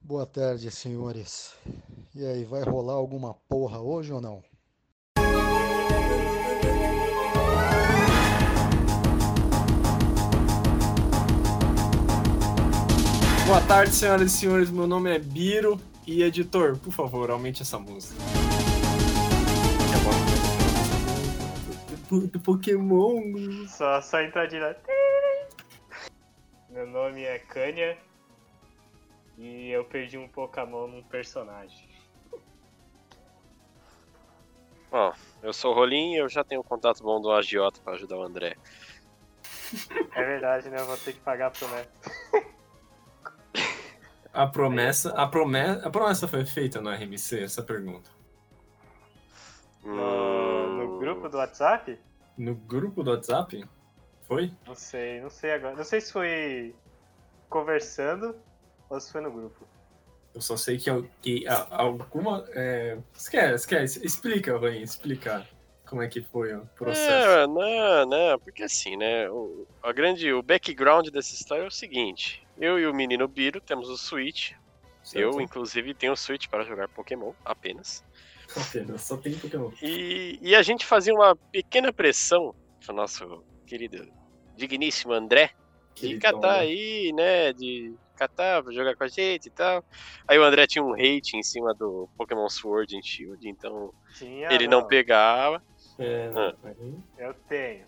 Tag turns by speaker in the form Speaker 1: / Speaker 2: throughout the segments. Speaker 1: Boa tarde, senhores. E aí, vai rolar alguma porra hoje ou não?
Speaker 2: Boa tarde, senhoras e senhores. Meu nome é Biro e editor, por favor, aumente essa música. Do Pokémon.
Speaker 3: Só, só entrar direto. Meu nome é Kanya e eu perdi um Pokémon num personagem.
Speaker 4: Bom, eu sou o Rolim e eu já tenho um contato bom do agiota pra ajudar o André.
Speaker 3: É verdade, né? Eu vou ter que pagar a promessa.
Speaker 2: A promessa, a promessa, a promessa foi feita no RMC, essa pergunta. Ah,
Speaker 4: Hum.
Speaker 3: No, no grupo do WhatsApp?
Speaker 2: No grupo do WhatsApp? Foi?
Speaker 3: Não sei, não sei agora. Não sei se foi conversando ou se foi no grupo.
Speaker 2: Eu só sei que, al- que a- alguma. é, Esquece, esquece. Explica, Rolim, explica como é que foi o processo.
Speaker 4: É, não, não, porque assim, né? O, a grande, o background dessa história é o seguinte: eu e o menino Biro temos o Switch.
Speaker 2: Certo?
Speaker 4: Eu, inclusive, tenho o Switch para jogar Pokémon apenas.
Speaker 2: Apenas, só tem Pokémon.
Speaker 4: E, e a gente fazia uma pequena pressão pro nosso querido, digníssimo André. de
Speaker 2: Queridão,
Speaker 4: catar
Speaker 2: né?
Speaker 4: aí, né? De catar pra jogar com a gente e tal. Aí o André tinha um hate em cima do Pokémon Sword and Shield, então
Speaker 3: Tinha.
Speaker 4: ele não pegava.
Speaker 2: É,
Speaker 4: Ah.
Speaker 2: aí-
Speaker 3: Eu tenho.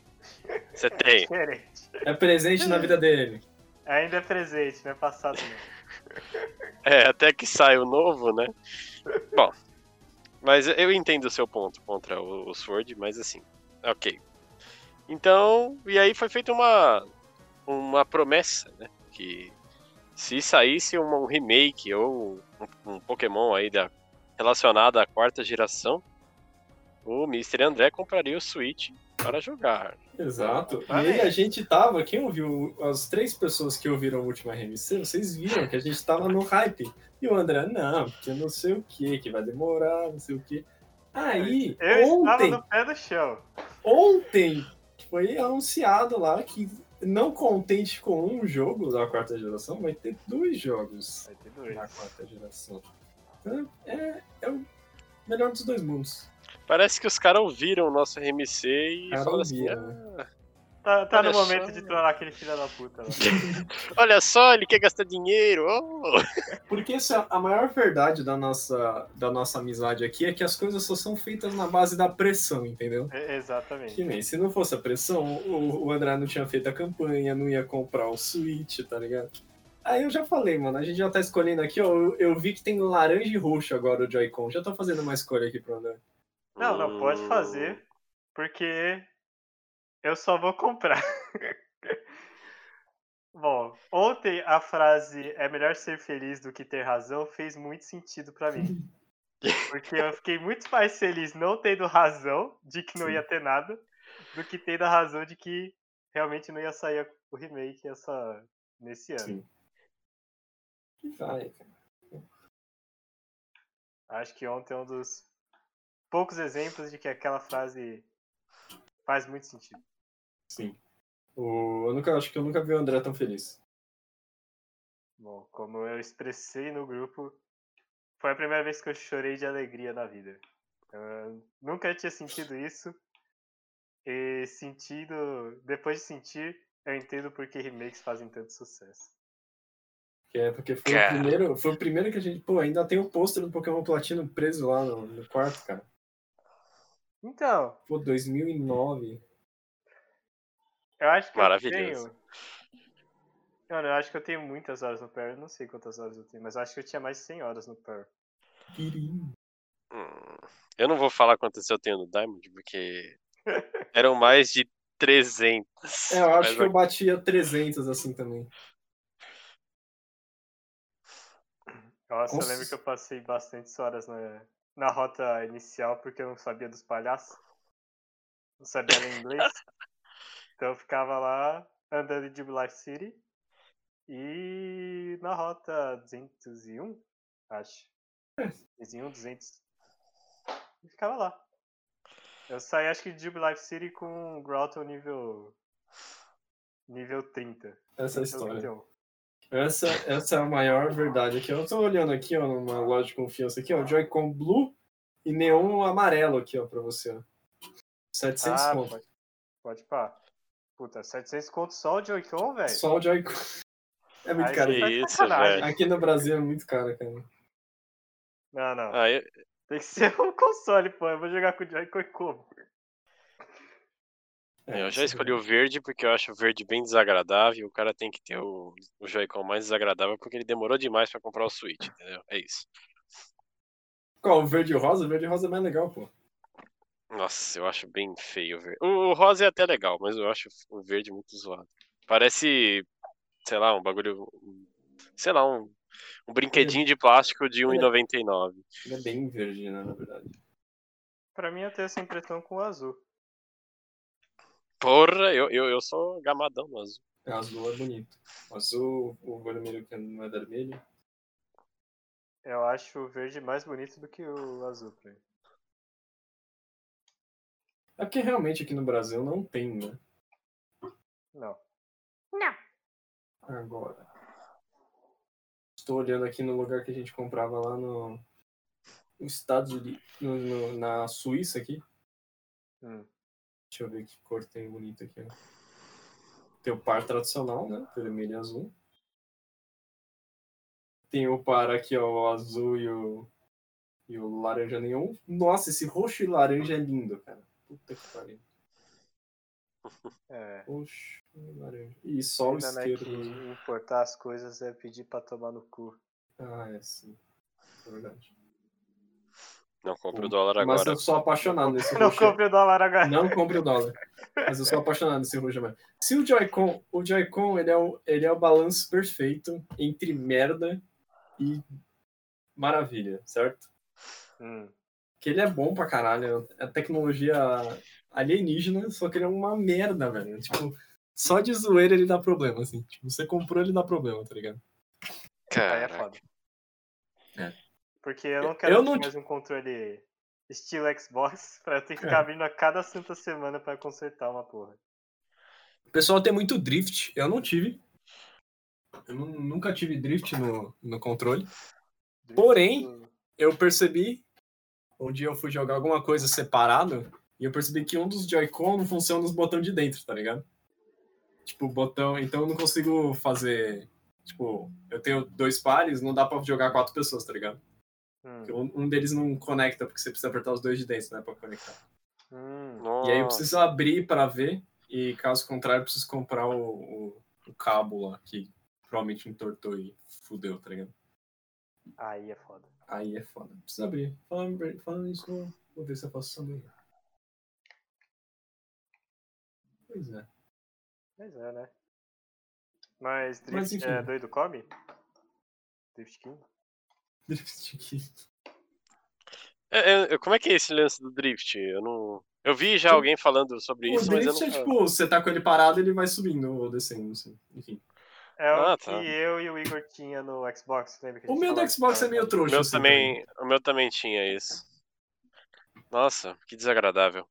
Speaker 4: Você tem.
Speaker 3: Diferente.
Speaker 2: é presente na vida dele.
Speaker 3: Ainda é presente, não é passado não.
Speaker 4: É, até que sai o novo, né? Bom, mas eu entendo o seu ponto contra o, o Sword, mas assim, ok. Então, e aí foi feita uma, uma promessa, né? Que se saísse uma- um remake ou um, um Pokémon aí da, relacionado à quarta geração, o Mr. André compraria o Switch para jogar.
Speaker 2: Exato.
Speaker 3: Ah,
Speaker 2: e aí
Speaker 3: é.
Speaker 2: a gente tava, quem ouviu, as três pessoas que ouviram o último RMC, vocês viram que a gente tava no hype. E o André, não, porque não sei o que, que vai demorar, não sei o que. Aí,
Speaker 3: Eu estava
Speaker 2: ontem,
Speaker 3: no pé do chão.
Speaker 2: ontem, foi anunciado lá que não contente com um jogo da quarta geração, vai ter dois jogos
Speaker 3: Vai ter
Speaker 2: da
Speaker 3: dois.
Speaker 2: quarta geração. Então, É, é o melhor dos dois mundos.
Speaker 4: Parece que os caras ouviram o nosso RMC e
Speaker 2: Cara,
Speaker 4: falaram assim,
Speaker 2: ouviram,
Speaker 3: é,
Speaker 4: "Ah,
Speaker 3: Tá, tá
Speaker 4: Olha
Speaker 3: no momento
Speaker 4: só.
Speaker 3: de trollar aquele filho da puta lá.
Speaker 4: Olha só, ele quer gastar dinheiro. oh!"
Speaker 2: Porque essa, é a maior verdade da nossa, da nossa amizade aqui é que as coisas só são feitas na base da pressão, entendeu?
Speaker 3: É,
Speaker 2: Que
Speaker 3: Exatamente.
Speaker 2: nem se não fosse a pressão, o, o André não tinha feito a campanha, não ia comprar o Switch, tá ligado? Aí eu já falei, mano, a gente já tá escolhendo aqui, ó. Eu, eu vi que tem laranja e roxo agora o Joy-Con. Já tô fazendo uma escolha aqui pro André.
Speaker 3: Não, não, pode
Speaker 4: Hum.
Speaker 3: fazer, porque eu só vou comprar. Bom, ontem a frase é melhor ser feliz do que ter razão fez muito sentido pra mim. Porque eu fiquei muito mais feliz não tendo razão de que não
Speaker 2: Sim.
Speaker 3: ia ter nada, do que tendo a razão de que realmente não ia sair o remake essa, nesse ano.
Speaker 2: Sim. Vai, cara.
Speaker 3: Acho que ontem é um dos poucos exemplos de que aquela frase faz muito sentido.
Speaker 2: Sim. O, eu nunca, acho que eu nunca vi o André tão feliz.
Speaker 3: Bom, como eu expressei no grupo, foi a primeira vez que eu chorei de alegria na vida. Eu nunca tinha sentido isso. E sentido. Depois de sentir, eu entendo por que remakes fazem tanto sucesso.
Speaker 2: Que é porque foi
Speaker 4: Cara.
Speaker 2: o primeiro. Foi o primeiro que a gente. Pô, ainda tem o pôster do Pokémon Platino preso lá no, no quarto, cara.
Speaker 3: Então,
Speaker 2: Pô, 2009.
Speaker 3: eu acho que
Speaker 4: Maravilhoso.
Speaker 3: eu tenho. Mano, eu acho que eu tenho muitas horas no Pearl. Eu não sei quantas horas eu tenho, mas eu acho que eu tinha mais de 100 horas no Pearl.
Speaker 2: Pirim.
Speaker 4: Hum, Eu não vou falar quantas eu tenho no Diamond, porque eram mais de 300.
Speaker 2: É, eu acho
Speaker 4: Mas
Speaker 2: que eu batia 300 assim também.
Speaker 3: Nossa, eu
Speaker 2: Nossa.
Speaker 3: lembro que eu passei bastantes horas na, na rota inicial porque eu não sabia dos palhaços. Não sabia ler inglês. então eu ficava lá andando de Black City. E na rota 201, acho. 201, 200. E ficava lá. Eu saí, acho que de Black City com o Grotto nível. nível 30.
Speaker 2: Essa é a
Speaker 3: nível
Speaker 2: história.
Speaker 3: 31.
Speaker 2: Essa, essa é a maior verdade aqui. Eu tô olhando aqui, ó, numa loja de confiança aqui, ó, Joy-Con Blue e neon amarelo aqui, ó, pra você, ó. 700
Speaker 3: Ah,
Speaker 2: conto.
Speaker 3: pode, pode pá. Puta, 700 conto só o Joy-Con, velho?
Speaker 2: Só o Joy-Con. É muito
Speaker 3: Aí
Speaker 2: caro.
Speaker 3: você tá de
Speaker 4: Isso,
Speaker 3: sacanagem.
Speaker 4: velho.
Speaker 2: Aqui no Brasil é muito caro, cara.
Speaker 3: Não, não.
Speaker 4: Ah, eu-
Speaker 3: Tem que ser um console, pô. Eu vou jogar com o Joy-Con e como?
Speaker 2: É,
Speaker 4: eu já escolhi o verde porque eu acho o verde bem desagradável. O cara tem que ter o, o Joy-Con mais desagradável porque ele demorou demais pra comprar o Switch, entendeu? É isso.
Speaker 2: Qual? O verde e o rosa? O verde e o rosa é mais legal, pô.
Speaker 4: Nossa, eu acho bem feio o verde. O, o rosa é até legal, mas eu acho o verde muito zoado. Parece, sei lá, um bagulho. um- Sei lá, um, um
Speaker 2: É.
Speaker 4: brinquedinho de plástico de 1,99.
Speaker 2: Ele é bem verde, né, na verdade.
Speaker 3: Pra mim, eu tenho essa impressão com o azul.
Speaker 4: Porra, eu, eu, eu sou gamadão no azul.
Speaker 2: É, azul é bonito. Azul, o vermelho que não é vermelho.
Speaker 3: Eu acho o verde mais bonito do que o azul pra mim.
Speaker 2: É porque realmente aqui no Brasil não tem, né?
Speaker 3: Não.
Speaker 2: Agora. Estou olhando aqui no lugar que a gente comprava lá no. Nos Estados Unidos. no- no- na Suíça aqui.
Speaker 3: Hum.
Speaker 2: Deixa eu ver que cor tem bonito aqui, ó. Tem o par tradicional, né? Vermelho e azul. Tem o par aqui, ó, o azul e o. E o laranja nenhum. Nossa, esse roxo e laranja é lindo, cara. Puta que pariu.
Speaker 3: É.
Speaker 2: Roxo e laranja. E só o
Speaker 3: Pena, né, que
Speaker 2: esquerdo.
Speaker 3: importar as coisas é pedir pra tomar no cu.
Speaker 2: Ah, é sim. É verdade.
Speaker 4: Não compro
Speaker 2: Pô,
Speaker 4: o dólar
Speaker 2: Hum, Mas
Speaker 4: agora.
Speaker 2: eu sou um apaixonado nesse
Speaker 3: Não
Speaker 2: roxo.
Speaker 3: compre o dólar agora.
Speaker 2: Não compre o dólar. Mas eu sou apaixonado nesse roxo amarelo. Se o Joy-Con, o Joy-Con, ele é o, ele é o balanço perfeito entre merda e maravilha, certo?
Speaker 3: Hum.
Speaker 2: Que ele é bom pra caralho. É tecnologia alienígena, só que ele é uma merda, velho. Tipo, só de zoeira ele dá problema, assim. Tipo, você comprou, ele dá problema, tá ligado?
Speaker 3: Aí é
Speaker 4: Cara,
Speaker 3: foda.
Speaker 2: É.
Speaker 3: Porque eu não
Speaker 2: Eu
Speaker 3: quero
Speaker 2: não
Speaker 3: ter
Speaker 2: ti-
Speaker 3: mais um controle estilo Xbox pra eu ter
Speaker 2: É.
Speaker 3: que ficar vindo a cada santa semana pra consertar uma porra.
Speaker 2: O pessoal tem muito drift. Eu não tive. Eu nu- nunca tive drift no, no controle. Porém, eu percebi, um dia eu fui jogar alguma coisa separado, e eu percebi que um dos Joy-Con não funciona os botões de dentro, tá ligado? Tipo, o botão. Então eu não consigo fazer. Tipo, eu tenho dois pares, não dá pra jogar quatro pessoas, tá ligado?
Speaker 3: Hum.
Speaker 2: Porque um, um deles não conecta, porque você precisa apertar os dois de dentro, né, pra conectar.
Speaker 3: Hum.
Speaker 4: nossa.
Speaker 2: E aí eu preciso abrir pra ver, e caso contrário, eu preciso comprar o, o, o cabo lá, que provavelmente entortou e fudeu, tá ligado?
Speaker 3: Aí é foda.
Speaker 2: Aí é foda. Precisa abrir. Falando, falando isso, vou- vou ver se eu faço isso amanhã. Pois é.
Speaker 3: Mas é, né? Mas Drift
Speaker 2: Mas,
Speaker 3: é
Speaker 2: enfim.
Speaker 3: doido come? Drift King?
Speaker 2: Drift aqui.
Speaker 4: É, é, é, como é que é esse lance do drift? Eu não. Eu vi já
Speaker 2: O-
Speaker 4: alguém falando sobre
Speaker 2: O
Speaker 4: isso, mas eu
Speaker 2: drift
Speaker 4: não.
Speaker 2: é tipo, você tá com ele parado, ele vai subindo ou descendo, não sei. Enfim.
Speaker 3: É
Speaker 4: Ah,
Speaker 3: o
Speaker 4: tá.
Speaker 3: que eu e o Igor tinha no Xbox, lembra? Que a
Speaker 2: O
Speaker 3: gente
Speaker 2: meu
Speaker 3: falou
Speaker 2: do Xbox
Speaker 3: que
Speaker 2: é meio
Speaker 4: O
Speaker 2: trouxa.
Speaker 4: meu
Speaker 2: assim,
Speaker 4: também, o meu também tinha isso. Nossa, que desagradável.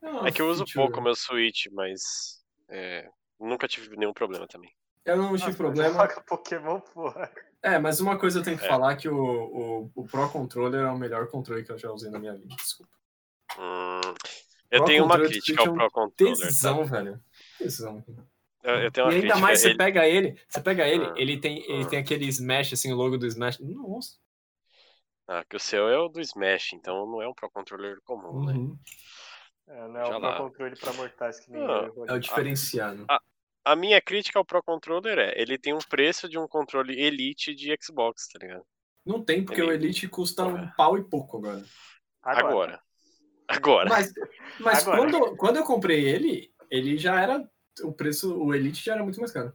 Speaker 2: também. uma
Speaker 4: É que eu uso
Speaker 2: feature.
Speaker 4: pouco o meu Switch, mas é, nunca tive nenhum problema também.
Speaker 2: Eu não tive
Speaker 3: Nossa,
Speaker 2: problema.
Speaker 3: Joga Pokémon, porra.
Speaker 2: É, mas uma coisa eu tenho que
Speaker 4: É.
Speaker 2: falar que o, o, o Pro Controller é o melhor controle que eu já usei na minha vida. Desculpa.
Speaker 4: Hum, eu
Speaker 2: Pro
Speaker 4: tenho uma
Speaker 2: Controller do
Speaker 4: crítica ao
Speaker 2: Switch é
Speaker 4: Pro Controller. tá?
Speaker 2: Tesão, velho. Tesão.
Speaker 4: Eu, eu tenho uma
Speaker 2: e ainda
Speaker 4: crítica.
Speaker 2: mais você
Speaker 4: ele-
Speaker 2: pega ele, você pega ele,
Speaker 4: Ah,
Speaker 2: ele tem ele
Speaker 4: ah.
Speaker 2: tem aquele smash assim, o logo do smash. Nossa.
Speaker 4: Ah, que o seu é o do Smash, então não é um Pro Controller comum, né?
Speaker 2: Uhum.
Speaker 3: É, não é
Speaker 4: Já
Speaker 3: o Pro
Speaker 4: lá.
Speaker 3: controle pra mortais que nem
Speaker 4: Ah,
Speaker 3: eu.
Speaker 2: É o diferenciado.
Speaker 4: A minha crítica ao Pro Controller é, ele tem um preço de um controle Elite de Xbox, tá ligado?
Speaker 2: Não tem, porque o
Speaker 4: Ele-
Speaker 2: Elite custa um
Speaker 4: Porra.
Speaker 2: pau e pouco agora.
Speaker 4: Agora. Agora.
Speaker 2: Mas, mas
Speaker 3: Agora.
Speaker 2: quando, quando eu comprei ele, ele já era. O preço, o Elite já era muito mais caro.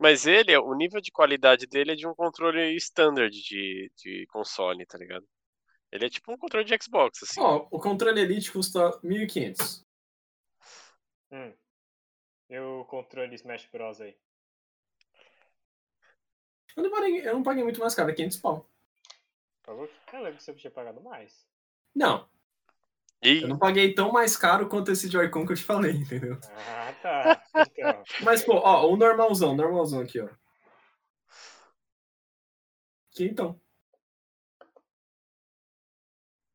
Speaker 4: Mas ele, o nível de qualidade dele é de um controle standard de, de console, tá ligado? Ele é tipo um controle de Xbox, assim.
Speaker 2: Ó, o controle Elite custa 1.500.
Speaker 3: Hum. E o controle Smash Bros aí?
Speaker 2: Eu não, paguei, eu não paguei muito mais caro, é 500 pau.
Speaker 3: Falou que caramba, você podia pagar mais.
Speaker 2: Não,
Speaker 4: E
Speaker 2: eu não paguei tão mais caro quanto esse Joy-Con que eu te falei, entendeu?
Speaker 3: Ah, tá. Então,
Speaker 2: Mas, pô, ó, o normalzão, normalzão aqui, ó. aqui então.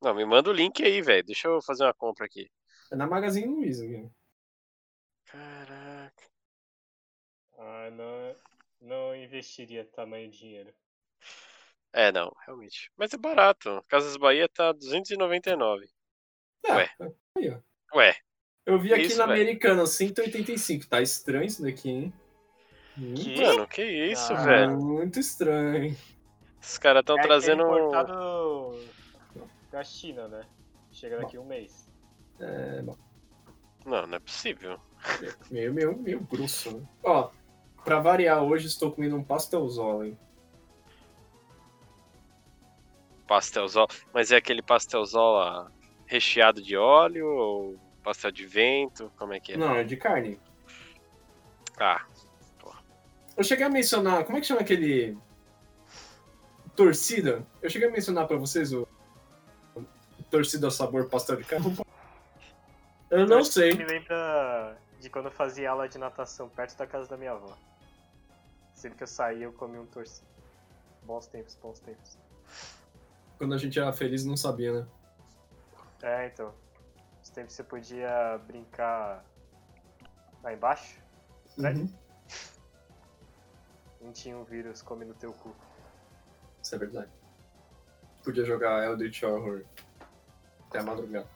Speaker 4: Não, me manda o link aí, velho. Deixa eu fazer uma compra aqui.
Speaker 2: É na Magazine Luiza. viu?
Speaker 4: Caraca.
Speaker 3: Ah, não, não investiria tamanho dinheiro.
Speaker 4: É, não, realmente. Mas é barato. Casas Bahia tá 299.
Speaker 2: É,
Speaker 4: Ué.
Speaker 2: aí, ó.
Speaker 4: Ué,
Speaker 2: Eu vi aqui
Speaker 4: Isso,
Speaker 2: na
Speaker 4: velho.
Speaker 2: Americana, 185. Tá estranho isso daqui, hein? Hum, tá
Speaker 3: Que?
Speaker 4: mano, que isso,
Speaker 3: Ah.
Speaker 4: velho?
Speaker 2: Muito estranho.
Speaker 4: Os caras estão
Speaker 3: é
Speaker 4: trazendo. um
Speaker 3: aquele importado da China, né? Chega daqui um mês.
Speaker 2: É, bom,
Speaker 4: Não, não é possível.
Speaker 2: meio, meio, meio grosso, né? Ó, pra variar, hoje estou comendo um pastelzola, hein?
Speaker 4: Pastelzol. Mas é aquele pastelzola recheado de óleo ou pastel de vento? Como é que é?
Speaker 2: Não, é de carne.
Speaker 4: Ah,
Speaker 2: Eu cheguei a mencionar. Como é que chama aquele. Torcida? Eu cheguei a mencionar pra vocês o. o Torcida sabor pastel de carne? Eu não
Speaker 3: Acho que
Speaker 2: sei.
Speaker 3: Me lembra de quando eu fazia aula de natação perto da casa da minha avó. Sempre que eu saía, eu comia um torcido. Bons tempos, bons tempos.
Speaker 2: Quando a gente era feliz, não sabia, né?
Speaker 3: É, então. Os tempos você podia brincar lá embaixo. Sério?
Speaker 2: Uhum.
Speaker 3: Não tinha um vírus come no teu cu.
Speaker 2: Isso é verdade. Podia jogar Eldritch Horror até a madrugada.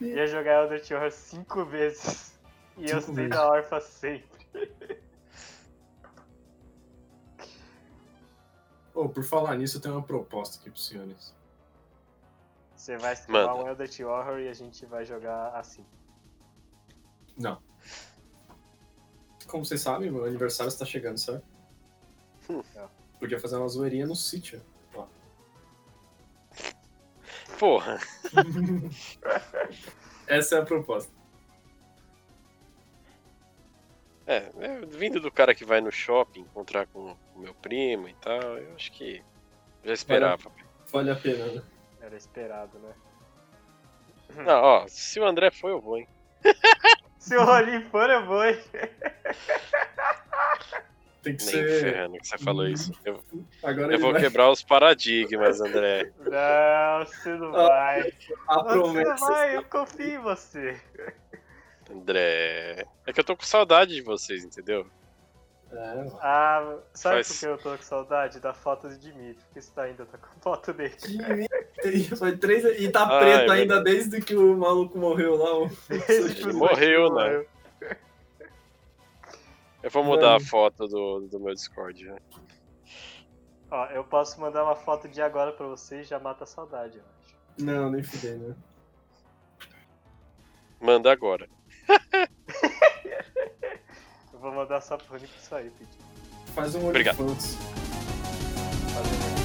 Speaker 3: Ia jogar Elder Horror cinco vezes. E eu
Speaker 2: Cinco
Speaker 3: sei
Speaker 2: vezes.
Speaker 3: da Orfa sempre.
Speaker 2: Oh, por falar nisso, eu tenho uma proposta aqui pros senhores.
Speaker 3: Você vai streamar
Speaker 4: Manda.
Speaker 3: um Elder Horror e a gente vai jogar assim.
Speaker 2: Não. Como vocês sabem, meu aniversário está chegando, certo?
Speaker 4: Hum.
Speaker 2: Podia fazer uma zoeirinha no sítio.
Speaker 4: porra.
Speaker 2: Essa é a proposta.
Speaker 4: É, é, vindo do cara que vai no shopping encontrar com o meu primo e tal, eu acho que já esperava.
Speaker 2: Vale a pena, né?
Speaker 3: Era esperado, né?
Speaker 2: Uhum.
Speaker 4: Não, ó, se o André foi, eu vou, hein?
Speaker 3: Se o Rolim for, eu vou. hein?
Speaker 2: Tem que
Speaker 4: Nem
Speaker 2: ser.
Speaker 4: ferrando que você falou isso.
Speaker 2: Uhum.
Speaker 4: Eu,
Speaker 2: Agora
Speaker 4: eu
Speaker 2: ele
Speaker 4: vou
Speaker 2: vai...
Speaker 4: quebrar os paradigmas, André.
Speaker 3: Não, você não
Speaker 2: Ah,
Speaker 3: vai.
Speaker 2: a
Speaker 3: Você
Speaker 2: promessa.
Speaker 3: vai, eu confio em você.
Speaker 4: André. É que eu tô com saudade de vocês, entendeu?
Speaker 2: É, ó.
Speaker 3: Ah, sabe
Speaker 4: Faz-
Speaker 3: por que eu tô com saudade? Da foto de Dimitri, porque você ainda tá com a foto dele.
Speaker 2: Que mentira, Foi três e tá
Speaker 4: Ah,
Speaker 2: preto
Speaker 4: é
Speaker 2: ainda desde que o maluco morreu lá. o-
Speaker 3: Desde que o
Speaker 4: morreu,
Speaker 3: Sanji
Speaker 4: né?
Speaker 3: morreu.
Speaker 4: Eu vou mudar a
Speaker 2: Mano.
Speaker 4: foto do, do meu Discord, né?
Speaker 3: Ó, eu posso mandar uma foto de agora pra vocês, já mata a saudade, eu acho.
Speaker 2: Não, nem fudei, né?
Speaker 4: Manda agora.
Speaker 3: Eu vou mandar só pro Nico sair, Pete.
Speaker 2: Faz um
Speaker 4: Obrigado.
Speaker 2: OnlyFans.
Speaker 3: Valeu.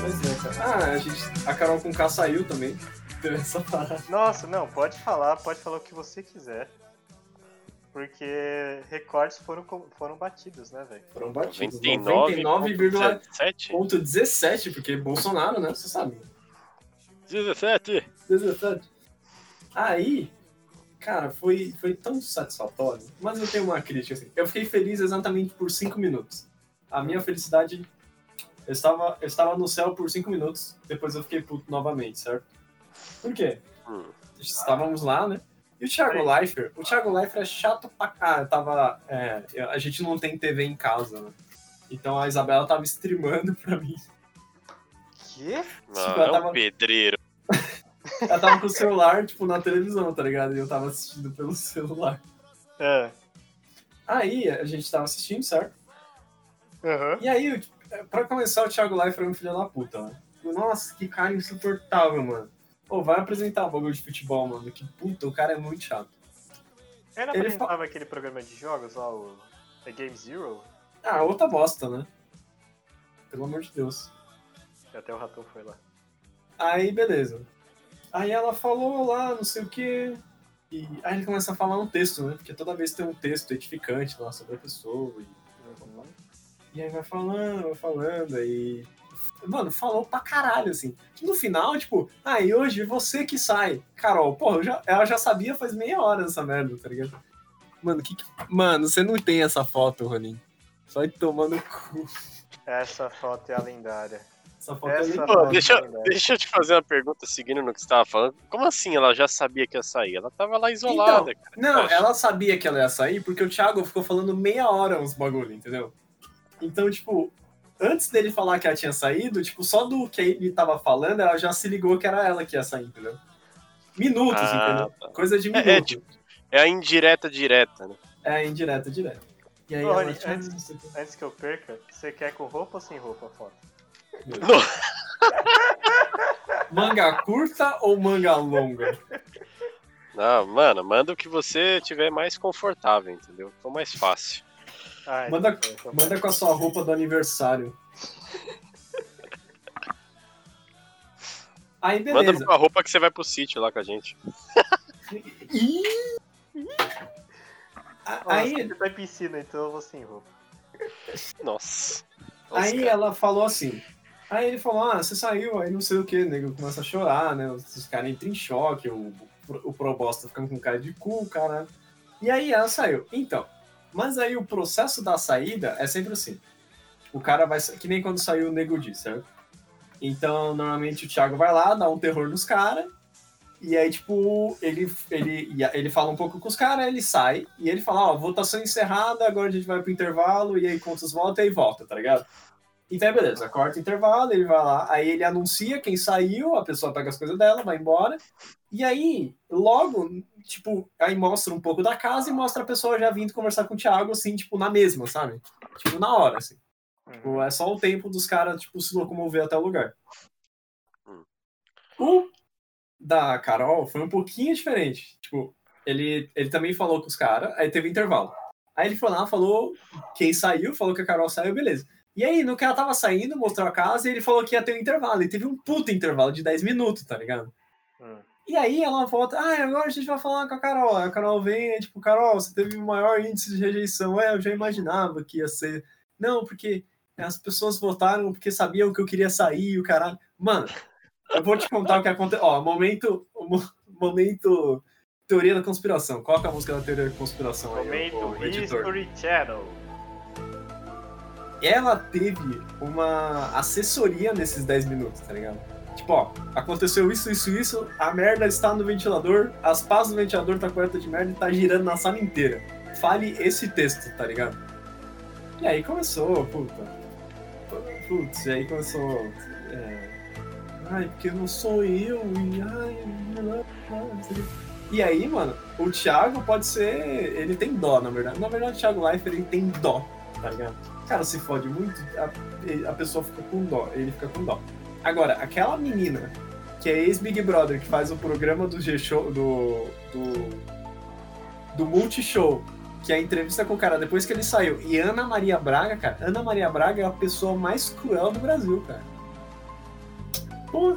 Speaker 2: Pois é, cara. Ah, a, gente, a Carol com K saiu também. Deu essa parada.
Speaker 3: Nossa, não, pode falar, pode falar o que você quiser. Porque recordes foram, co- foram batidos, né, velho?
Speaker 2: Foram batidos. 99,17,
Speaker 4: 99,17.
Speaker 2: porque Bolsonaro, né? Você sabe.
Speaker 4: 17.
Speaker 2: 17. Aí, cara, foi, foi tão satisfatório. Mas eu tenho uma crítica, assim. Eu fiquei feliz exatamente por 5 minutos. A minha felicidade. Eu estava, eu estava no céu por 5 minutos, depois eu fiquei puto novamente, certo? Por quê?
Speaker 4: Hum.
Speaker 2: estávamos lá, né? E o Thiago Leifert, o Thiago Leifert é chato pra cá. Tava, é, eu- a gente não tem TV em casa, né? Então a Isabela tava streamando pra mim.
Speaker 3: Que?
Speaker 4: Não, é um
Speaker 2: tava-
Speaker 4: pedreiro.
Speaker 2: Ela tava com o celular, tipo, na televisão, tá ligado? E eu tava assistindo pelo celular.
Speaker 3: É.
Speaker 2: Aí a gente tava assistindo, certo?
Speaker 3: Aham.
Speaker 2: E aí, o- pra começar, o Thiago Leifert é um filho da puta, né? Nossa, que cara insuportável, mano. Pô, vai apresentar bagulho de futebol, mano. Que puta, o cara é muito chato.
Speaker 3: Ele
Speaker 2: Ele
Speaker 3: apresentava aquele programa de jogos lá, o é Game Zero?
Speaker 2: Ah, outra bosta, né? Pelo amor de Deus.
Speaker 3: que Até o Ratão foi lá.
Speaker 2: Aí, beleza. Aí ela falou lá, não sei o quê. E aí ele começa a falar um texto, né? Porque toda vez tem um texto edificante lá sobre a pessoa. E... E aí vai falando, vai falando, aí. Mano, falou pra caralho, assim. Que no final, tipo, ah, e hoje você que sai. Carol, porra, eu já- ela já sabia faz meia hora essa merda, tá ligado? Mano, que que. Mano, você não tem essa foto, Ronin. Só de tomando cu.
Speaker 3: Essa foto é a lendária.
Speaker 2: Essa foto é
Speaker 3: Essa
Speaker 2: legal.
Speaker 4: Pô,
Speaker 3: foto
Speaker 4: deixa-
Speaker 3: é a lendária.
Speaker 4: Deixa eu te fazer uma pergunta seguindo no que você tava falando. Como assim ela já sabia que ia sair? Ela tava lá isolada, cara.
Speaker 2: Não, ela sabia que ela ia sair porque o Thiago ficou falando meia hora uns bagulho, entendeu? Então, tipo, antes dele falar que ela tinha saído, tipo, só do que ele tava falando, ela já se ligou que era ela que ia sair, entendeu? Minutos,
Speaker 4: Ah,
Speaker 2: entendeu? Coisa de
Speaker 4: É, é,
Speaker 2: minuto.
Speaker 4: tipo- É a indireta direta, né?
Speaker 2: É, indireta, direto. E aí
Speaker 3: Ô,
Speaker 2: ela
Speaker 3: Rony,
Speaker 4: é
Speaker 2: tinha...
Speaker 3: antes-
Speaker 4: tipo-
Speaker 3: Antes que eu perca, você quer com roupa ou sem roupa a foto?
Speaker 4: No-
Speaker 2: Manga curta ou manga longa?
Speaker 4: Não, mano, manda o que você tiver mais confortável, entendeu? Ficou mais fácil.
Speaker 3: Ah, então
Speaker 2: Manda,
Speaker 3: foi, então foi.
Speaker 2: manda com a sua roupa do aniversário. Aí, beleza.
Speaker 4: Manda com a roupa que você vai pro sítio lá com a gente.
Speaker 2: Ih!
Speaker 3: Ó,
Speaker 2: A-
Speaker 3: você
Speaker 2: Aí,
Speaker 3: tá em piscina, então eu vou sem roupa.
Speaker 4: Nossa. Nossa,
Speaker 2: aí
Speaker 4: cara.
Speaker 2: ela falou assim. Aí ele falou, ah, você saiu, aí não sei o que, nego começa a chorar, né? Os os caras entram em choque, o, o Probosta ficando com cara de cu, cara. E aí ela saiu. Então, mas aí o processo da saída é sempre assim. O cara vai. sa- Que nem quando saiu o Nego Di, certo? Então, normalmente o Thiago vai lá, dá um terror nos caras. E aí, tipo, ele, ele, e a- ele fala um pouco com os caras, ele sai, e ele fala, ó, votação encerrada, agora a gente vai pro intervalo, e aí contas volta e aí volta, tá ligado? Então é beleza, corta o intervalo, ele vai lá, aí ele anuncia quem saiu, a pessoa pega as coisas dela, vai embora, e aí, logo, tipo, aí mostra um pouco da casa e mostra a pessoa já vindo conversar com o Thiago, assim, tipo, na mesma, sabe? Tipo, na hora, assim.
Speaker 3: Uhum.
Speaker 2: Tipo, é só o tempo dos caras, tipo, se locomover até o lugar.
Speaker 4: Hum.
Speaker 2: O da Carol foi um pouquinho diferente. Tipo, ele, ele também falou com os caras, aí teve intervalo. Aí ele foi lá, falou quem saiu, falou que a Carol saiu, beleza. E aí, no que ela tava saindo, mostrou a casa e ele falou que ia ter um intervalo. E teve um puto intervalo de 10 minutos, tá ligado?
Speaker 3: Hum.
Speaker 2: E aí ela volta, ah, agora a gente vai falar com a Carol. Aí a Carol vem, é tipo, Carol, você teve o maior índice de rejeição. É, eu já imaginava que ia ser. Não, porque as pessoas votaram porque sabiam que eu queria sair, o caralho. Mano, eu vou te contar o que aconteceu. Ó, momento, mo- momento teoria da conspiração. Coloca a música da teoria da conspiração aí, o,
Speaker 3: Momento
Speaker 2: o editor
Speaker 3: History Channel.
Speaker 2: ela teve uma assessoria nesses 10 minutos, tá ligado? Tipo, ó, aconteceu isso, isso, isso, a merda está no ventilador, as pás do ventilador tá coberta de merda e tá girando na sala inteira. Fale esse texto, tá ligado? E aí começou, puta. Putz, e aí começou. é, Ai, porque não sou eu, e ai, blá, blá, blá, não sei o quê. E aí, mano, o Thiago pode ser. Ele tem dó, na verdade. Na verdade, o Thiago Leifert ele tem dó, tá ligado? O cara se fode muito, a, a pessoa fica com dó, ele fica com dó. Agora, aquela menina que é ex-Big Brother, que faz o programa do G-Show, do, do, do Multishow, que é a entrevista com o cara depois que ele saiu, e Ana Maria Braga, cara, Ana Maria Braga é a pessoa mais cruel do Brasil, cara. Porra.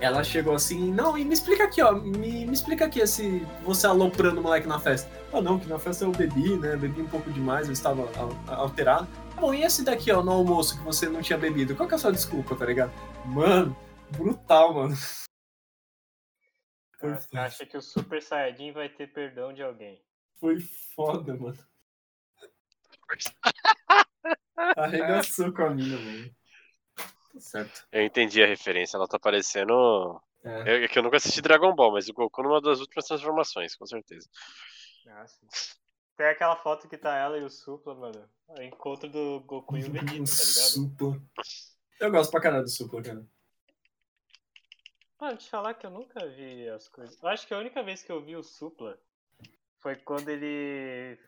Speaker 2: Ela chegou assim, não, e me explica aqui, ó, me, me explica aqui esse você aloprando o moleque na festa. Ah, não, que na festa eu bebi, né? Bebi um pouco demais, eu estava al- alterado. Tá Bom, e esse daqui, ó, no almoço que você não tinha bebido? Qual que é a sua desculpa, tá ligado? Mano, brutal, mano. Foi,
Speaker 3: Você acha que o Super Saiyajin vai ter perdão de alguém?
Speaker 2: foi foda, mano. Arregaçou com a mina, mano. Tá certo.
Speaker 4: Eu entendi a referência. Ela tá parecendo.
Speaker 2: É.
Speaker 4: É é que eu nunca assisti Dragon Ball, mas o Goku numa das últimas transformações, com certeza.
Speaker 3: Ah, sim. Tem aquela foto que tá ela e o Supla, mano. O encontro do Goku e o Vegeta, tá ligado?
Speaker 2: Um Supla. Eu gosto pra caralho do Supla, cara.
Speaker 3: Mano, te falar que eu nunca vi as coisas. Eu acho que a única vez que eu vi o Supla foi quando ele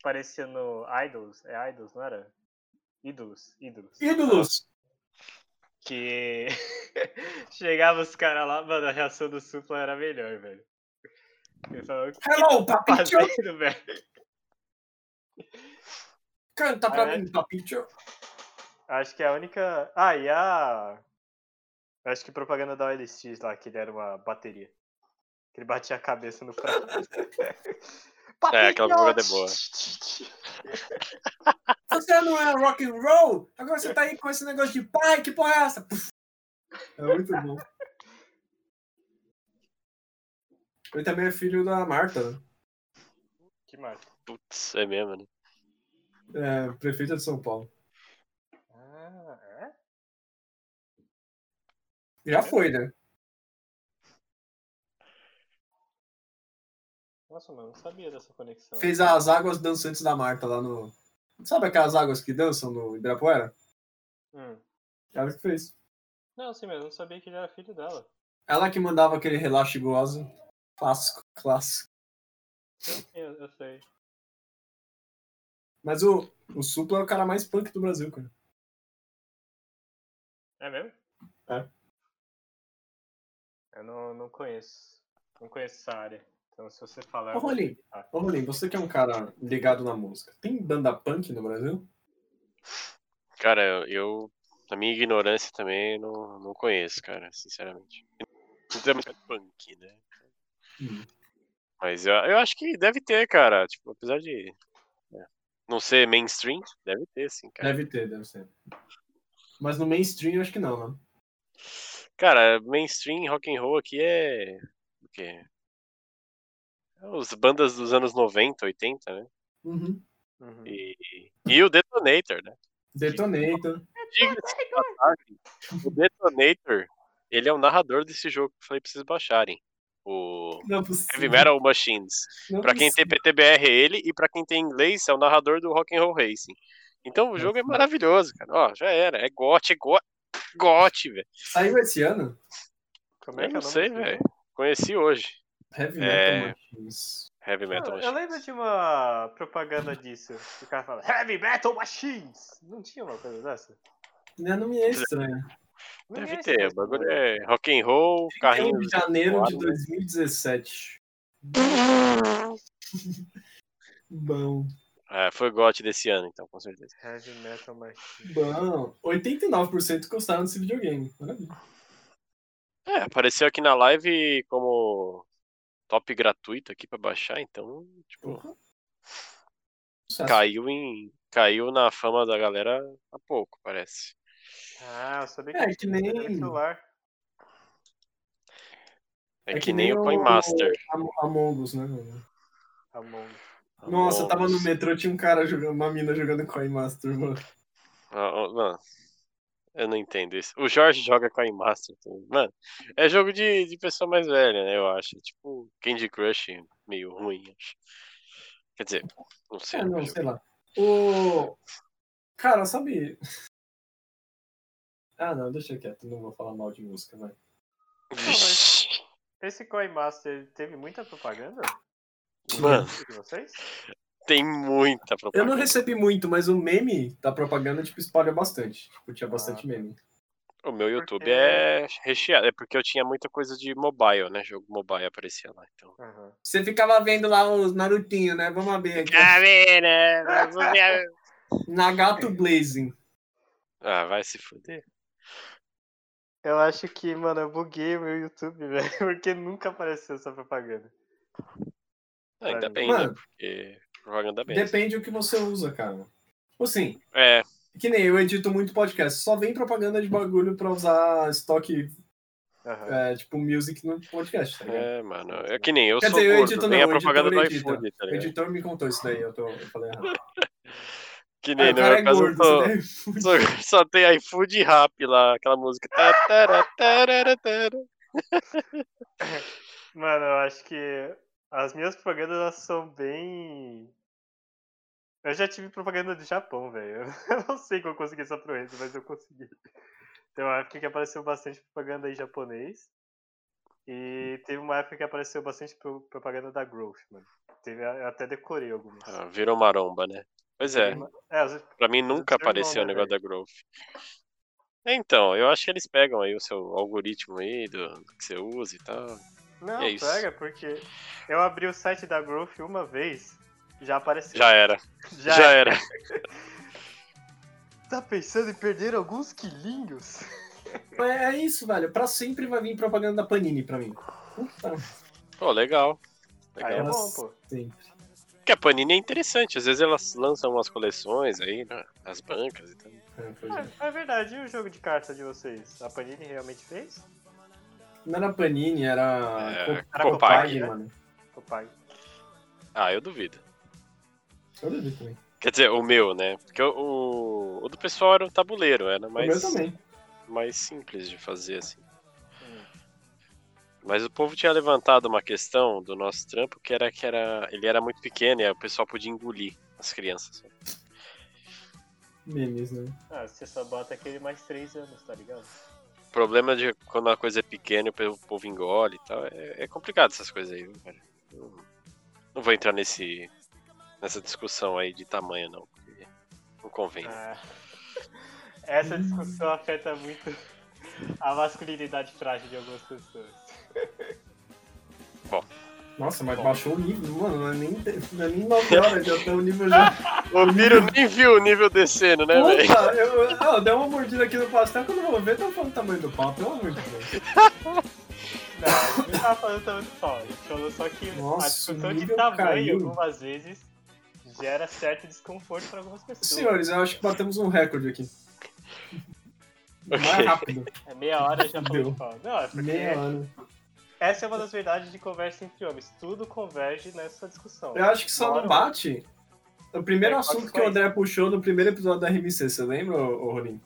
Speaker 3: aparecia no Idols. É Idols, não era? Ídolos, ídolos.
Speaker 2: Ídolos!
Speaker 3: Que chegava os caras lá, mano, a reação do Supla era melhor, velho. Eu falava, o que
Speaker 2: Hello,
Speaker 3: tá
Speaker 2: Papitio!
Speaker 3: fazendo, velho?
Speaker 2: Canta pra
Speaker 3: É.
Speaker 2: mim, Papitio!
Speaker 3: Acho que a única. Ah, e a. Acho que propaganda da OLX lá, que ele era uma bateria. Que ele batia a cabeça no prato.
Speaker 4: É, aquela propaganda é boa.
Speaker 2: Você não é rock and roll? Agora você tá aí com esse negócio de pai, que porra é essa? É muito bom. Ele também é filho da Marta, né?
Speaker 3: Que mais?
Speaker 4: Putz, é mesmo, né?
Speaker 2: é, prefeita de São Paulo.
Speaker 3: Ah, é?
Speaker 2: Já foi, né?
Speaker 3: Nossa, mano, eu não sabia dessa conexão.
Speaker 2: Fez as águas dançantes da Marta lá no. Sabe aquelas águas que dançam no Ibirapuera?
Speaker 3: Hum.
Speaker 2: Ela que fez.
Speaker 3: Não, sim, mas eu não sabia que ele era filho dela.
Speaker 2: Ela que mandava aquele relaxo gozo. Clássico, clássico.
Speaker 3: Eu, eu sei.
Speaker 2: Mas o, o Supla é o cara mais punk do Brasil, cara.
Speaker 3: É mesmo?
Speaker 2: É.
Speaker 3: Eu não, não conheço. Não conheço essa área. Então se você falar.
Speaker 2: Ô,
Speaker 3: eu vou
Speaker 2: Rolim,
Speaker 3: acreditar.
Speaker 2: ô, Rolim, você que é um cara ligado na música, tem banda punk no Brasil?
Speaker 4: Cara, eu- eu. Na minha ignorância também, eu não, não conheço, cara, sinceramente. Não tem muito punk, né?
Speaker 2: Hum.
Speaker 4: Mas eu, eu acho que deve ter, cara. Tipo, apesar de. né, Não ser mainstream, deve ter, sim, cara.
Speaker 2: Deve ter, deve ser. Mas no mainstream eu acho que não, né?
Speaker 4: Cara, mainstream rock and roll aqui é o quê? É Os bandas dos anos 90, 80, né?
Speaker 2: Uhum.
Speaker 3: Uhum.
Speaker 4: E, e o Detonator, né?
Speaker 2: Detonator.
Speaker 4: Diga-se de passagem, o Detonator, ele é o narrador desse jogo que eu falei pra vocês baixarem. O
Speaker 2: Não é possível.
Speaker 4: Heavy Metal Machines.
Speaker 2: Não é
Speaker 4: Pra quem tem PTBR é ele e pra quem tem inglês é o narrador do Rock and Roll Racing. Então o jogo é maravilhoso, cara. Ó, já era, é gote, é gote, gote, velho.
Speaker 2: possível. Saiu esse ano?
Speaker 3: Como é
Speaker 4: Eu
Speaker 3: que
Speaker 4: não
Speaker 3: o nome
Speaker 4: sei,
Speaker 3: desse
Speaker 4: velho.
Speaker 3: jogo?
Speaker 4: Conheci hoje.
Speaker 2: Heavy
Speaker 4: É.
Speaker 2: Metal Machines.
Speaker 4: Heavy Metal
Speaker 3: Ah, Eu
Speaker 4: Machines.
Speaker 3: lembro de uma propaganda disso. que O cara fala Heavy Metal Machines! Não tinha uma coisa dessa?
Speaker 2: Não, não me é estranho.
Speaker 3: Não
Speaker 4: Deve
Speaker 3: é
Speaker 4: ter,
Speaker 3: esse
Speaker 4: o bagulho
Speaker 3: mesmo.
Speaker 4: é rock and roll, carrinho.
Speaker 2: 1 de janeiro de
Speaker 4: voado, né?
Speaker 2: 2017. Bom.
Speaker 4: É, foi o GOT desse ano, então, com certeza.
Speaker 3: Heavy Metal Machines.
Speaker 2: Bom. 89% gostaram desse videogame. Maravilha.
Speaker 4: É, apareceu aqui na live como top gratuito aqui pra baixar, então, tipo,
Speaker 2: Porra. Sucesso.
Speaker 4: caiu em. Caiu na fama da galera há pouco, parece.
Speaker 3: Ah, eu sabia que
Speaker 2: É, que nem-
Speaker 3: era celular.
Speaker 4: É, que, nem o Coin Master.
Speaker 2: Am- Among Us, né? mano?
Speaker 3: Among Us.
Speaker 2: Nossa, eu tava no
Speaker 4: Nossa.
Speaker 2: metrô, tinha um cara jogando, uma mina jogando Coin Master, mano.
Speaker 4: Ah, ah, Mano, eu não entendo isso. O Jorge joga Coin Master também. Mano, é jogo de, de pessoa mais velha, né? Eu acho. É Tipo, Candy Crush meio ruim, acho. Quer dizer, não sei.
Speaker 2: É,
Speaker 4: nunca
Speaker 2: não,
Speaker 4: joguei.
Speaker 2: sei lá. O. Cara, sabe. Ah, não, deixa quieto, não vou falar mal de música, vai.
Speaker 4: Vixe.
Speaker 3: Esse Coin Master ele teve muita propaganda?
Speaker 4: Mano,
Speaker 3: De vocês?
Speaker 4: tem muita
Speaker 2: Eu não
Speaker 4: propaganda.
Speaker 2: recebi muito, mas o meme da propaganda, tipo, espalha bastante. Tipo, tinha bastante meme.
Speaker 4: O meu YouTube
Speaker 3: Porque-
Speaker 4: é recheado. É porque eu tinha muita coisa de mobile, né? Jogo mobile aparecia lá. Então.
Speaker 3: Aham.
Speaker 2: Você ficava vendo lá os Narutinho, né? Vamos abrir aqui.
Speaker 4: É.
Speaker 2: Nagato Blazing.
Speaker 4: Ah, vai se fuder.
Speaker 3: Eu acho que, mano, eu buguei o meu YouTube, velho, porque nunca apareceu essa propaganda.
Speaker 4: Ah, ainda
Speaker 3: Mano.
Speaker 4: bem, né?
Speaker 2: Mano,
Speaker 4: Porque propaganda bem.
Speaker 2: depende do que você usa, cara. Tipo assim,
Speaker 4: É,
Speaker 2: que nem eu edito muito podcast, só vem propaganda de bagulho pra usar estoque,
Speaker 3: Aham.
Speaker 2: é, tipo, music no podcast, tá ligado?
Speaker 4: é, mano. É que nem eu
Speaker 2: Quer
Speaker 4: sou
Speaker 2: dizer, eu
Speaker 4: gordo,
Speaker 2: edito
Speaker 4: nem
Speaker 2: não,
Speaker 4: a
Speaker 2: o
Speaker 4: propaganda do
Speaker 2: editor edita.
Speaker 4: iFood, tá
Speaker 2: O
Speaker 4: ligado?
Speaker 2: editor me contou isso daí, eu, tô, eu falei errado.
Speaker 4: Que
Speaker 2: Ah,
Speaker 4: nem
Speaker 2: o
Speaker 4: no
Speaker 2: cara
Speaker 4: meu
Speaker 2: é
Speaker 4: caso eu
Speaker 2: gordo,
Speaker 4: tô-
Speaker 2: né?
Speaker 4: só, só tem iFood e rap lá, aquela música. Tá, tará, tará, tará.
Speaker 3: Mano, eu acho que as minhas propagandas elas são bem. Eu já tive propaganda do Japão, velho. Eu não sei como eu consegui essa proeza, mas eu consegui. Tem uma época que apareceu bastante propaganda em japonês. E teve uma época que apareceu bastante pro- propaganda da Growth, mano. Teve, eu até decorei algumas.
Speaker 4: Ah, Virou maromba, né? Pois é.
Speaker 3: É, às vezes-
Speaker 4: Pra mim
Speaker 3: Seu
Speaker 4: nunca
Speaker 3: irmão,
Speaker 4: apareceu o
Speaker 3: né,
Speaker 4: negócio da Growth. Então, eu acho que eles pegam aí o seu algoritmo aí do do que você usa e tal.
Speaker 3: Não,
Speaker 4: É isso.
Speaker 3: pega, porque eu abri o site da Growth uma vez, já apareceu. é.
Speaker 4: Já era, já, era.
Speaker 3: Tá pensando em perder alguns quilinhos?
Speaker 2: Mas é isso, velho. Pra sempre vai vir propaganda da Panini pra mim. Puta,
Speaker 4: Pô, legal.
Speaker 3: Aí é
Speaker 4: Legal.
Speaker 2: Nossa.
Speaker 3: bom, pô.
Speaker 2: sempre.
Speaker 4: Porque a Panini é interessante, às vezes elas lançam umas coleções aí né, nas bancas e tal.
Speaker 2: É, pois é.
Speaker 3: É, é verdade, e o jogo de carta de vocês? A Panini realmente fez?
Speaker 2: Não era Panini, era.
Speaker 4: É,
Speaker 2: Co-
Speaker 4: era
Speaker 2: Copag,
Speaker 4: Copag, né?
Speaker 2: mano.
Speaker 3: O pai.
Speaker 4: Ah, eu duvido.
Speaker 2: Eu duvido também.
Speaker 4: Quer dizer, o meu, né? Porque o, o- o do pessoal era um tabuleiro, era
Speaker 2: O
Speaker 4: mais,
Speaker 2: meu também.
Speaker 4: mais simples de fazer, assim. Mas o povo tinha levantado uma questão do nosso trampo que era que era, ele era muito pequeno e aí o pessoal podia engolir as crianças.
Speaker 2: Memes, né?
Speaker 3: Ah, você só bota aquele mais três anos, tá ligado?
Speaker 4: O problema de quando a coisa é pequena e o povo engole e tal, é, é complicado essas coisas aí, viu, cara. Eu não vou entrar nesse, nessa discussão aí de tamanho, não. porque Não convém.
Speaker 3: Ah. Essa discussão afeta muito a masculinidade frágil de algumas pessoas.
Speaker 2: Nossa, mas baixou o nível, mano. Não é nem, não é nem novela, já tá o nível já.
Speaker 4: O Miro nem viu o nível descendo, né, velho?
Speaker 2: Puta, eu, eu, ah, eu dei uma mordida aqui no pastel que eu não vou ver, tão falando o tamanho do pau, pelo amor de Deus.
Speaker 3: Não, eu não tava falando também do pau. A gente falou só que
Speaker 2: Nossa,
Speaker 3: a discussão
Speaker 2: o
Speaker 3: de
Speaker 2: nível
Speaker 3: tamanho
Speaker 2: caiu.
Speaker 3: algumas vezes gera certo desconforto pra algumas pessoas.
Speaker 2: Senhores, eu acho que batemos um recorde aqui. Mais
Speaker 4: Ok.
Speaker 2: rápido.
Speaker 3: É meia hora já falou
Speaker 2: Deu.
Speaker 3: de pau. Não, é porque
Speaker 2: Meia hora.
Speaker 3: essa é uma das verdades de conversa entre homens. Tudo converge nessa discussão.
Speaker 2: Eu acho que só
Speaker 3: Uma
Speaker 2: não
Speaker 3: hora-
Speaker 2: bate. O primeiro
Speaker 3: É,
Speaker 2: assunto
Speaker 3: pode
Speaker 2: que o
Speaker 3: ser.
Speaker 2: André puxou no primeiro episódio da RMC, você lembra, ô ô, Rolim?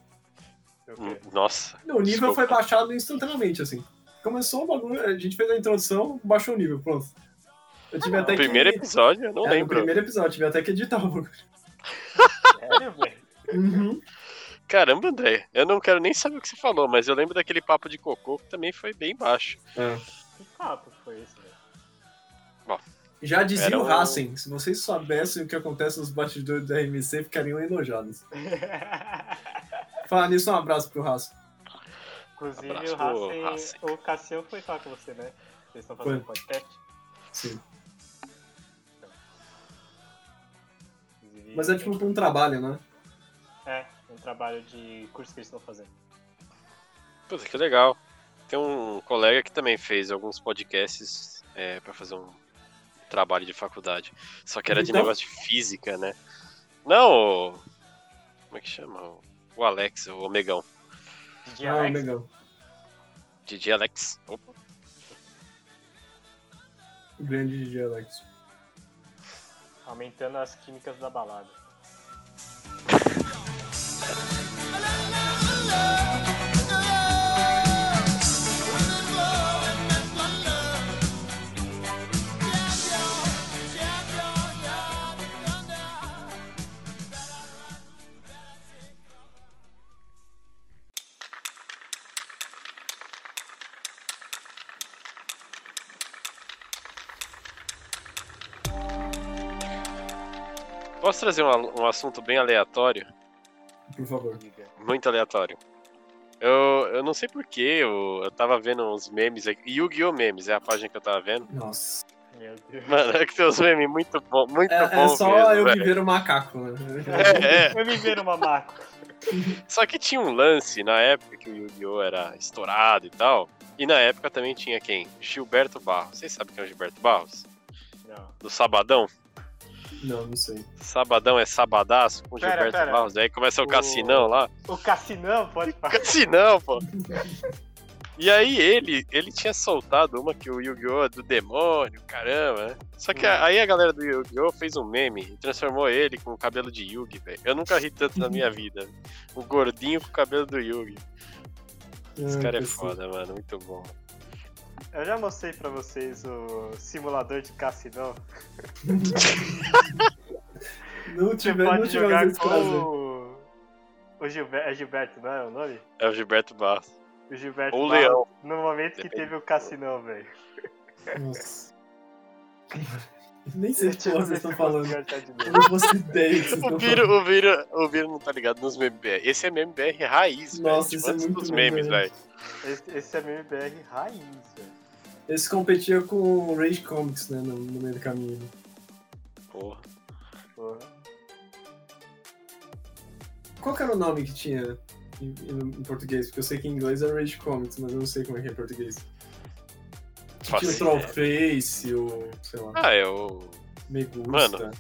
Speaker 3: Eu
Speaker 4: Hum,
Speaker 3: quero.
Speaker 4: Nossa.
Speaker 2: O nível
Speaker 4: Desculpa.
Speaker 2: foi baixado instantaneamente, assim. Começou o bagulho, a gente fez a introdução, baixou o nível, pronto. Eu tive até
Speaker 4: No Ah, primeiro
Speaker 2: que...
Speaker 4: episódio, eu não
Speaker 2: É, no
Speaker 4: lembro.
Speaker 2: primeiro episódio, tive até que editar o bagulho.
Speaker 3: Sério, velho?
Speaker 2: Uhum.
Speaker 4: Caramba, André, eu não quero nem saber o que você falou, mas eu lembro daquele papo de cocô que também foi bem baixo.
Speaker 3: Que papo foi esse, né? velho?
Speaker 2: Já dizia
Speaker 4: Era
Speaker 2: o
Speaker 4: um-
Speaker 2: Hassen, se vocês soubessem o que acontece nos bastidores da RMC, ficariam enojados. Falar nisso, um abraço pro Hassen.
Speaker 3: Inclusive,
Speaker 4: Abraço,
Speaker 3: o Rassen,
Speaker 4: Rassen.
Speaker 3: o Cassião foi falar com você, né? Vocês estão fazendo podcast.
Speaker 2: Sim.
Speaker 3: Inclusive,
Speaker 2: Mas é tipo pra um trabalho, né?
Speaker 3: É, um trabalho de curso que eles estão fazendo.
Speaker 4: Puta, que legal. Tem um colega que também fez alguns podcasts é, para fazer um trabalho de faculdade. Só que era de
Speaker 2: Então?
Speaker 4: negócio de física, né? Não, o... como é que chama? O- O Alex, o Omegão.
Speaker 3: DJ
Speaker 2: Ah,
Speaker 3: Alex,
Speaker 2: legal.
Speaker 4: DJ Alex. Opa.
Speaker 2: Um Grande DJ Alex.
Speaker 3: aumentando as químicas da balada.
Speaker 4: Posso trazer um, a- um assunto bem aleatório?
Speaker 2: Por favor.
Speaker 3: Diga.
Speaker 4: Muito aleatório. Eu, eu não sei porquê, eu, eu tava vendo uns memes aqui. Yu-Gi-Oh! Memes é a página que eu tava vendo.
Speaker 2: Nossa.
Speaker 3: Meu Deus.
Speaker 4: Mano, é que tem uns memes muito bom, muito
Speaker 2: É,
Speaker 4: Tá bom
Speaker 2: é só
Speaker 4: mesmo,
Speaker 2: eu
Speaker 4: velho.
Speaker 2: viver o macaco, né?
Speaker 4: É, é.
Speaker 3: Eu me ver uma maco.
Speaker 4: Só que tinha um lance na época que o Yu-Gi-Oh! era estourado e tal. E na época também tinha quem? Gilberto Barros. Vocês sabem quem é o Gilberto Barros?
Speaker 3: Não.
Speaker 4: Do Sabadão?
Speaker 2: Não, não sei.
Speaker 4: Sabadão é sabadaço com o
Speaker 3: Pera,
Speaker 4: Gilberto
Speaker 3: pera.
Speaker 4: Barros. Aí começa o
Speaker 3: O-
Speaker 4: cassinão lá.
Speaker 3: O Cassinão pode falar.
Speaker 4: Cassinão, assim, pô! E aí ele, ele tinha soltado uma que o Yu-Gi-Oh! é do demônio, caramba, né? Só que a- aí a galera do Yu-Gi-Oh! fez um meme e transformou ele com o cabelo de Yugi, velho. Eu nunca ri tanto na minha vida. O gordinho com o cabelo do Yugi. Esse
Speaker 2: Ah,
Speaker 4: cara é foda, mano. Muito bom.
Speaker 3: Eu já mostrei pra vocês o simulador de Cassinão.
Speaker 2: Não
Speaker 3: Você
Speaker 2: tiver, não
Speaker 3: pode jogar
Speaker 2: tiver esse prazer.
Speaker 3: com o... o Gilberto. É Gilberto, não é o nome?
Speaker 4: É o Gilberto Barros.
Speaker 3: O Gilberto.
Speaker 4: Ou o
Speaker 3: Barros,
Speaker 4: Leão.
Speaker 3: No momento que
Speaker 4: Depende.
Speaker 3: teve o Cassinão, velho.
Speaker 2: Nossa. Nem sei o que vocês estão falando. Eu
Speaker 3: falando.
Speaker 2: não faço ideia do que vocês
Speaker 4: O
Speaker 2: estão
Speaker 4: Biro,
Speaker 2: falando.
Speaker 4: o, Biro, o Biro não tá ligado nos MBR. Esse é MBR raiz, velho.
Speaker 2: Nossa,
Speaker 4: Tipo,
Speaker 2: isso é
Speaker 4: antes
Speaker 2: muito
Speaker 4: dos memes,
Speaker 2: MBR.
Speaker 4: velho.
Speaker 3: Esse, esse é MBR raiz, velho.
Speaker 2: Esse competia com o Rage Comics, né? No, no meio do caminho.
Speaker 4: Porra.
Speaker 3: Porra.
Speaker 2: Qual que era o nome que tinha em, em- em português? Porque eu sei que em inglês é Rage Comics, mas eu não sei como é que é em português.
Speaker 4: Faço
Speaker 2: Tinha o
Speaker 4: ideia.
Speaker 2: Trollface, o. sei lá.
Speaker 4: Ah, é o.
Speaker 2: Me gusta.
Speaker 4: Mano.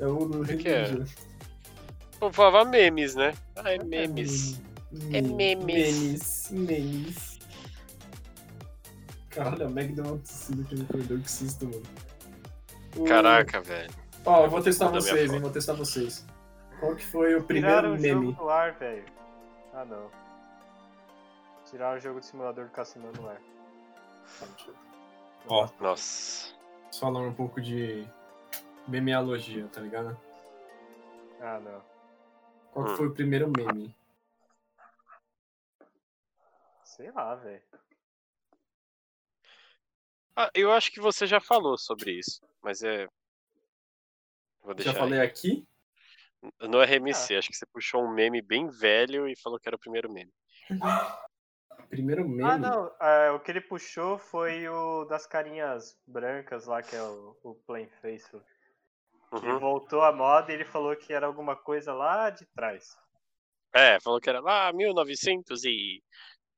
Speaker 2: É o
Speaker 4: que que é? Eu falava memes, né? Ah, é memes. É memes.
Speaker 2: Memes. Memes. Caralho, a Meg deu uma tossida aqui no corredor, que susto, mano. O-
Speaker 4: Caraca, velho.
Speaker 2: Ó, eu vou testar
Speaker 4: Da minha
Speaker 2: vocês,
Speaker 4: foto.
Speaker 2: hein, vou testar vocês. Qual que foi o
Speaker 3: Tiraram
Speaker 2: primeiro
Speaker 3: o
Speaker 2: meme?
Speaker 3: jogo do ar, velho. Ah, não. Tiraram o jogo do simulador do cassino do ar.
Speaker 2: Ó,
Speaker 4: Nossa.
Speaker 2: só falar um pouco de memealogia, tá ligado?
Speaker 3: Ah, não.
Speaker 2: Qual que
Speaker 4: Hum.
Speaker 2: foi o primeiro meme?
Speaker 3: Sei lá, velho.
Speaker 4: Ah, eu acho que você já falou sobre isso, mas é. Vou deixar.
Speaker 2: Já falei aqui?
Speaker 4: aí. No RMC, acho que você puxou um meme bem velho e falou que era o primeiro meme.
Speaker 2: Primeiro meme?
Speaker 3: Ah, não. Ah, o que ele puxou foi o das carinhas brancas lá, que é o, o Plain Face. Que
Speaker 4: Uhum.
Speaker 3: voltou à moda e ele falou que era alguma coisa lá de trás.
Speaker 4: É, falou que era lá 1900 e.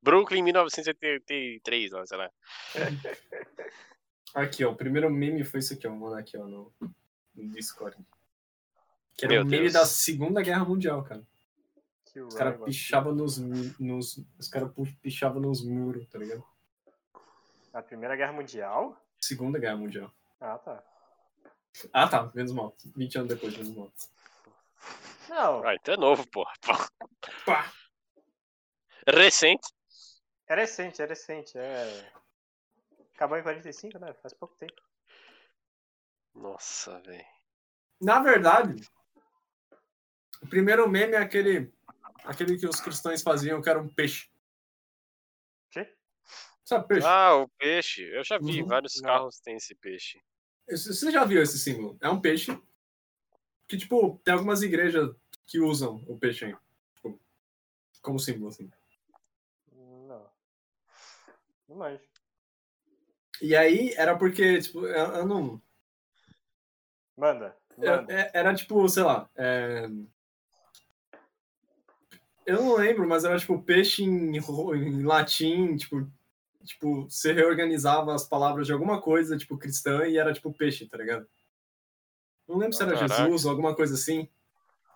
Speaker 4: Brooklyn 1983, lá, sei lá.
Speaker 2: Aqui, ó. O primeiro meme foi isso aqui, ó. Mano, aqui, ó, no, no Discord. Que era
Speaker 4: Meu
Speaker 2: o meme
Speaker 4: Deus.
Speaker 2: da Segunda Guerra Mundial, cara.
Speaker 3: Que
Speaker 2: Os caras pichavam nos, mu- nos. Os caras pichavam nos muros, tá ligado?
Speaker 3: Na Primeira Guerra Mundial?
Speaker 2: Segunda Guerra Mundial.
Speaker 3: Ah, tá.
Speaker 2: Ah, tá. Menos mal. 20 anos depois, menos mal.
Speaker 3: Não,
Speaker 4: Ah, então é novo, porra.
Speaker 2: Pá!
Speaker 4: Recente.
Speaker 3: é recente, é recente. É... Acabou em 45, né? Faz pouco tempo.
Speaker 4: Nossa, velho.
Speaker 2: Na verdade, o primeiro meme é aquele. Aquele que os cristãos faziam, que era um peixe.
Speaker 3: Quê?
Speaker 2: Sabe, peixe?
Speaker 4: Ah, o peixe. Eu já vi,
Speaker 2: Uhum.
Speaker 4: vários
Speaker 3: Não.
Speaker 4: carros têm esse peixe.
Speaker 2: Esse- Você já viu esse símbolo? É um peixe que, tipo, tem algumas igrejas que usam o peixe aí, tipo, como símbolo, assim.
Speaker 3: Não. Não manjo.
Speaker 2: E aí era porque, tipo, eu, eu não.
Speaker 3: Manda.
Speaker 2: eu-
Speaker 3: manda.
Speaker 2: é- era tipo, sei lá. é, Eu não lembro, mas era tipo peixe em, ro- em latim, tipo. Tipo, você reorganizava as palavras de alguma coisa, tipo, cristã, e era tipo peixe, tá ligado? Não lembro se era
Speaker 4: Caraca.
Speaker 2: Jesus ou alguma coisa assim.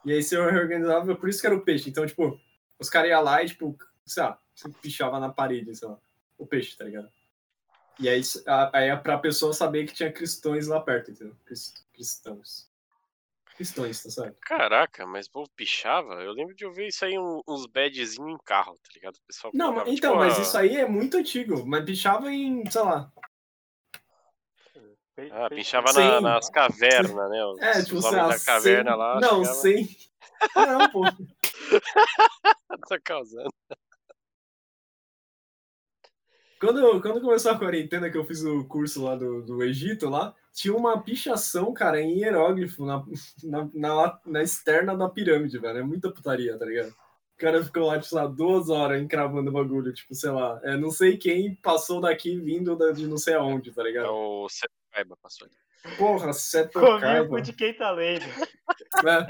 Speaker 2: E aí se eu reorganizava, por isso que era o peixe. Então, tipo, os caras iam lá e, tipo, sei lá, se pichava na parede, sei lá, o peixe, tá ligado? E aí, s- a- aí é pra pessoa saber que tinha cristões lá perto, entendeu? Cris- Cristãos. Cristões, tá certo?
Speaker 4: Caraca, mas o povo pichava? Eu lembro de ouvir isso aí, um- uns badzinhos em carro, tá ligado? O pessoal
Speaker 2: Não,
Speaker 4: colocava,
Speaker 2: então,
Speaker 4: tipo,
Speaker 2: mas
Speaker 4: ah,
Speaker 2: isso aí é muito antigo. Mas pichava em, sei lá.
Speaker 3: Pe-
Speaker 4: Ah,
Speaker 3: pe-
Speaker 4: pinchava
Speaker 2: é Sim.
Speaker 4: na- nas cavernas, né? Os,
Speaker 2: É,
Speaker 4: os
Speaker 2: tipo, sei
Speaker 4: homens
Speaker 2: lá.
Speaker 4: da caverna
Speaker 2: cem- Não,
Speaker 4: lá. chegavam,
Speaker 2: sei. Não, pô.
Speaker 4: tá causando.
Speaker 2: É. Quando, quando começou a quarentena, que eu fiz o curso lá do, do Egito, lá, tinha uma pichação, cara, em hieróglifo na, na, na, na externa da pirâmide, velho. É muita putaria, tá ligado? O cara ficou lá, tipo, sei lá, duas horas encravando o bagulho, tipo, sei lá, é, não sei quem passou daqui vindo da- de não sei aonde, tá
Speaker 4: É
Speaker 2: ligado?
Speaker 4: o Seba passou ali.
Speaker 2: Porra, seta
Speaker 3: Comi o
Speaker 2: carbo,
Speaker 3: cu de quem tá lendo.
Speaker 2: né?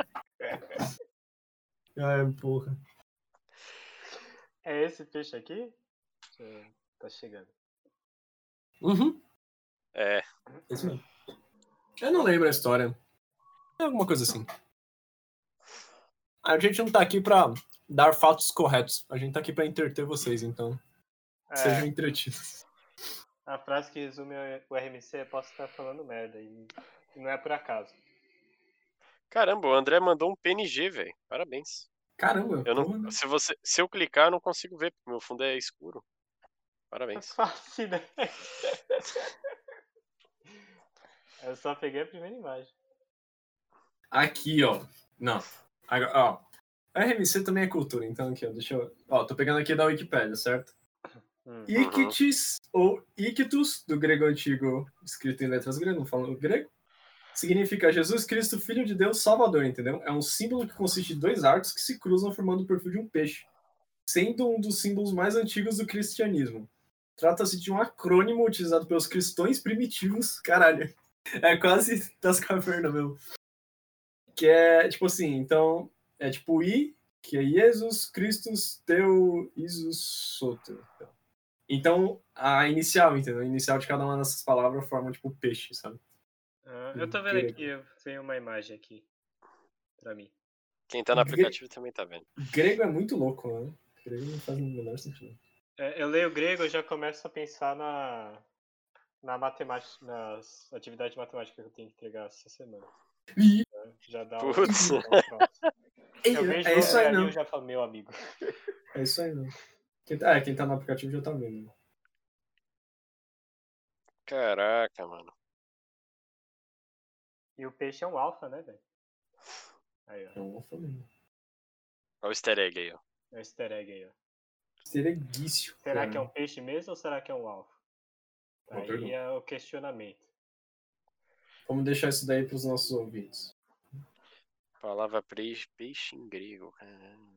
Speaker 2: Ai, porra.
Speaker 3: É esse peixe aqui? É, Tá chegando.
Speaker 2: Uhum.
Speaker 4: É,
Speaker 2: Isso mesmo. Eu não lembro a história. É alguma coisa assim. A gente não tá aqui pra dar fatos corretos. A gente tá aqui pra entreter vocês, então. Sejam
Speaker 3: É,
Speaker 2: entretidos.
Speaker 3: a frase que resume o RMC é posso estar falando merda. E não é por acaso.
Speaker 4: caramba, o André mandou um PNG, velho. Parabéns.
Speaker 2: Caramba.
Speaker 4: Eu
Speaker 2: porra, né?
Speaker 4: não, se, você, se eu clicar, eu não consigo ver, porque meu fundo é escuro. Parabéns.
Speaker 3: Fácil, né? Eu só peguei a primeira imagem.
Speaker 2: Aqui, ó. Não. Agora, ó. RMC também é cultura, então aqui, ó. Deixa eu. Ó, tô pegando aqui da Wikipédia, certo?
Speaker 3: Hum.
Speaker 2: Ictis, ou Ictus, do grego antigo, escrito em letras gregas, não falo grego, significa Jesus Cristo, Filho de Deus, Salvador, entendeu? É um símbolo que consiste de dois arcos que se cruzam formando o perfil de um peixe, sendo um dos símbolos mais antigos do cristianismo. Trata-se de um acrônimo utilizado pelos cristãos primitivos, caralho, é quase das cavernas mesmo. Que é, tipo assim, então, é tipo I, que é Jesus Christus Teu Isus Soter. Então, a inicial, entendeu? A inicial de cada uma dessas palavras forma, tipo, peixe, sabe?
Speaker 5: Ah, eu tô vendo aqui, eu tenho uma imagem aqui. Pra mim.
Speaker 4: Quem tá no aplicativo também tá vendo.
Speaker 2: Grego é muito louco, mano. Grego não faz o menor sentido.
Speaker 3: É, Eu leio grego, eu já começo a pensar na, na matemática, nas atividades de matemática que eu tenho que entregar essa semana.
Speaker 2: Ih.
Speaker 3: Né? Já dá
Speaker 4: Putz.
Speaker 3: um, dá um troço. Eu vejo
Speaker 2: É isso aí,
Speaker 3: ali,
Speaker 2: não.
Speaker 3: eu já falo, meu amigo.
Speaker 2: É isso aí, não. Quem tá, ah, quem tá no aplicativo já tá vendo.
Speaker 4: Caraca, mano.
Speaker 3: E o peixe é um alfa, né, velho? Aí, ó.
Speaker 2: É um alfa mesmo.
Speaker 4: Olha o easter egg aí, ó.
Speaker 3: É um easter egg aí, ó.
Speaker 2: Seria guício.
Speaker 3: Será
Speaker 2: cara.
Speaker 3: que é um peixe mesmo ou será que é um alfa?
Speaker 2: Boa
Speaker 3: aí
Speaker 2: pergunta.
Speaker 3: é o questionamento.
Speaker 2: Vamos deixar isso daí pros nossos ouvintes.
Speaker 4: Palavra pre- peixe em grego, caramba.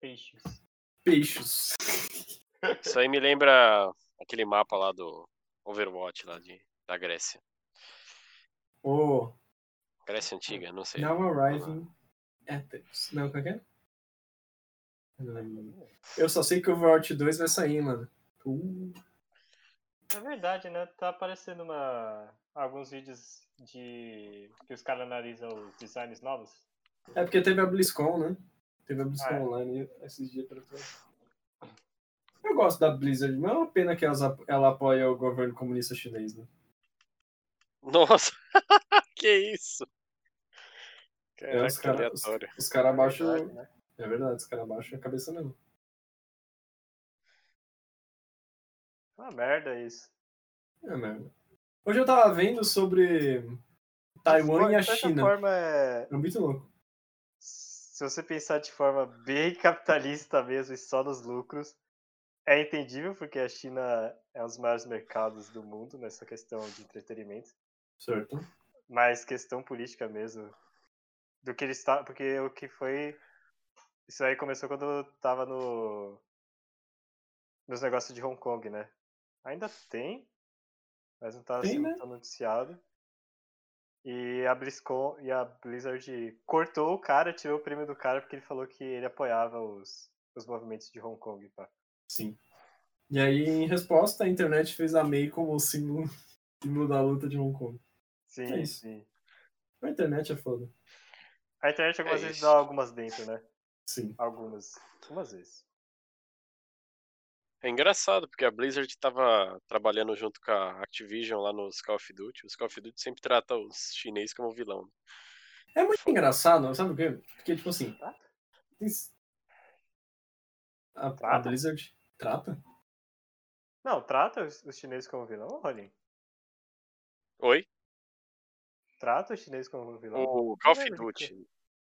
Speaker 3: Peixes.
Speaker 2: Peixes.
Speaker 4: Isso aí me lembra aquele mapa lá do Overwatch, lá de, da Grécia.
Speaker 2: Oh,
Speaker 4: Grécia Antiga, não sei.
Speaker 2: now arriving Athens. Não, qual que é? Eu não lembro o nome. Eu só sei que o Overwatch 2 vai sair, mano. Uh,
Speaker 3: É verdade, né? Tá aparecendo uma... alguns vídeos de que os caras analisam os designs novos.
Speaker 2: É porque teve a BlizzCon, né? Teve a
Speaker 3: Ah,
Speaker 2: BlizzCon
Speaker 3: é.
Speaker 2: online esses dias pra trás. Eu gosto da Blizzard, mas é uma pena que elas ap- ela apoia o governo comunista chinês, né?
Speaker 4: Nossa, que isso?
Speaker 2: É,
Speaker 3: É, tá
Speaker 4: Caraca,
Speaker 2: os cara-
Speaker 4: aleatório.
Speaker 2: Os caras abaixam.
Speaker 3: Verdade, né?
Speaker 2: É verdade, os caras abaixam a cabeça mesmo.
Speaker 3: Uma merda isso.
Speaker 2: É merda. Hoje eu tava vendo sobre Taiwan
Speaker 3: Mas,
Speaker 2: e a
Speaker 3: de certa
Speaker 2: China.
Speaker 3: Forma, é...
Speaker 2: É muito louco.
Speaker 3: Se você pensar de forma bem capitalista mesmo e só nos lucros, é entendível porque a China é um dos maiores mercados do mundo nessa questão de entretenimento.
Speaker 2: Certo.
Speaker 3: mas questão política mesmo. Do que ele está. Porque o que foi. Isso aí começou quando eu tava no. Nos negócios de Hong Kong, né? Ainda tem, mas não tá
Speaker 2: Tem,
Speaker 3: sendo
Speaker 2: né?
Speaker 3: tão noticiado. E a BlizzCon e a Blizzard cortou o cara, tirou o prêmio do cara porque ele falou que ele apoiava os, os movimentos de Hong Kong, pá.
Speaker 2: Sim. E aí, em resposta, a internet fez a MEI como o símbolo, símbolo da luta de Hong Kong.
Speaker 3: Sim,
Speaker 2: É isso.
Speaker 3: sim.
Speaker 2: A internet é foda.
Speaker 3: A internet algumas
Speaker 4: É
Speaker 3: vezes
Speaker 4: isso.
Speaker 3: dá algumas dentro, né?
Speaker 2: Sim.
Speaker 3: Algumas. Algumas vezes.
Speaker 4: É engraçado, porque a Blizzard tava trabalhando junto com a Activision lá nos Call of Duty. Os Call of Duty sempre trata os chineses como vilão.
Speaker 2: É muito engraçado, sabe o quê? Porque, tipo assim.
Speaker 3: Tá?
Speaker 2: isso- Ah, A, a
Speaker 3: Trata?
Speaker 2: Blizzard trata?
Speaker 3: Não, trata os os chineses como vilão, Rolim?
Speaker 4: Oi?
Speaker 3: Trata os chineses como vilão?
Speaker 4: O Call of
Speaker 3: lembro de
Speaker 4: Duty.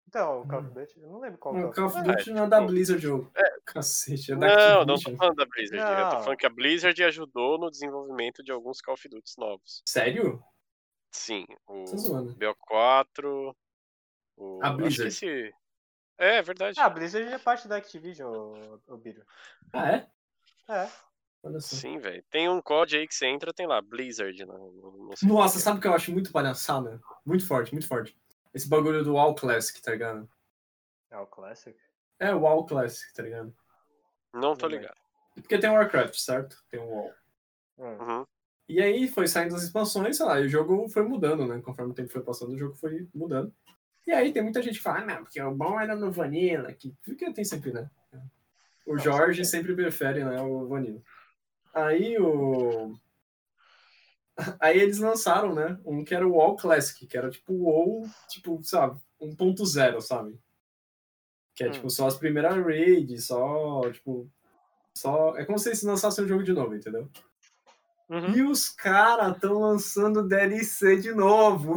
Speaker 3: Então, o Call of Duty, eu não lembro qual
Speaker 2: hum. Não,
Speaker 3: que
Speaker 2: Call
Speaker 3: é o
Speaker 2: of
Speaker 4: Ah,
Speaker 2: Duty não é da
Speaker 4: tipo-
Speaker 2: Blizzard, jogo. Cacete, é da
Speaker 4: Não, não
Speaker 2: Activision.
Speaker 4: tô falando da Blizzard. Eu tô
Speaker 3: Não.
Speaker 4: falando que a Blizzard ajudou no desenvolvimento de alguns Call of Duty novos.
Speaker 2: Sério?
Speaker 4: Sim, o
Speaker 2: Tá zoando.
Speaker 4: BO4. O...
Speaker 2: A
Speaker 4: acho que
Speaker 2: Blizzard.
Speaker 4: esse- É, é verdade.
Speaker 3: Ah, a Blizzard é parte da Activision, ô, ô Biro.
Speaker 2: Ah, é?
Speaker 3: É.
Speaker 2: Olha só.
Speaker 4: Sim, velho. Tem um COD aí que você entra, tem lá, Blizzard. né? Não, não, não sei qual que
Speaker 2: Nossa,
Speaker 4: é.
Speaker 2: sabe o que eu acho muito palhaçada? Muito forte, muito forte. Esse bagulho do All Classic, tá ligado?
Speaker 3: É o Classic.
Speaker 2: É o WoW Classic, tá ligado?
Speaker 4: Não tô
Speaker 3: Não,
Speaker 4: ligado.
Speaker 2: Porque tem o Warcraft, certo? Tem o WoW.
Speaker 3: Hum.
Speaker 4: Uhum.
Speaker 2: E aí foi saindo as expansões, sei lá, e o jogo foi mudando, né? Conforme o tempo foi passando, o jogo foi mudando. E aí tem muita gente que fala, ah, não, porque o bom era no Vanilla, que porque tem sempre, né? O Jorge sempre prefere, né, o Vanilla. Aí o. Aí eles lançaram, né? Um que era o WoW Classic, que era tipo o WoW, tipo, sabe, 1.0, sabe? Que é
Speaker 3: Hum.
Speaker 2: tipo só as primeiras raids, só, tipo. Só. É como se eles lançassem o jogo de novo, entendeu?
Speaker 3: Uhum.
Speaker 2: E os caras estão lançando DLC de novo.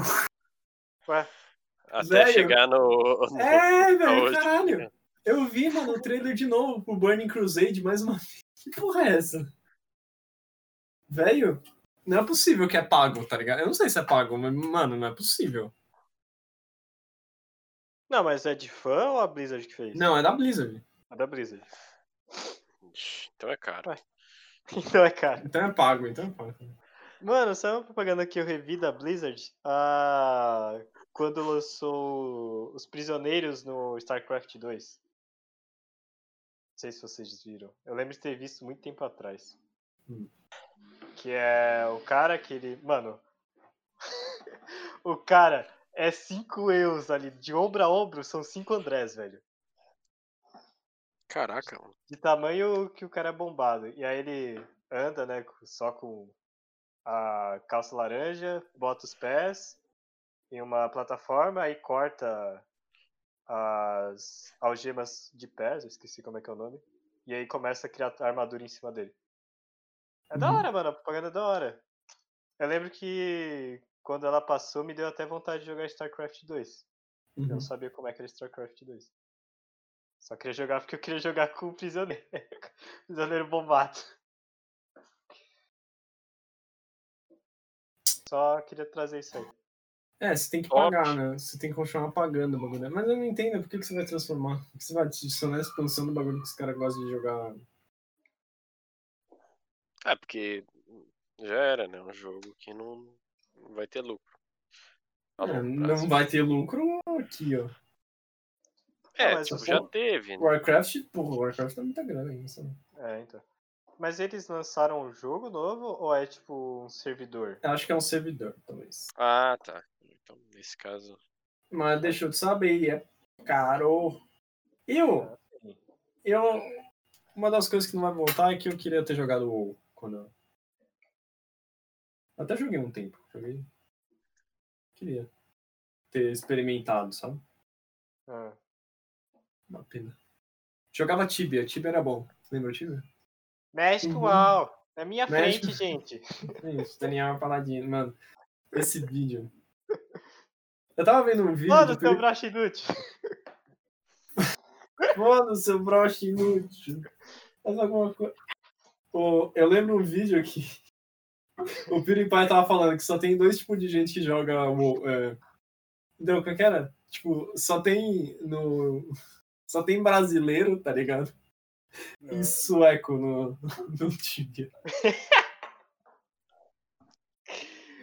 Speaker 4: Até
Speaker 2: Velho.
Speaker 4: chegar no. no-
Speaker 2: É, velho,
Speaker 4: Tá hoje. né?
Speaker 2: caralho. Eu vi, mano, o trailer de novo pro Burning Crusade mais uma vez. Que porra é essa? Velho, não é possível que é pago, tá ligado? Eu não sei se é pago, mas, mano, não é possível.
Speaker 3: Não, mas é de fã ou a Blizzard que fez?
Speaker 2: Não, é da Blizzard.
Speaker 3: A da Blizzard.
Speaker 4: Ixi, Então é caro.
Speaker 3: Então é cara.
Speaker 2: Então é pago, então é pago.
Speaker 3: Mano, sabe uma propaganda que eu revi da Blizzard? Ah, quando lançou os prisioneiros no StarCraft 2. Não sei se vocês viram. Eu lembro de ter visto muito tempo atrás.
Speaker 2: Hum.
Speaker 3: Que é o cara que ele. Mano. O cara é cinco eus ali. De ombro a ombro são cinco Andrés, velho.
Speaker 4: Caraca, mano.
Speaker 3: De tamanho que o cara é bombado. E aí ele anda, né? com- Só com a calça laranja, bota os pés em uma plataforma, aí corta as algemas de pés, eu esqueci como é que é o nome. E aí começa a criar armadura em cima dele. É da
Speaker 2: Uhum.
Speaker 3: hora, mano. A propaganda é da hora. Eu lembro que quando ela passou, me deu até vontade de jogar StarCraft 2. Eu
Speaker 2: Uhum.
Speaker 3: não sabia como é que era StarCraft 2. Só queria jogar porque eu queria jogar com o prisioneiro. prisioneiro bombado. Só queria trazer isso aí.
Speaker 2: É, você tem que
Speaker 4: Top.
Speaker 2: pagar, né? Você tem que continuar pagando o bagulho. né? Mas eu não entendo por que, que você vai transformar. Por que você vai adicionar a expansão do bagulho que os caras gostam de jogar.
Speaker 4: É, porque já era, né? Um jogo que não não vai ter lucro. Tá A
Speaker 2: É,
Speaker 4: longo
Speaker 2: não
Speaker 4: prazo.
Speaker 2: vai ter lucro aqui, ó.
Speaker 4: É,
Speaker 3: Ah, mas
Speaker 4: tipo,
Speaker 3: eu
Speaker 4: já
Speaker 3: vou-
Speaker 4: teve, né?
Speaker 2: Warcraft, porra, Warcraft tá muita grana ainda, sabe?
Speaker 3: É, então. Mas eles lançaram um jogo novo ou é tipo um servidor?
Speaker 2: Eu acho que é um servidor, talvez.
Speaker 4: Ah, tá. Então, nesse caso.
Speaker 2: Mas deixa eu saber, e é caro. Eu, eu, uma das coisas que não vai voltar é que eu queria ter jogado o WoW quando eu... Até joguei um tempo, joguei. Queria ter experimentado, sabe?
Speaker 3: Ah,
Speaker 2: Uma pena. Jogava Tibia, Tibia era bom. Lembra o Tibia?
Speaker 3: Mexe com
Speaker 2: Uhum.
Speaker 3: o UAU! Na É
Speaker 2: Mexe
Speaker 3: minha frente, gente!
Speaker 2: É isso, Daniel Paladino, mano. Esse vídeo. Eu tava vendo um vídeo.
Speaker 3: Mano, tá
Speaker 2: do
Speaker 3: seu braço inútil!
Speaker 2: Mano, seu broche inútil. Faz alguma coisa. Pô, eu lembro um vídeo que o PewDiePie tava falando que só tem dois tipos de gente que joga WoW. É... Entendeu? Qual que era? Tipo, só tem no... Só tem brasileiro, tá ligado? E sueco no, no Tibia.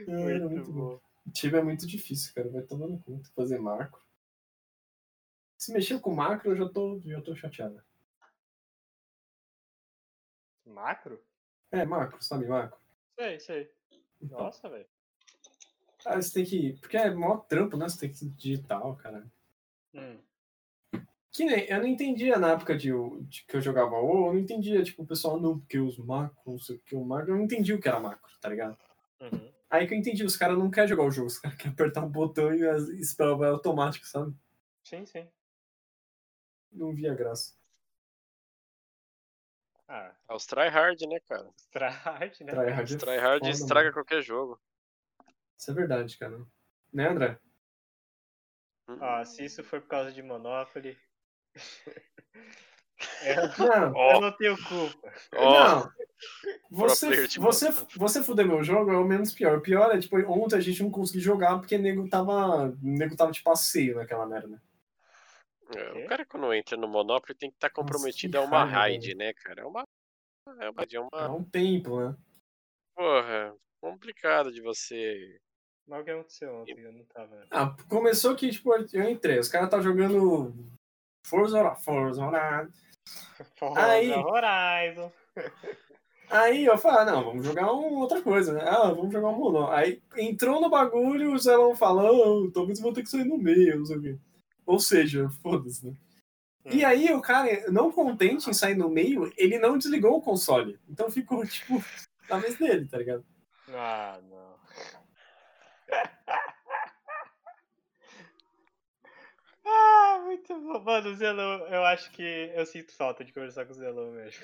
Speaker 2: É, era muito bom. Tibia é muito difícil, cara. Vai tomando conta fazer macro. Se mexer com macro, eu já tô, já tô chateado.
Speaker 3: Macro?
Speaker 2: É, macro, sabe macro?
Speaker 3: Sei, sei.
Speaker 2: Então,
Speaker 3: Nossa, velho.
Speaker 2: ah, você tem que. Porque é mó trampo, né? Você tem que digital, cara.
Speaker 5: Hum.
Speaker 2: Que nem. Eu não entendia na época de, de que eu jogava o, eu não entendia, tipo, o pessoal, não, porque os macros, não sei o que, o macro. Eu não entendi o que era macro, tá ligado?
Speaker 5: Uhum.
Speaker 2: Aí que eu entendi, os caras não querem jogar o jogo, os caras querem apertar um botão e as- esperar vai automático, sabe?
Speaker 3: Sim, sim.
Speaker 2: Não via graça.
Speaker 3: Ah,
Speaker 4: É os tryhard, né, cara?
Speaker 5: Stride, né?
Speaker 2: Tryhard é
Speaker 4: Os tryhard
Speaker 2: foda,
Speaker 4: estraga
Speaker 2: mano.
Speaker 4: qualquer jogo.
Speaker 2: Isso é verdade, cara. Né, André?
Speaker 4: Hum.
Speaker 2: Ah,
Speaker 5: Ó, se isso for por causa de Monopoly,
Speaker 2: Não,
Speaker 4: Ó,
Speaker 5: eu não tenho culpa.
Speaker 4: ó,
Speaker 2: não. Você,
Speaker 4: player de
Speaker 2: você, você fuder meu jogo é o menos pior. O pior é, tipo, ontem a gente não conseguiu jogar porque nego tava. Nego tava de passeio naquela merda. né?
Speaker 4: é, o cara quando entra no Monopoly tem que estar comprometido a
Speaker 2: que
Speaker 4: uma
Speaker 2: raiva,
Speaker 4: raid, né, cara? É uma. É uma, é
Speaker 2: Há
Speaker 4: uma
Speaker 2: um tempo, né?
Speaker 4: porra complicado de você.
Speaker 5: Mas o que aconteceu ontem? Eu não tava.
Speaker 2: Ah, começou que, tipo, eu entrei. Os caras tá jogando. Forza Horizon. Forza Horizon.
Speaker 5: Forza
Speaker 2: Aí.
Speaker 5: Horizon.
Speaker 2: Aí eu falei, ah, não, vamos jogar um, outra coisa, né? Ah, vamos jogar um monó. Aí entrou no bagulho, o Zelão "Ah, falou, talvez eu vou ter que sair no meio, não sei o quê. Ou seja, foda-se, né?
Speaker 5: É.
Speaker 2: E aí o cara, não contente em sair no meio, ele não desligou o console. Então ficou, tipo, na vez dele, tá ligado?
Speaker 5: Ah, não. ah, muito bom. Mano, o Zelão, eu acho que eu sinto falta de conversar com o Zelão mesmo.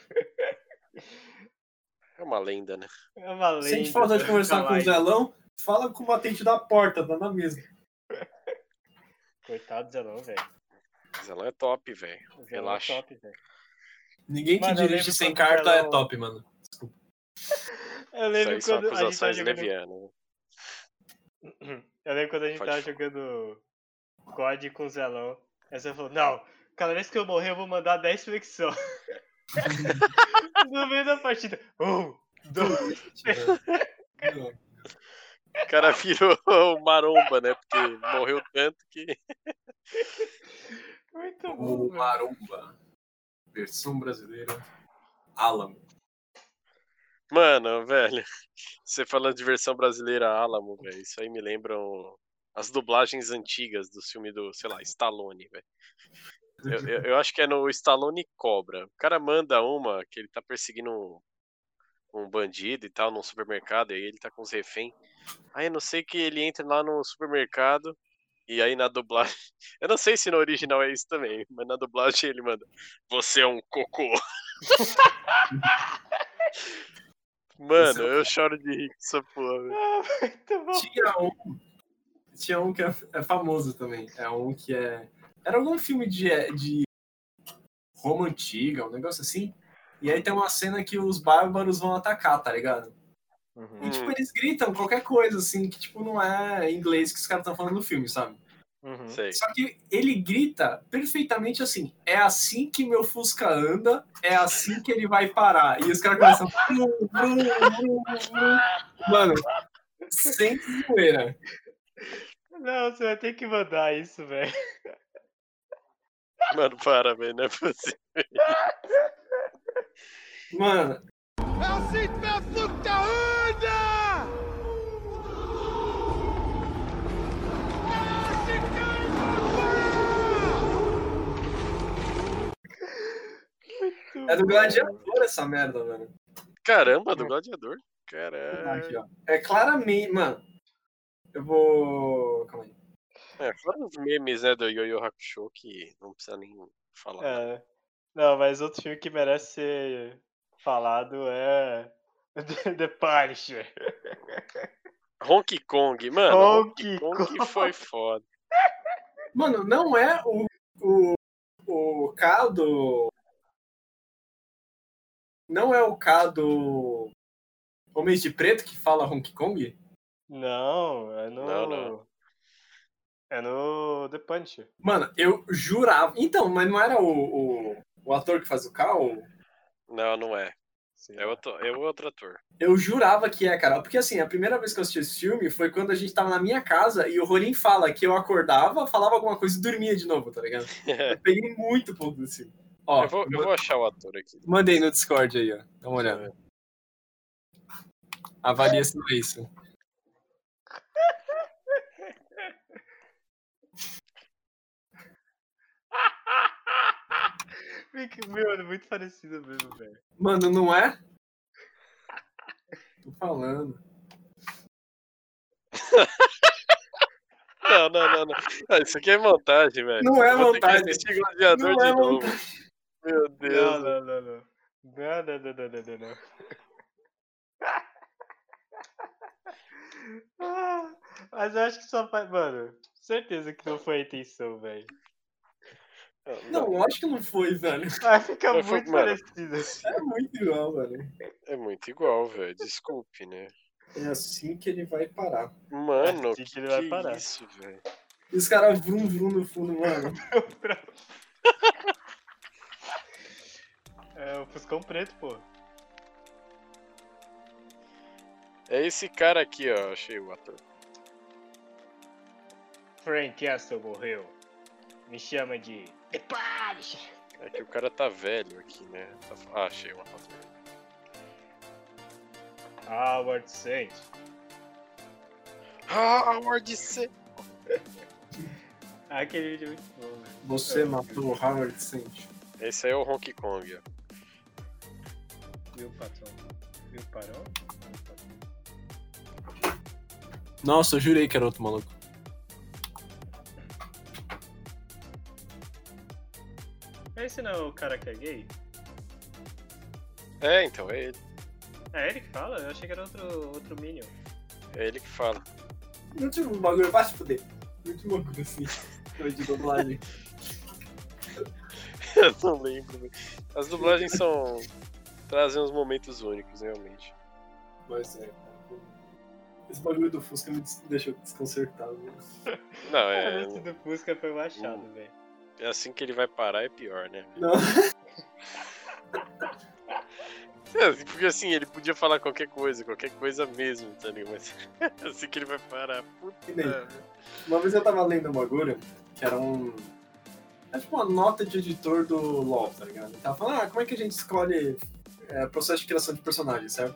Speaker 4: É uma lenda, né?
Speaker 5: É uma lenda.
Speaker 2: Sente falta de conversar com o
Speaker 5: Jamais.
Speaker 2: Zelão, fala com o batente da porta, tá na mesa.
Speaker 5: Coitado do Zelão, velho.
Speaker 4: Mas ela é top, velho.
Speaker 5: O Zelão
Speaker 4: Relaxa.
Speaker 5: é top, velho.
Speaker 2: Ninguém que
Speaker 5: Mano, eu
Speaker 2: dirige
Speaker 5: lembro
Speaker 2: sem
Speaker 5: quando o
Speaker 2: carta é
Speaker 5: Zelão-
Speaker 2: top, mano.
Speaker 5: Eu
Speaker 4: Isso
Speaker 5: lembro
Speaker 4: aí são
Speaker 5: quando a gente tava
Speaker 4: acusações
Speaker 5: jogando
Speaker 4: levianas. né?
Speaker 5: Eu lembro quando a gente
Speaker 4: Pode
Speaker 5: tava
Speaker 4: falar.
Speaker 5: jogando COD com o Zelão. Aí você falou, não, cada vez que eu morrer eu vou mandar 10 flexões. no meio da partida. Um, dois.
Speaker 2: Tipo,
Speaker 4: O cara virou o maromba, né? Porque morreu tanto que.
Speaker 5: Muito bom,
Speaker 2: O
Speaker 5: velho.
Speaker 2: Maromba, versão brasileira, Alamo.
Speaker 4: Mano, velho, você falando de versão brasileira Alamo, velho, isso aí me lembra um as dublagens antigas do filme do, sei lá, Stallone, velho. Eu, eu- eu acho que é no Stallone Cobra. O cara manda uma que ele tá perseguindo um, um bandido e tal num supermercado, e aí ele tá com os refém. Aí eu não sei que ele entra lá no supermercado e aí na dublagem. Eu não sei se no original é isso também, mas na dublagem ele manda: Você é um cocô. Mano, eu choro de rir com essa porra, velho.
Speaker 3: Muito bom.
Speaker 2: Tinha um, tinha um que é, é famoso também. É um que é. Era algum filme de, é, de Roma antiga, um negócio assim. E aí tem uma cena que os bárbaros vão atacar, tá ligado?
Speaker 6: Uhum.
Speaker 2: E tipo,
Speaker 4: Hum.
Speaker 2: eles gritam qualquer coisa, assim, que tipo, não é inglês que os caras estão falando no filme, sabe?
Speaker 6: Uhum.
Speaker 4: Sei.
Speaker 2: Só que ele grita perfeitamente assim. É assim que meu Fusca anda, é assim que ele vai parar. E os caras começam. "Vrum, vrum, vrum, vrum". Mano, sem zoeira.
Speaker 3: Não, você vai ter que mandar isso, velho.
Speaker 4: Mano, para, velho, não é possível.
Speaker 2: Mano, é do gladiador essa merda, mano.
Speaker 4: Caramba, do gladiador. Caralho.
Speaker 2: Aqui, ó. É claramente. Mano, eu vou. Calma aí.
Speaker 4: É, fora os memes, né, do Yoyo Hakusho que não precisa nem falar.
Speaker 3: É. Não, mas outro filme que merece ser falado é. The- The Punisher.
Speaker 4: Honky Kong, mano, Honky,
Speaker 3: Honky
Speaker 4: Kong, foi foda.
Speaker 2: Mano, não é o. O, o K do. Não é o K do. Homem de Preto que fala Hong Kong?
Speaker 3: Não, é no.
Speaker 4: Não, não.
Speaker 3: É no The Punisher.
Speaker 2: Mano, eu jurava. Então, mas não era o, o, o ator que faz o carro?
Speaker 4: Não, não é.
Speaker 3: Sim.
Speaker 4: É outro, é outro ator.
Speaker 2: Eu jurava que é, cara. Porque assim, a primeira vez que eu assisti esse filme foi quando a gente tava na minha casa e o Rolim fala que eu acordava, falava alguma coisa e dormia de novo, tá ligado? Eu peguei muito pouco desse filme. Ó,
Speaker 4: eu, vou, eu
Speaker 2: ma-
Speaker 4: vou achar o ator aqui.
Speaker 2: mandei no Discord aí, ó. Dá uma olhada. Avalia se não é isso.
Speaker 3: Fica- Meu, é muito parecido mesmo, velho.
Speaker 2: Mano, não é? Tô falando.
Speaker 4: Não, não, não, não. Ah, isso aqui é montagem, velho.
Speaker 2: Não é
Speaker 4: Vou ter que
Speaker 2: montagem.
Speaker 4: assistir Gladiador
Speaker 2: Não
Speaker 4: de
Speaker 2: é
Speaker 4: novo.
Speaker 2: montagem.
Speaker 4: Meu Deus.
Speaker 3: Não, não, não, não. Não, não, não, não, não, não, não. Ah, Mas eu acho que só faz. Mano, certeza que não foi a intenção, velho.
Speaker 2: Não, lógico que não foi, velho.
Speaker 3: Ah, fica
Speaker 4: Mas foi-
Speaker 3: muito
Speaker 4: mano.
Speaker 3: parecido.
Speaker 2: É muito igual, velho.
Speaker 4: É muito igual, velho. Desculpe, né?
Speaker 2: É assim que ele vai parar.
Speaker 4: Mano,
Speaker 3: assim
Speaker 4: que,
Speaker 3: que ele vai
Speaker 4: que
Speaker 3: parar.
Speaker 4: isso, velho.
Speaker 2: E os caras vrum vrum no fundo, mano.
Speaker 3: É o Fuscão Preto, pô.
Speaker 4: É esse cara aqui, ó. Achei o ator.
Speaker 3: Frank Castle morreu. Me chama de. The Punisher.
Speaker 4: É que o cara tá velho aqui, né? Tá- Ah, achei uma foto.
Speaker 3: Howard Saint.
Speaker 4: Ah, Howard C.
Speaker 3: Ah, aquele vídeo é muito bom, É. velho.
Speaker 2: Você matou o Howard Saint.
Speaker 4: Esse aí é o Honky Kong, ó.
Speaker 3: Viu, patrão? Viu, parão?
Speaker 2: Nossa, eu jurei que era outro maluco.
Speaker 3: Esse não é o cara que é gay?
Speaker 4: É, então, é ele.
Speaker 3: É ele que fala? Eu achei que era outro, outro Minion.
Speaker 4: É ele que fala.
Speaker 2: Não tinha um bagulho, vai se fuder. Muito louco assim. Foi de dublagem.
Speaker 4: Eu não lembro. velho. As dublagens são. trazem uns momentos únicos, realmente.
Speaker 2: Mas é. Esse bagulho do Fusca me des- deixou desconcertado. né?
Speaker 4: Não,
Speaker 3: É...
Speaker 4: é.
Speaker 3: Esse do Fusca foi o achado,
Speaker 4: Hum.
Speaker 3: velho.
Speaker 4: é Assim que ele vai parar é pior, né?
Speaker 2: Não.
Speaker 4: É, Porque assim, ele podia falar qualquer coisa, qualquer coisa mesmo, tá ligado? Mas assim que ele vai parar. Puta.
Speaker 2: Que nem- Uma vez eu tava lendo um bagulho que era um. É tipo uma nota de editor do LoL, tá ligado? Ele tava falando, ah, como é que a gente escolhe é, processo de criação de personagem, certo?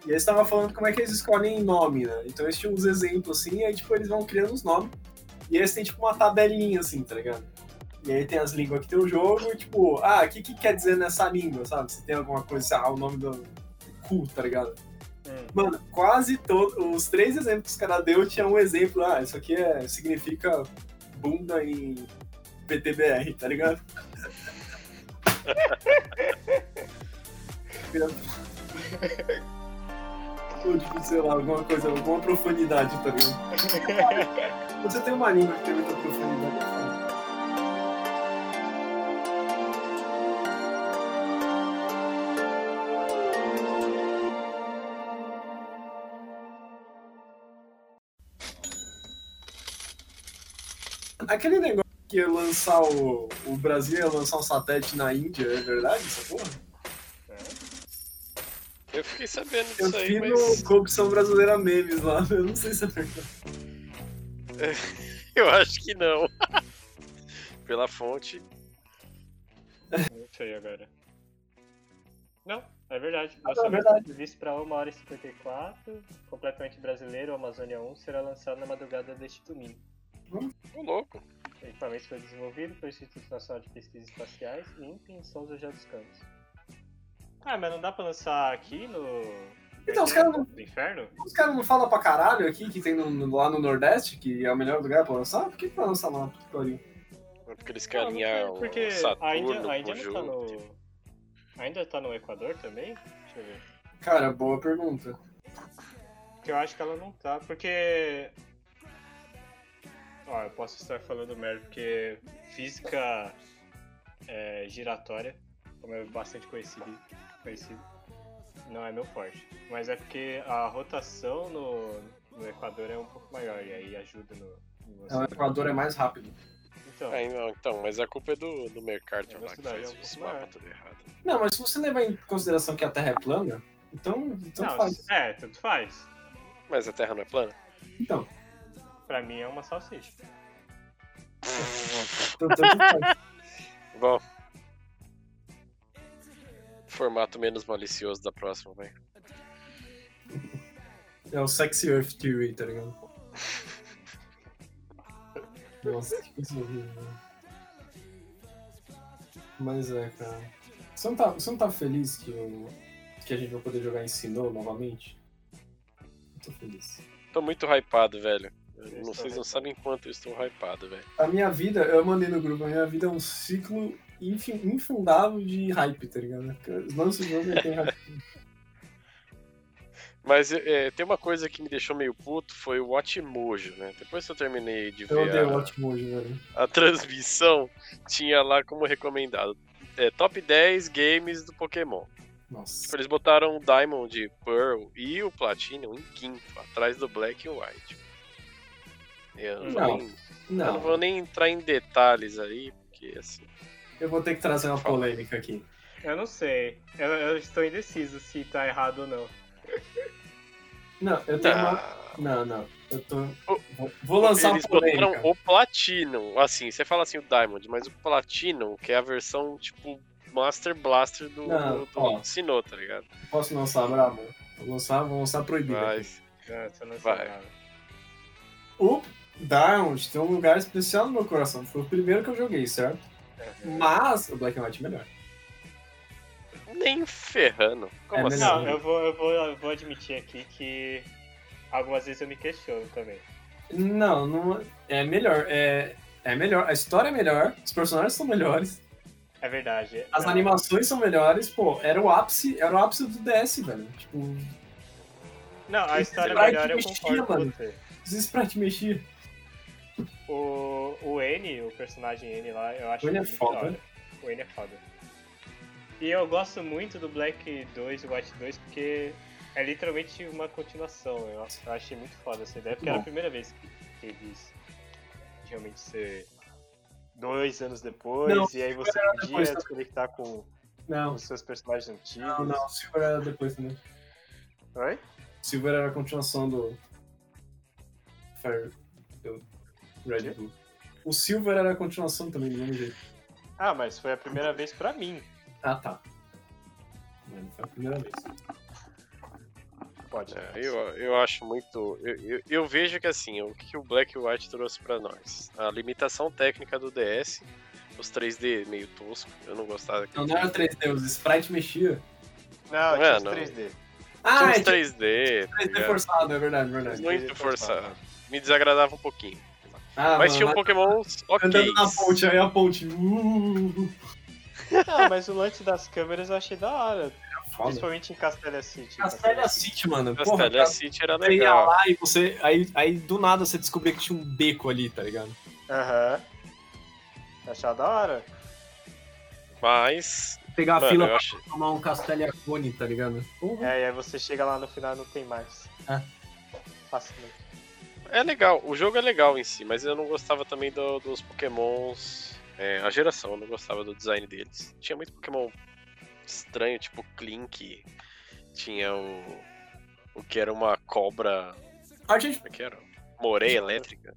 Speaker 2: E aí eles estavam falando como é que eles escolhem nome, né? Então eles tinham uns exemplos assim, e aí tipo, eles vão criando os nomes. E aí eles têm tipo uma tabelinha assim, tá ligado? E aí tem as línguas que tem o jogo, e tipo, ah, o que, que quer dizer nessa língua, sabe? Se tem alguma coisa, sei lá, o nome do cu, tá ligado?
Speaker 3: Hum,
Speaker 2: Mano, quase todos. Os três exemplos que os caras deu tinha um exemplo, ah, isso aqui é, significa bunda em PTBR, tá ligado? Ou tipo, sei lá, alguma coisa, alguma profundidade, tá ligado? Você tem uma língua que tem muita profundidade. é foda. Aquele negócio que ia lançar o. O Brasil ia lançar um satélite na Índia, é verdade essa porra?
Speaker 4: Eu fiquei sabendo
Speaker 2: Eu
Speaker 4: disso aí,
Speaker 2: vi
Speaker 4: mas
Speaker 2: no Corrupção Brasileira Memes lá, eu não sei se é verdade.
Speaker 4: eu acho que não. Pela fonte.
Speaker 3: Não sei agora. Não, é verdade.
Speaker 2: não,
Speaker 3: Nossa,
Speaker 2: é verdade.
Speaker 3: Previsto para 1 hora e 54, completamente brasileiro, Amazônia 1 será lançado na madrugada deste domingo.
Speaker 4: Tô louco.
Speaker 3: O equipamento foi desenvolvido pelo Instituto Nacional de Pesquisas Espaciais e INPE em São José dos Campos. Ah, mas não dá pra lançar aqui no.
Speaker 2: Então, os caras não-
Speaker 3: Do inferno?
Speaker 2: Os caras não falam pra caralho aqui que tem no- no- lá no Nordeste, que é o melhor lugar pra lançar? Por que pra lançar lá? Puta que pariu.
Speaker 4: Porque eles
Speaker 3: Não, não sei,
Speaker 4: carinham
Speaker 3: porque
Speaker 4: Saturno
Speaker 3: a Índia, a Índia
Speaker 4: com
Speaker 3: não tá
Speaker 4: Júpiter.
Speaker 3: no. Ainda tá no Equador também? Deixa eu ver.
Speaker 2: Cara, boa pergunta.
Speaker 3: Porque eu acho que ela não tá, porque. Ó, eu posso estar falando merda, porque física é, giratória, como é bastante conhecido, conhecido, não é meu forte. Mas é porque a rotação no, no Equador é um pouco maior, e aí ajuda no. no
Speaker 2: O Equador é mais rápido.
Speaker 3: Então,
Speaker 4: Ah, não, então, mas a culpa é do, do Mercado
Speaker 3: É
Speaker 4: lá
Speaker 3: velocidade,
Speaker 4: que
Speaker 3: é
Speaker 4: faz
Speaker 3: um
Speaker 4: esse
Speaker 3: pouco
Speaker 4: mapa
Speaker 3: maior.
Speaker 4: tudo errado.
Speaker 2: Não, mas se você levar em consideração que a Terra é plana, então, então
Speaker 3: não,
Speaker 2: faz.
Speaker 3: É, tanto faz.
Speaker 4: Mas a Terra não é plana?
Speaker 2: Então,
Speaker 3: Pra mim é uma salsicha.
Speaker 2: então, tanto faz.
Speaker 4: Bom. Formato menos malicioso da próxima, vai.
Speaker 2: É o Sexy Earth Theory, tá ligado? Nossa, que coisa horrível. né? Mas é, cara. Você não tá, você não tá feliz que, o- que a gente vai poder jogar em Sinnoh novamente? Eu tô feliz.
Speaker 4: Tô muito hypado, velho. Eu
Speaker 3: Eu
Speaker 4: não-
Speaker 3: estou
Speaker 4: vocês não
Speaker 3: hypado.
Speaker 4: sabem quanto eu estou hypado, velho.
Speaker 2: A minha vida, eu mandei no grupo, a minha vida é um ciclo infin- infundável de hype, tá ligado? Os lances do jogo tem hype.
Speaker 4: Mas é, tem uma coisa que me deixou meio puto, foi o Watmojo, né? Depois que eu terminei de
Speaker 2: Eu
Speaker 4: ver
Speaker 2: odeio
Speaker 4: a,
Speaker 2: ótimo hoje, velho.
Speaker 4: a transmissão, tinha lá como recomendado. é, top 10 games do Pokémon. Tipo,
Speaker 2: Nossa.
Speaker 4: Eles botaram o Diamond, Pearl e o Platinum em quinto, atrás do Black e o White.
Speaker 2: Não,
Speaker 4: Eu não, vou nem, eu não
Speaker 2: Não,
Speaker 4: vou nem entrar em detalhes aí, porque assim.
Speaker 2: eu vou ter que trazer uma polêmica aqui.
Speaker 3: Eu não sei. Eu, eu estou indeciso se tá errado ou não.
Speaker 2: Não, eu tenho uma.
Speaker 4: Ah,
Speaker 2: Não, não. Eu tô.
Speaker 4: O-
Speaker 2: vou- Tá, Vou lançar uma
Speaker 4: eles botaram um
Speaker 2: polêmica.
Speaker 4: o Platinum, assim, você fala assim o Diamond, mas o Platinum, que é a versão tipo Master Blaster do,
Speaker 2: Não,
Speaker 4: do,
Speaker 2: ó.
Speaker 4: do Sinnoh, tá ligado?
Speaker 2: Posso lançar, brabo? Vou lançar, vou lançar proibido. aqui.
Speaker 4: Mas,
Speaker 3: Não, você não
Speaker 4: Vai.
Speaker 3: sabe nada.
Speaker 2: O Diamond tem um lugar especial no meu coração. Foi o primeiro que eu joguei, certo?
Speaker 4: É,
Speaker 2: Mas o Black and White é melhor.
Speaker 4: nem ferrando. Como
Speaker 2: É
Speaker 4: assim?
Speaker 2: melhor.
Speaker 3: Não, eu vou, eu, vou, eu vou admitir aqui que algumas vezes eu me questiono também.
Speaker 2: Não, não é melhor. É, é melhor. A história é melhor, os personagens são melhores,
Speaker 3: É verdade.
Speaker 2: as
Speaker 3: É,
Speaker 2: animações são melhores. Pô, era o ápice, era o ápice do DS, velho. Tipo,
Speaker 3: Não, a
Speaker 2: Esse
Speaker 3: história
Speaker 2: sprite
Speaker 3: melhor eu
Speaker 2: mexia,
Speaker 3: concordo com
Speaker 2: mano.
Speaker 3: você.
Speaker 2: os sprites mexiam.
Speaker 3: O, o N, o personagem N lá, eu acho
Speaker 2: O N é
Speaker 3: muito
Speaker 2: foda.
Speaker 3: da hora. O N é foda. E eu gosto muito do Black 2 e White 2 porque é literalmente uma continuação. Eu, eu achei muito foda essa ideia, porque era a
Speaker 2: Bom.
Speaker 3: primeira vez que teve isso. Realmente ser dois anos depois,
Speaker 2: Não,
Speaker 3: e aí você podia
Speaker 2: depois, tá?
Speaker 3: desconectar com
Speaker 2: Não,
Speaker 3: os seus personagens antigos.
Speaker 2: não, não. O Silver era depois também.
Speaker 3: Oi?
Speaker 2: O Silver era a continuação do. Fire. Do Red Bull. O Silver era a continuação também, do mesmo jeito.
Speaker 3: Ah, mas foi a primeira vez pra mim.
Speaker 2: Ah, tá. Mano, foi a primeira vez.
Speaker 3: Pode. né?
Speaker 4: É, eu, eu acho muito. Eu, eu, eu vejo que assim, o que o Black e o White trouxe pra nós? A limitação técnica do DS, os 3D meio tosco, eu Então não gostava daquele.
Speaker 2: Não, não era 3D, os sprites mexia.
Speaker 3: Não,
Speaker 4: É,
Speaker 3: tinha os
Speaker 4: não.
Speaker 3: 3D.
Speaker 2: Ah, é
Speaker 4: Tinha uns
Speaker 2: tipo
Speaker 4: 3D, tá
Speaker 2: 3D
Speaker 4: ligado?
Speaker 2: forçado, é verdade, é verdade.
Speaker 4: muito forçado. Me desagradava um pouquinho.
Speaker 2: Ah,
Speaker 4: Mas tinha
Speaker 2: mano,
Speaker 4: um Pokémon ok.
Speaker 2: Andando na ponte, aí a ponte. Uh,
Speaker 3: Ah, mas o lance das câmeras eu achei da hora. Principalmente em Castelia City. né?
Speaker 2: Castelia City, mano. Porra, tá
Speaker 4: Castelia City era
Speaker 2: Você ia
Speaker 4: legal.
Speaker 2: lá e você. Aí, aí do nada você descobria que tinha um beco ali, tá ligado?
Speaker 3: Aham. Achava da hora.
Speaker 4: Mas.
Speaker 2: Pegar a
Speaker 4: mano,
Speaker 2: fila
Speaker 4: eu
Speaker 2: pra
Speaker 4: achei-
Speaker 2: tomar um Castelia Cone, tá ligado? Porra.
Speaker 3: É, e aí você chega lá no final e não tem mais. né?
Speaker 2: Ah.
Speaker 3: Facilmente.
Speaker 4: É legal, o jogo é legal em si, mas eu não gostava também do- dos pokémons. é, a geração, eu não gostava do design deles. Tinha muito pokémon estranho, tipo Clink. Tinha o. O que era uma cobra.
Speaker 2: A gente.
Speaker 4: Como é que era? Moreia elétrica.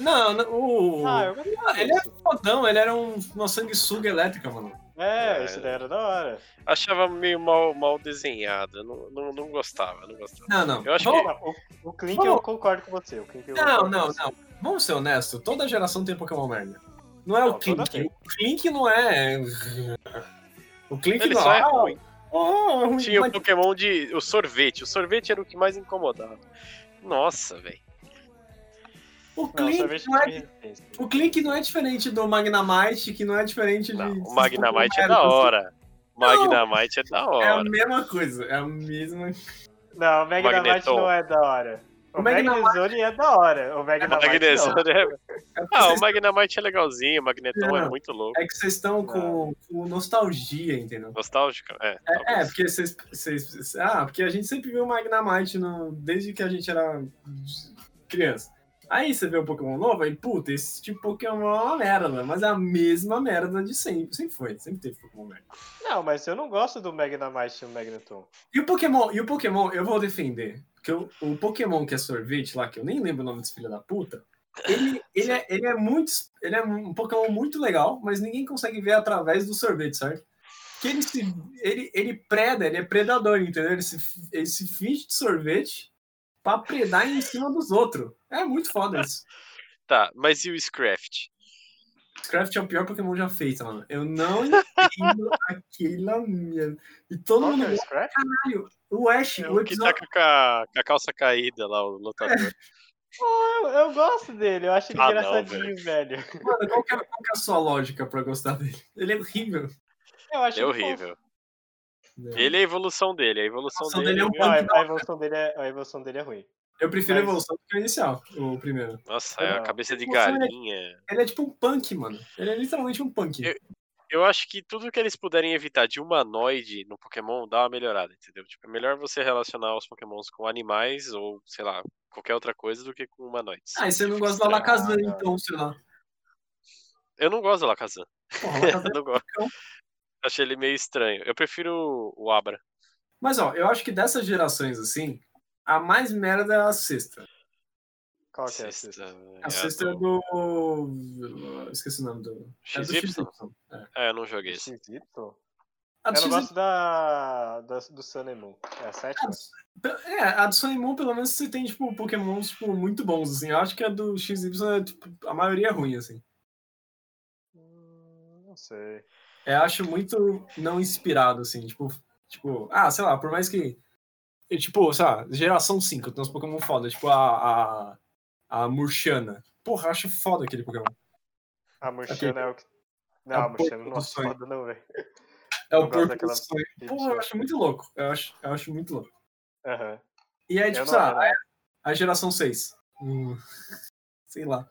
Speaker 2: Não, não, o.
Speaker 3: Ah, eu gostei.
Speaker 2: ele era fodão, ele era um, uma sanguessuga elétrica, mano.
Speaker 3: É,
Speaker 4: É.
Speaker 3: isso daí era da hora.
Speaker 4: Achava meio mal, mal desenhada. Não, não, não gostava, não gostava.
Speaker 2: Não, não.
Speaker 4: Eu acho
Speaker 2: Vamos-
Speaker 3: Não, o, o Clink
Speaker 2: Vamos.
Speaker 3: eu concordo com você. O Clink eu
Speaker 2: Não,
Speaker 3: concordo com
Speaker 2: não,
Speaker 3: você.
Speaker 2: não. Vamos ser honestos, toda geração tem Pokémon merda. Não é o
Speaker 3: Não, toda
Speaker 2: Clink. O Clink não é. O Clink
Speaker 4: Ele
Speaker 2: não
Speaker 4: só é
Speaker 2: é.
Speaker 4: ruim.
Speaker 2: Oh, é ruim,
Speaker 4: Tinha o
Speaker 2: mas-
Speaker 4: Pokémon de. O sorvete. O sorvete era o que mais incomodava. Nossa, velho.
Speaker 2: O
Speaker 3: Não,
Speaker 2: Clink
Speaker 3: sorvete
Speaker 2: não é
Speaker 3: tinha resistência.
Speaker 2: O Clink não é diferente do Magnamite, que não é diferente de.
Speaker 4: Não, o
Speaker 2: de-
Speaker 4: Magnamite é da hora.
Speaker 2: Não.
Speaker 4: Magnamite é da
Speaker 2: assim. É a
Speaker 4: hora.
Speaker 2: mesma coisa, é a mesma.
Speaker 3: Não, o Magnamite
Speaker 4: Magneton.
Speaker 3: não é da hora. O,
Speaker 2: O Magnamite-
Speaker 3: Magnezone é da hora. O
Speaker 4: Ah,
Speaker 3: Magnamite não.
Speaker 4: Magnezone é...
Speaker 2: É porque
Speaker 4: Ah, o
Speaker 2: vocês-
Speaker 4: Magnamite é legalzinho, o Magneton é
Speaker 2: Não.
Speaker 4: muito louco.
Speaker 2: é que vocês estão com, com nostalgia, entendeu?
Speaker 4: Nostálgico? É.
Speaker 2: É, é
Speaker 4: talvez.
Speaker 2: porque vocês, vocês. Ah, porque a gente sempre viu o Magnamite no, desde que a gente era criança. Aí você vê um Pokémon novo, aí, puta, esse tipo de Pokémon é uma merda, mas é a mesma merda de sempre. Sempre foi, sempre teve Pokémon merda.
Speaker 3: Não, mas eu não gosto do Magnamite e do Magneton.
Speaker 2: E o Pokémon, e o Pokémon, eu vou defender. Porque o, o Pokémon que é sorvete lá, que eu nem lembro o nome desse filho da puta, ele, ele, é, ele é muito. Ele é um Pokémon muito legal, mas ninguém consegue ver através do sorvete, certo? Que ele se. Ele, ele preda, ele é predador, entendeu? Ele se, ele se finge de sorvete pra predar em cima dos outros. É muito foda isso.
Speaker 4: Tá, mas e o Scraft?
Speaker 2: Scraft é o pior Pokémon já feito, mano. Eu não entendo aquela merda. E todo
Speaker 3: Qual que
Speaker 2: mundo.
Speaker 3: é o Scratch?
Speaker 2: O Ash, o
Speaker 4: O É, que tá
Speaker 2: episódio.
Speaker 4: com a, com a calça caída lá, o lutador.
Speaker 3: Eu, eu gosto dele, eu acho ele
Speaker 4: Ah, não,
Speaker 3: engraçadinho, velho.
Speaker 2: Mano, qual que, é, qual que é a sua lógica pra gostar dele? Ele é horrível.
Speaker 3: Eu acho
Speaker 4: Ele é
Speaker 3: ele
Speaker 4: horrível.
Speaker 2: Não.
Speaker 4: Ele é a evolução dele, a evolução
Speaker 2: Evolução
Speaker 4: dele.
Speaker 2: dele é um
Speaker 3: fofo. Não, a, a evolução dele é, a evolução dele é ruim.
Speaker 2: Eu prefiro a
Speaker 3: Mas-
Speaker 2: evolução do que o inicial, o primeiro.
Speaker 4: Nossa, é a
Speaker 3: Não.
Speaker 4: cabeça de
Speaker 2: Evolução é-
Speaker 4: galinha.
Speaker 2: Ele é tipo um punk, mano. Ele é literalmente um punk.
Speaker 4: Eu- Eu acho que tudo que eles puderem evitar de humanoide no Pokémon dá uma melhorada, entendeu? Tipo, é melhor você relacionar os Pokémons com animais ou, sei lá, qualquer outra coisa do que com humanoides.
Speaker 2: Ah, e você não gosta da Lacazan, então, sei lá.
Speaker 4: Eu não gosto da Lacazan.
Speaker 2: Porra,
Speaker 4: Eu
Speaker 2: Alakazam-
Speaker 4: não gosto. Achei ele meio estranho. Eu prefiro o Abra.
Speaker 2: Mas, ó, eu acho que dessas gerações, assim, a mais merda é a sexta.
Speaker 3: Qual que é a
Speaker 4: Sexta,
Speaker 3: sexta?
Speaker 4: né?
Speaker 2: A sexta é
Speaker 4: do
Speaker 2: do... Esqueci o nome do... É do
Speaker 4: XY?
Speaker 2: É.
Speaker 4: É, eu não joguei esse.
Speaker 3: XY?
Speaker 2: A do
Speaker 3: Eu não
Speaker 2: XY.
Speaker 3: gosto da, da- do Sun and Moon. É a sétima?
Speaker 2: É, a do Sun e Moon, pelo menos, você tem, tipo, pokémons, tipo, muito bons, assim. Eu acho que a do XY, é, tipo, a maioria é ruim, assim.
Speaker 3: Hum, Não sei.
Speaker 2: É, acho muito não inspirado, assim, tipo, tipo, ah, sei lá, por mais que. e, tipo, sei lá, geração 5, tem uns Pokémon foda, tipo a. a, a Murchana. Porra, eu acho foda aquele Pokémon.
Speaker 3: A Murchana é o que. Não,
Speaker 2: É o
Speaker 3: a Murchana
Speaker 2: porco
Speaker 3: não é
Speaker 2: do sonho.
Speaker 3: foda, não, velho.
Speaker 2: É
Speaker 3: Eu
Speaker 2: o
Speaker 3: gosto
Speaker 2: corpo
Speaker 3: daquela-
Speaker 2: do sonho. Porra, eu acho muito louco. Eu acho, eu acho muito louco.
Speaker 3: Aham.
Speaker 2: E aí,
Speaker 3: Eu
Speaker 2: tipo,
Speaker 3: não
Speaker 2: sei lá,
Speaker 3: lembro.
Speaker 2: a geração 6. sei lá.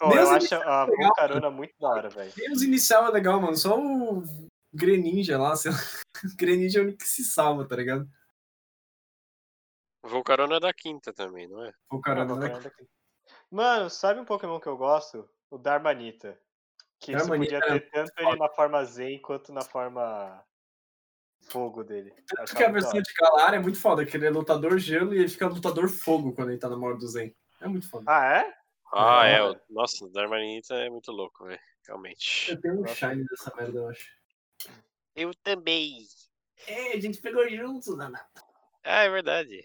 Speaker 3: Pô, eu
Speaker 2: Deus me
Speaker 3: acho a
Speaker 2: legal,
Speaker 3: Volcarona muito da hora, velho.
Speaker 2: Nem os inicial é legal, mano. Só o Greninja lá, sei lá. O Greninja é o único que se salva, tá ligado?
Speaker 4: O Volcarona é da quinta também, não é?
Speaker 2: O
Speaker 3: Ah,
Speaker 2: cara
Speaker 3: vou
Speaker 2: né?
Speaker 3: parar daqui. Mano, sabe um Pokémon que eu gosto? O Darmanita. Que você
Speaker 2: Darmanita é
Speaker 3: podia ter tanto ele na forma Zen quanto na forma fogo dele.
Speaker 2: Tanto que a versão de Galar é muito foda, que ele é lutador gelo e ele fica lutador fogo quando ele tá na moda do Zen. É muito foda.
Speaker 3: Ah, é?
Speaker 4: Ah,
Speaker 3: Não,
Speaker 4: é.
Speaker 3: velho.
Speaker 4: o- Nossa, o Darmanita é muito louco, velho. Realmente.
Speaker 2: Eu tenho um
Speaker 3: Nossa.
Speaker 2: shine dessa merda, eu acho.
Speaker 4: Eu também.
Speaker 2: É, a gente pegou junto, Nana.
Speaker 4: Ah, é verdade.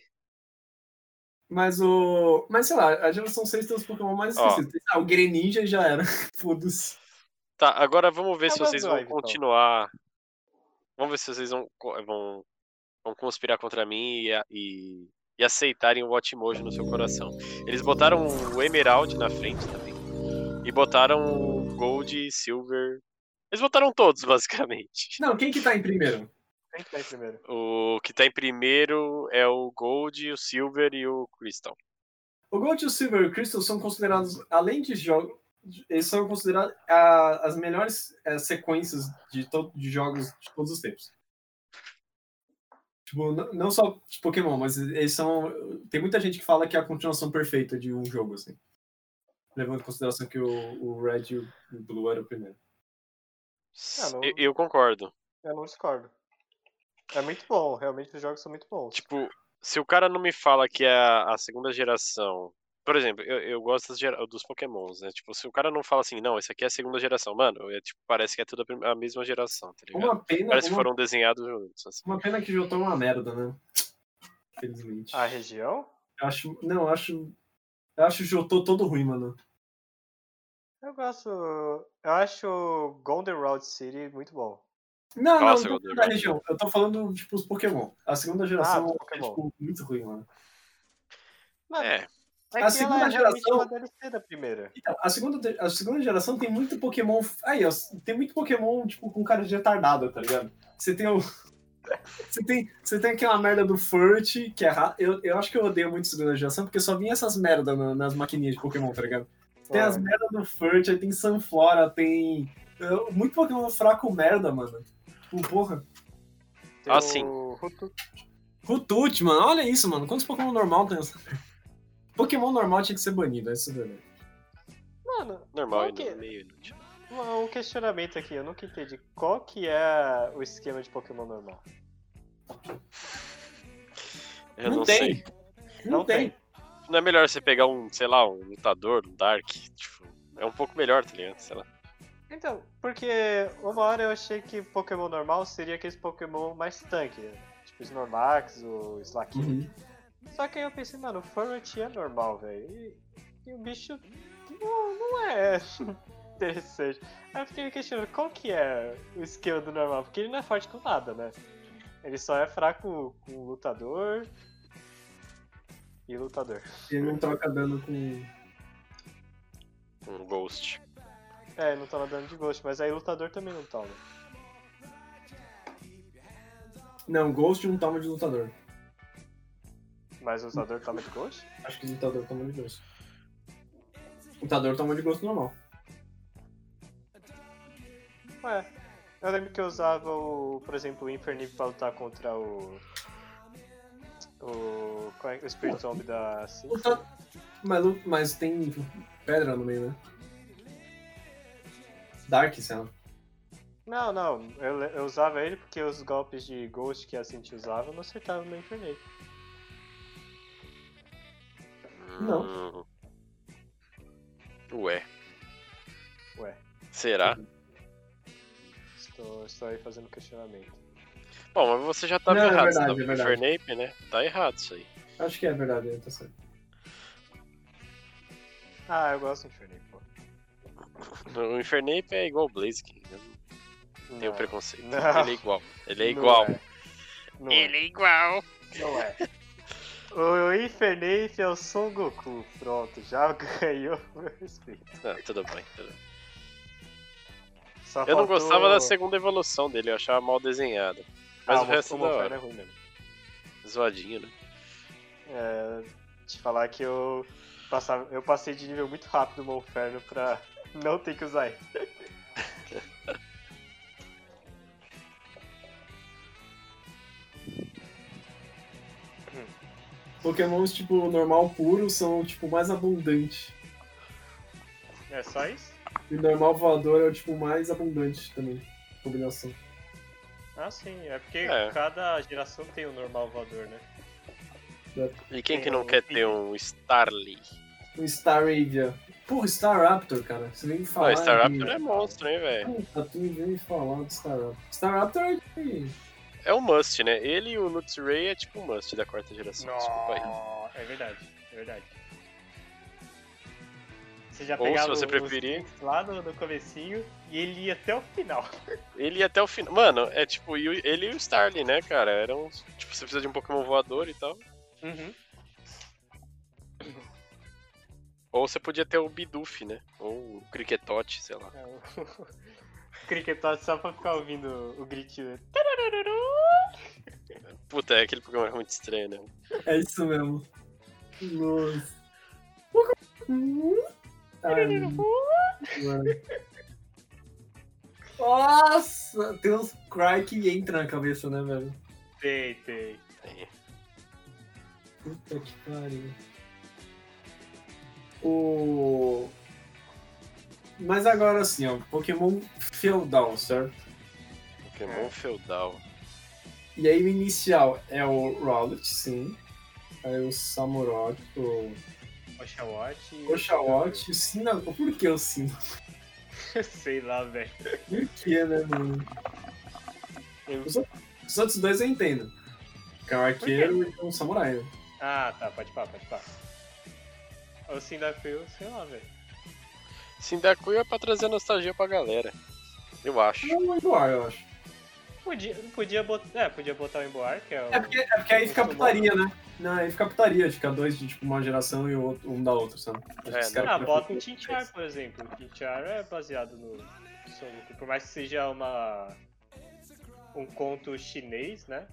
Speaker 2: Mas o. Mas sei lá, a geração 6 tem os Pokémon mais
Speaker 4: Ó.
Speaker 2: esquecidos. Ah, o Greninja já era. Foda-se.
Speaker 4: Tá, agora vamos ver
Speaker 5: É
Speaker 4: se
Speaker 5: uma
Speaker 4: vocês vão
Speaker 5: vibe, então.
Speaker 4: continuar. Vamos ver se vocês vão, co- eh, vão, vão conspirar contra mim e, a- e, e aceitarem o Watchmojo no seu coração. Eles botaram o Emerald na frente também. E botaram o Gold, Silver. Eles botaram todos, basicamente.
Speaker 2: Não, quem que tá em primeiro?
Speaker 3: Quem que tá em primeiro?
Speaker 4: O que tá em primeiro é o Gold, o Silver e o Crystal.
Speaker 2: O Gold, o Silver e o Crystal são considerados, além de jogos. Eles são considerados a- as melhores eh, sequências de, to- de jogos de todos os tempos. Tipo, n- não só de Pokémon, mas eles são. Tem muita gente que fala que é a continuação perfeita de um jogo, assim. Levando em consideração que o, o Red e o o Blue era o primeiro.
Speaker 4: S-
Speaker 3: não-
Speaker 4: Eu, eu concordo.
Speaker 3: Eu não discordo. É muito bom, realmente os jogos são muito bons.
Speaker 4: Tipo, se o cara não me fala que é a a segunda geração. Por exemplo, eu, eu gosto das gera- dos Pokémons, né? Tipo, se o cara não fala assim, não, esse aqui é a segunda geração, mano, é, tipo, parece que é tudo a prim- a mesma geração, tá ligado?
Speaker 2: Uma pena,
Speaker 4: Parece que
Speaker 2: uma,
Speaker 4: foram desenhados juntos. assim.
Speaker 2: uma pena que Jotão é uma merda, né? Felizmente.
Speaker 4: Ah.
Speaker 3: A região?
Speaker 2: Eu acho, não, eu acho. Eu acho o Jotô todo ruim, mano.
Speaker 3: Eu gosto. Eu acho Goldenrod City muito bom.
Speaker 2: Não,
Speaker 4: Nossa,
Speaker 2: não, não tô falando
Speaker 4: eu odeio
Speaker 2: da
Speaker 4: Jotô.
Speaker 2: região. Eu tô falando, tipo, os Pokémon. A segunda geração
Speaker 3: dos
Speaker 2: é,
Speaker 3: Pokémon.
Speaker 2: tipo, muito ruim, mano.
Speaker 3: Mano,
Speaker 4: É,
Speaker 3: é
Speaker 2: a
Speaker 3: que
Speaker 2: segunda
Speaker 3: ela é realmente
Speaker 2: geração-
Speaker 3: uma DLC da primeira.
Speaker 2: Então, a segunda, a segunda geração tem muito Pokémon. Aí, ó, tem muito Pokémon, tipo, com cara de retardada, tá ligado? Você tem o. Você tem, você tem aquela merda do Furt, que é. ra- Eu, eu acho que eu odeio muito a segunda geração, porque só vinha essas merda na- nas maquininhas de Pokémon, tá ligado? Tem as
Speaker 3: Mano,
Speaker 2: merda do Furt, aí tem Sunflora, tem. eh, Muito Pokémon fraco merda, mano. Tipo, porra.
Speaker 3: tem
Speaker 4: Ah, sim.
Speaker 3: o Rutu-
Speaker 2: Rutut, mano, olha isso, mano. Quantos Pokémon normal tem essa? Pokémon normal tinha que ser banido, é isso mesmo.
Speaker 3: Mano,
Speaker 4: normal,
Speaker 3: qual que-
Speaker 4: ainda, meio inútil.
Speaker 3: uma- um questionamento aqui, eu nunca entendi. Qual que é o esquema de Pokémon normal?
Speaker 4: Eu não,
Speaker 2: Não
Speaker 4: sei.
Speaker 2: tem. Não,
Speaker 3: Não
Speaker 2: tem.
Speaker 4: Não é melhor você pegar um, sei lá, um lutador, um Dark, tipo, é um pouco melhor, tá ligado? Sei lá.
Speaker 3: Então, porque uma hora eu achei que Pokémon normal seria aqueles Pokémon mais tanque, né? tipo Snorlax, o Slaking.
Speaker 2: Uhum.
Speaker 3: Só que aí eu pensei, mano, o Furret é normal, velho. E, e o bicho não, não é interessante. Aí eu fiquei me questionando, qual que é o esquema do normal? Porque ele não é forte com nada, né? Ele só é fraco com o lutador e lutador.
Speaker 2: Ele não troca dano com.
Speaker 4: Um Ghost.
Speaker 3: É, não toma dano de gosto, mas aí lutador também não toma.
Speaker 2: Não, Ghost não toma de lutador.
Speaker 3: Mas o lutador toma de gosto?
Speaker 2: Acho que lutador toma de Ghost. Lutador toma de Ghost normal.
Speaker 3: Ué. Eu lembro que eu usava o, por exemplo, o Infernive pra lutar contra o. O. qual é- O Spirit Zombie da. Sim.
Speaker 2: Luta... Mas, lu- mas tem pedra no meio, né? Dark, sei lá.
Speaker 3: Não, não, eu, le- eu usava ele porque os golpes de Ghost que a Cintia usava eu não acertava no Infernape.
Speaker 2: Não.
Speaker 4: Hum. Ué.
Speaker 3: Ué.
Speaker 4: Será?
Speaker 3: Estou, estou aí fazendo questionamento.
Speaker 4: Bom, mas você já tava
Speaker 2: Não, é
Speaker 4: errado, você
Speaker 2: verdade,
Speaker 4: tava
Speaker 2: é
Speaker 4: com o
Speaker 2: verdade.
Speaker 4: Infernape, né? Tá errado isso aí.
Speaker 2: Acho que é verdade, tá certo.
Speaker 3: Ah, eu gosto do Infernape, pô.
Speaker 4: O Infernape é igual o Blaziken. Eu não tenho
Speaker 3: Não,
Speaker 4: preconceito.
Speaker 3: Não.
Speaker 4: Ele é igual. Ele é
Speaker 3: não
Speaker 4: igual.
Speaker 3: Não é.
Speaker 4: é igual.
Speaker 3: Não é. O Infernape é o Son Goku. Pronto, já ganhou o meu respeito.
Speaker 4: Não, tudo bem. tudo bem.
Speaker 3: Só
Speaker 4: Eu
Speaker 3: faltou-
Speaker 4: não gostava da segunda evolução dele, eu achava mal desenhada. Mas
Speaker 3: Ah,
Speaker 4: o resto é da
Speaker 3: Monfern
Speaker 4: hora.
Speaker 3: é ruim mesmo.
Speaker 4: Zoadinho, né?
Speaker 3: É, te falar que eu, passava, eu passei de nível muito rápido o Monferno pra não ter que usar ele.
Speaker 2: Pokémons, tipo, normal puro são, tipo, mais abundante.
Speaker 5: É só isso?
Speaker 2: E normal voador é o, tipo, mais abundante também. Combinação.
Speaker 5: Ah, sim. É porque
Speaker 4: É.
Speaker 5: cada geração tem o normal voador, né?
Speaker 4: E quem
Speaker 5: Tem
Speaker 4: que não
Speaker 5: um
Speaker 4: quer ter um Starly?
Speaker 2: O Staravia. Porra, Staraptor, cara. Você vem me falar.
Speaker 4: Não, Staraptor
Speaker 2: de...
Speaker 4: é monstro, hein, velho?
Speaker 2: Puta, tu vem me falar do Staraptor. Staraptor é. de-
Speaker 4: É um must, né? Ele e o Luxray é tipo um must da quarta geração. Desculpa aí.
Speaker 5: é verdade.
Speaker 3: verdade. Você já
Speaker 4: Ou,
Speaker 3: pegava
Speaker 4: se você
Speaker 3: os
Speaker 4: preferir-
Speaker 3: links lá no, no comecinho e ele ia até o final.
Speaker 4: Ele ia até o final. Mano, é tipo, e o- ele e o Starling, né, cara? Eram. Tipo, você precisa de um Pokémon voador e tal.
Speaker 3: Uhum.
Speaker 4: Ou você podia ter o Bidoof, né? Ou o Criquetote, sei lá.
Speaker 3: É, o- Criquetote só pra ficar ouvindo o gritinho.
Speaker 4: Puta, é aquele Pokémon é muito estranho, né?
Speaker 2: É isso mesmo. Nossa. Ai, mano. Nossa, tem uns cry que entra na cabeça, né, velho?
Speaker 3: Tem, tem.
Speaker 2: Puta que pariu. O... Mas agora sim, ó. Pokémon feudal, certo?
Speaker 4: Pokémon
Speaker 3: É.
Speaker 4: feudal.
Speaker 2: E aí o inicial é o Rowlet, sim. Aí o Samurott, o
Speaker 3: Oshawott. e-
Speaker 2: Oshawott, o Sinnoh. Por que o Sinnoh?
Speaker 3: Sei lá, velho.
Speaker 2: Por que, né, mano?
Speaker 3: Eu-
Speaker 2: Os outros dois eu entendo. Que é um arqueiro e um samurai. né?
Speaker 3: Ah, tá, pode pá, pode pá. O Cyndaquil, sei lá, velho.
Speaker 4: Sindacuia é pra trazer nostalgia pra galera. Eu acho.
Speaker 2: Não, um Emboar, eu acho.
Speaker 3: Podia, podia botar. É, podia botar o Emboar, que é o.
Speaker 2: É porque, é porque aí fica putaria, né? Não, aí fica putaria de ficar dois de tipo, uma geração e o outro, um da outra, sabe? Acho que
Speaker 4: É,
Speaker 2: os
Speaker 4: né?
Speaker 2: caras
Speaker 3: Ah,
Speaker 2: preferem
Speaker 3: bota um
Speaker 2: fazer
Speaker 3: Chinchar,
Speaker 2: isso.
Speaker 3: por exemplo. O Chinchar é baseado no Son Goku. Por mais que seja uma. um conto chinês, né?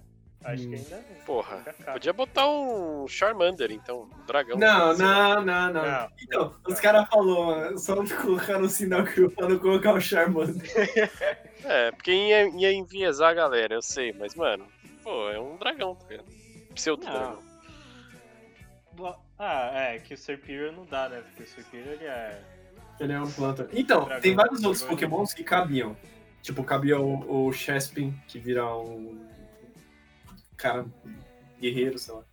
Speaker 3: Acho
Speaker 2: Hum.
Speaker 3: que ainda.
Speaker 4: Porra,
Speaker 3: ainda cabe.
Speaker 4: Podia botar um Charmander, então. Um dragão.
Speaker 2: Não,
Speaker 4: sei lá.
Speaker 2: não, não, não.
Speaker 3: Não,
Speaker 2: Então,
Speaker 3: não.
Speaker 2: os caras falaram, só não colocaram o sinal que eu falo colocar o Charmander.
Speaker 4: É, porque ia, ia enviesar a galera, eu sei, mas, mano, pô, é um dragão, tá ligado? Pseudo-dragão.
Speaker 3: Bo- Ah, é, que o Serpiro não dá, né? Porque o Serpiro ele é.
Speaker 2: Ele é um planta. Então,
Speaker 3: Dragão,
Speaker 2: tem vários outros
Speaker 3: dragão.
Speaker 2: pokémons que cabiam. Tipo, cabia o, o Chespin, que vira um cara guerreiro, sei lá.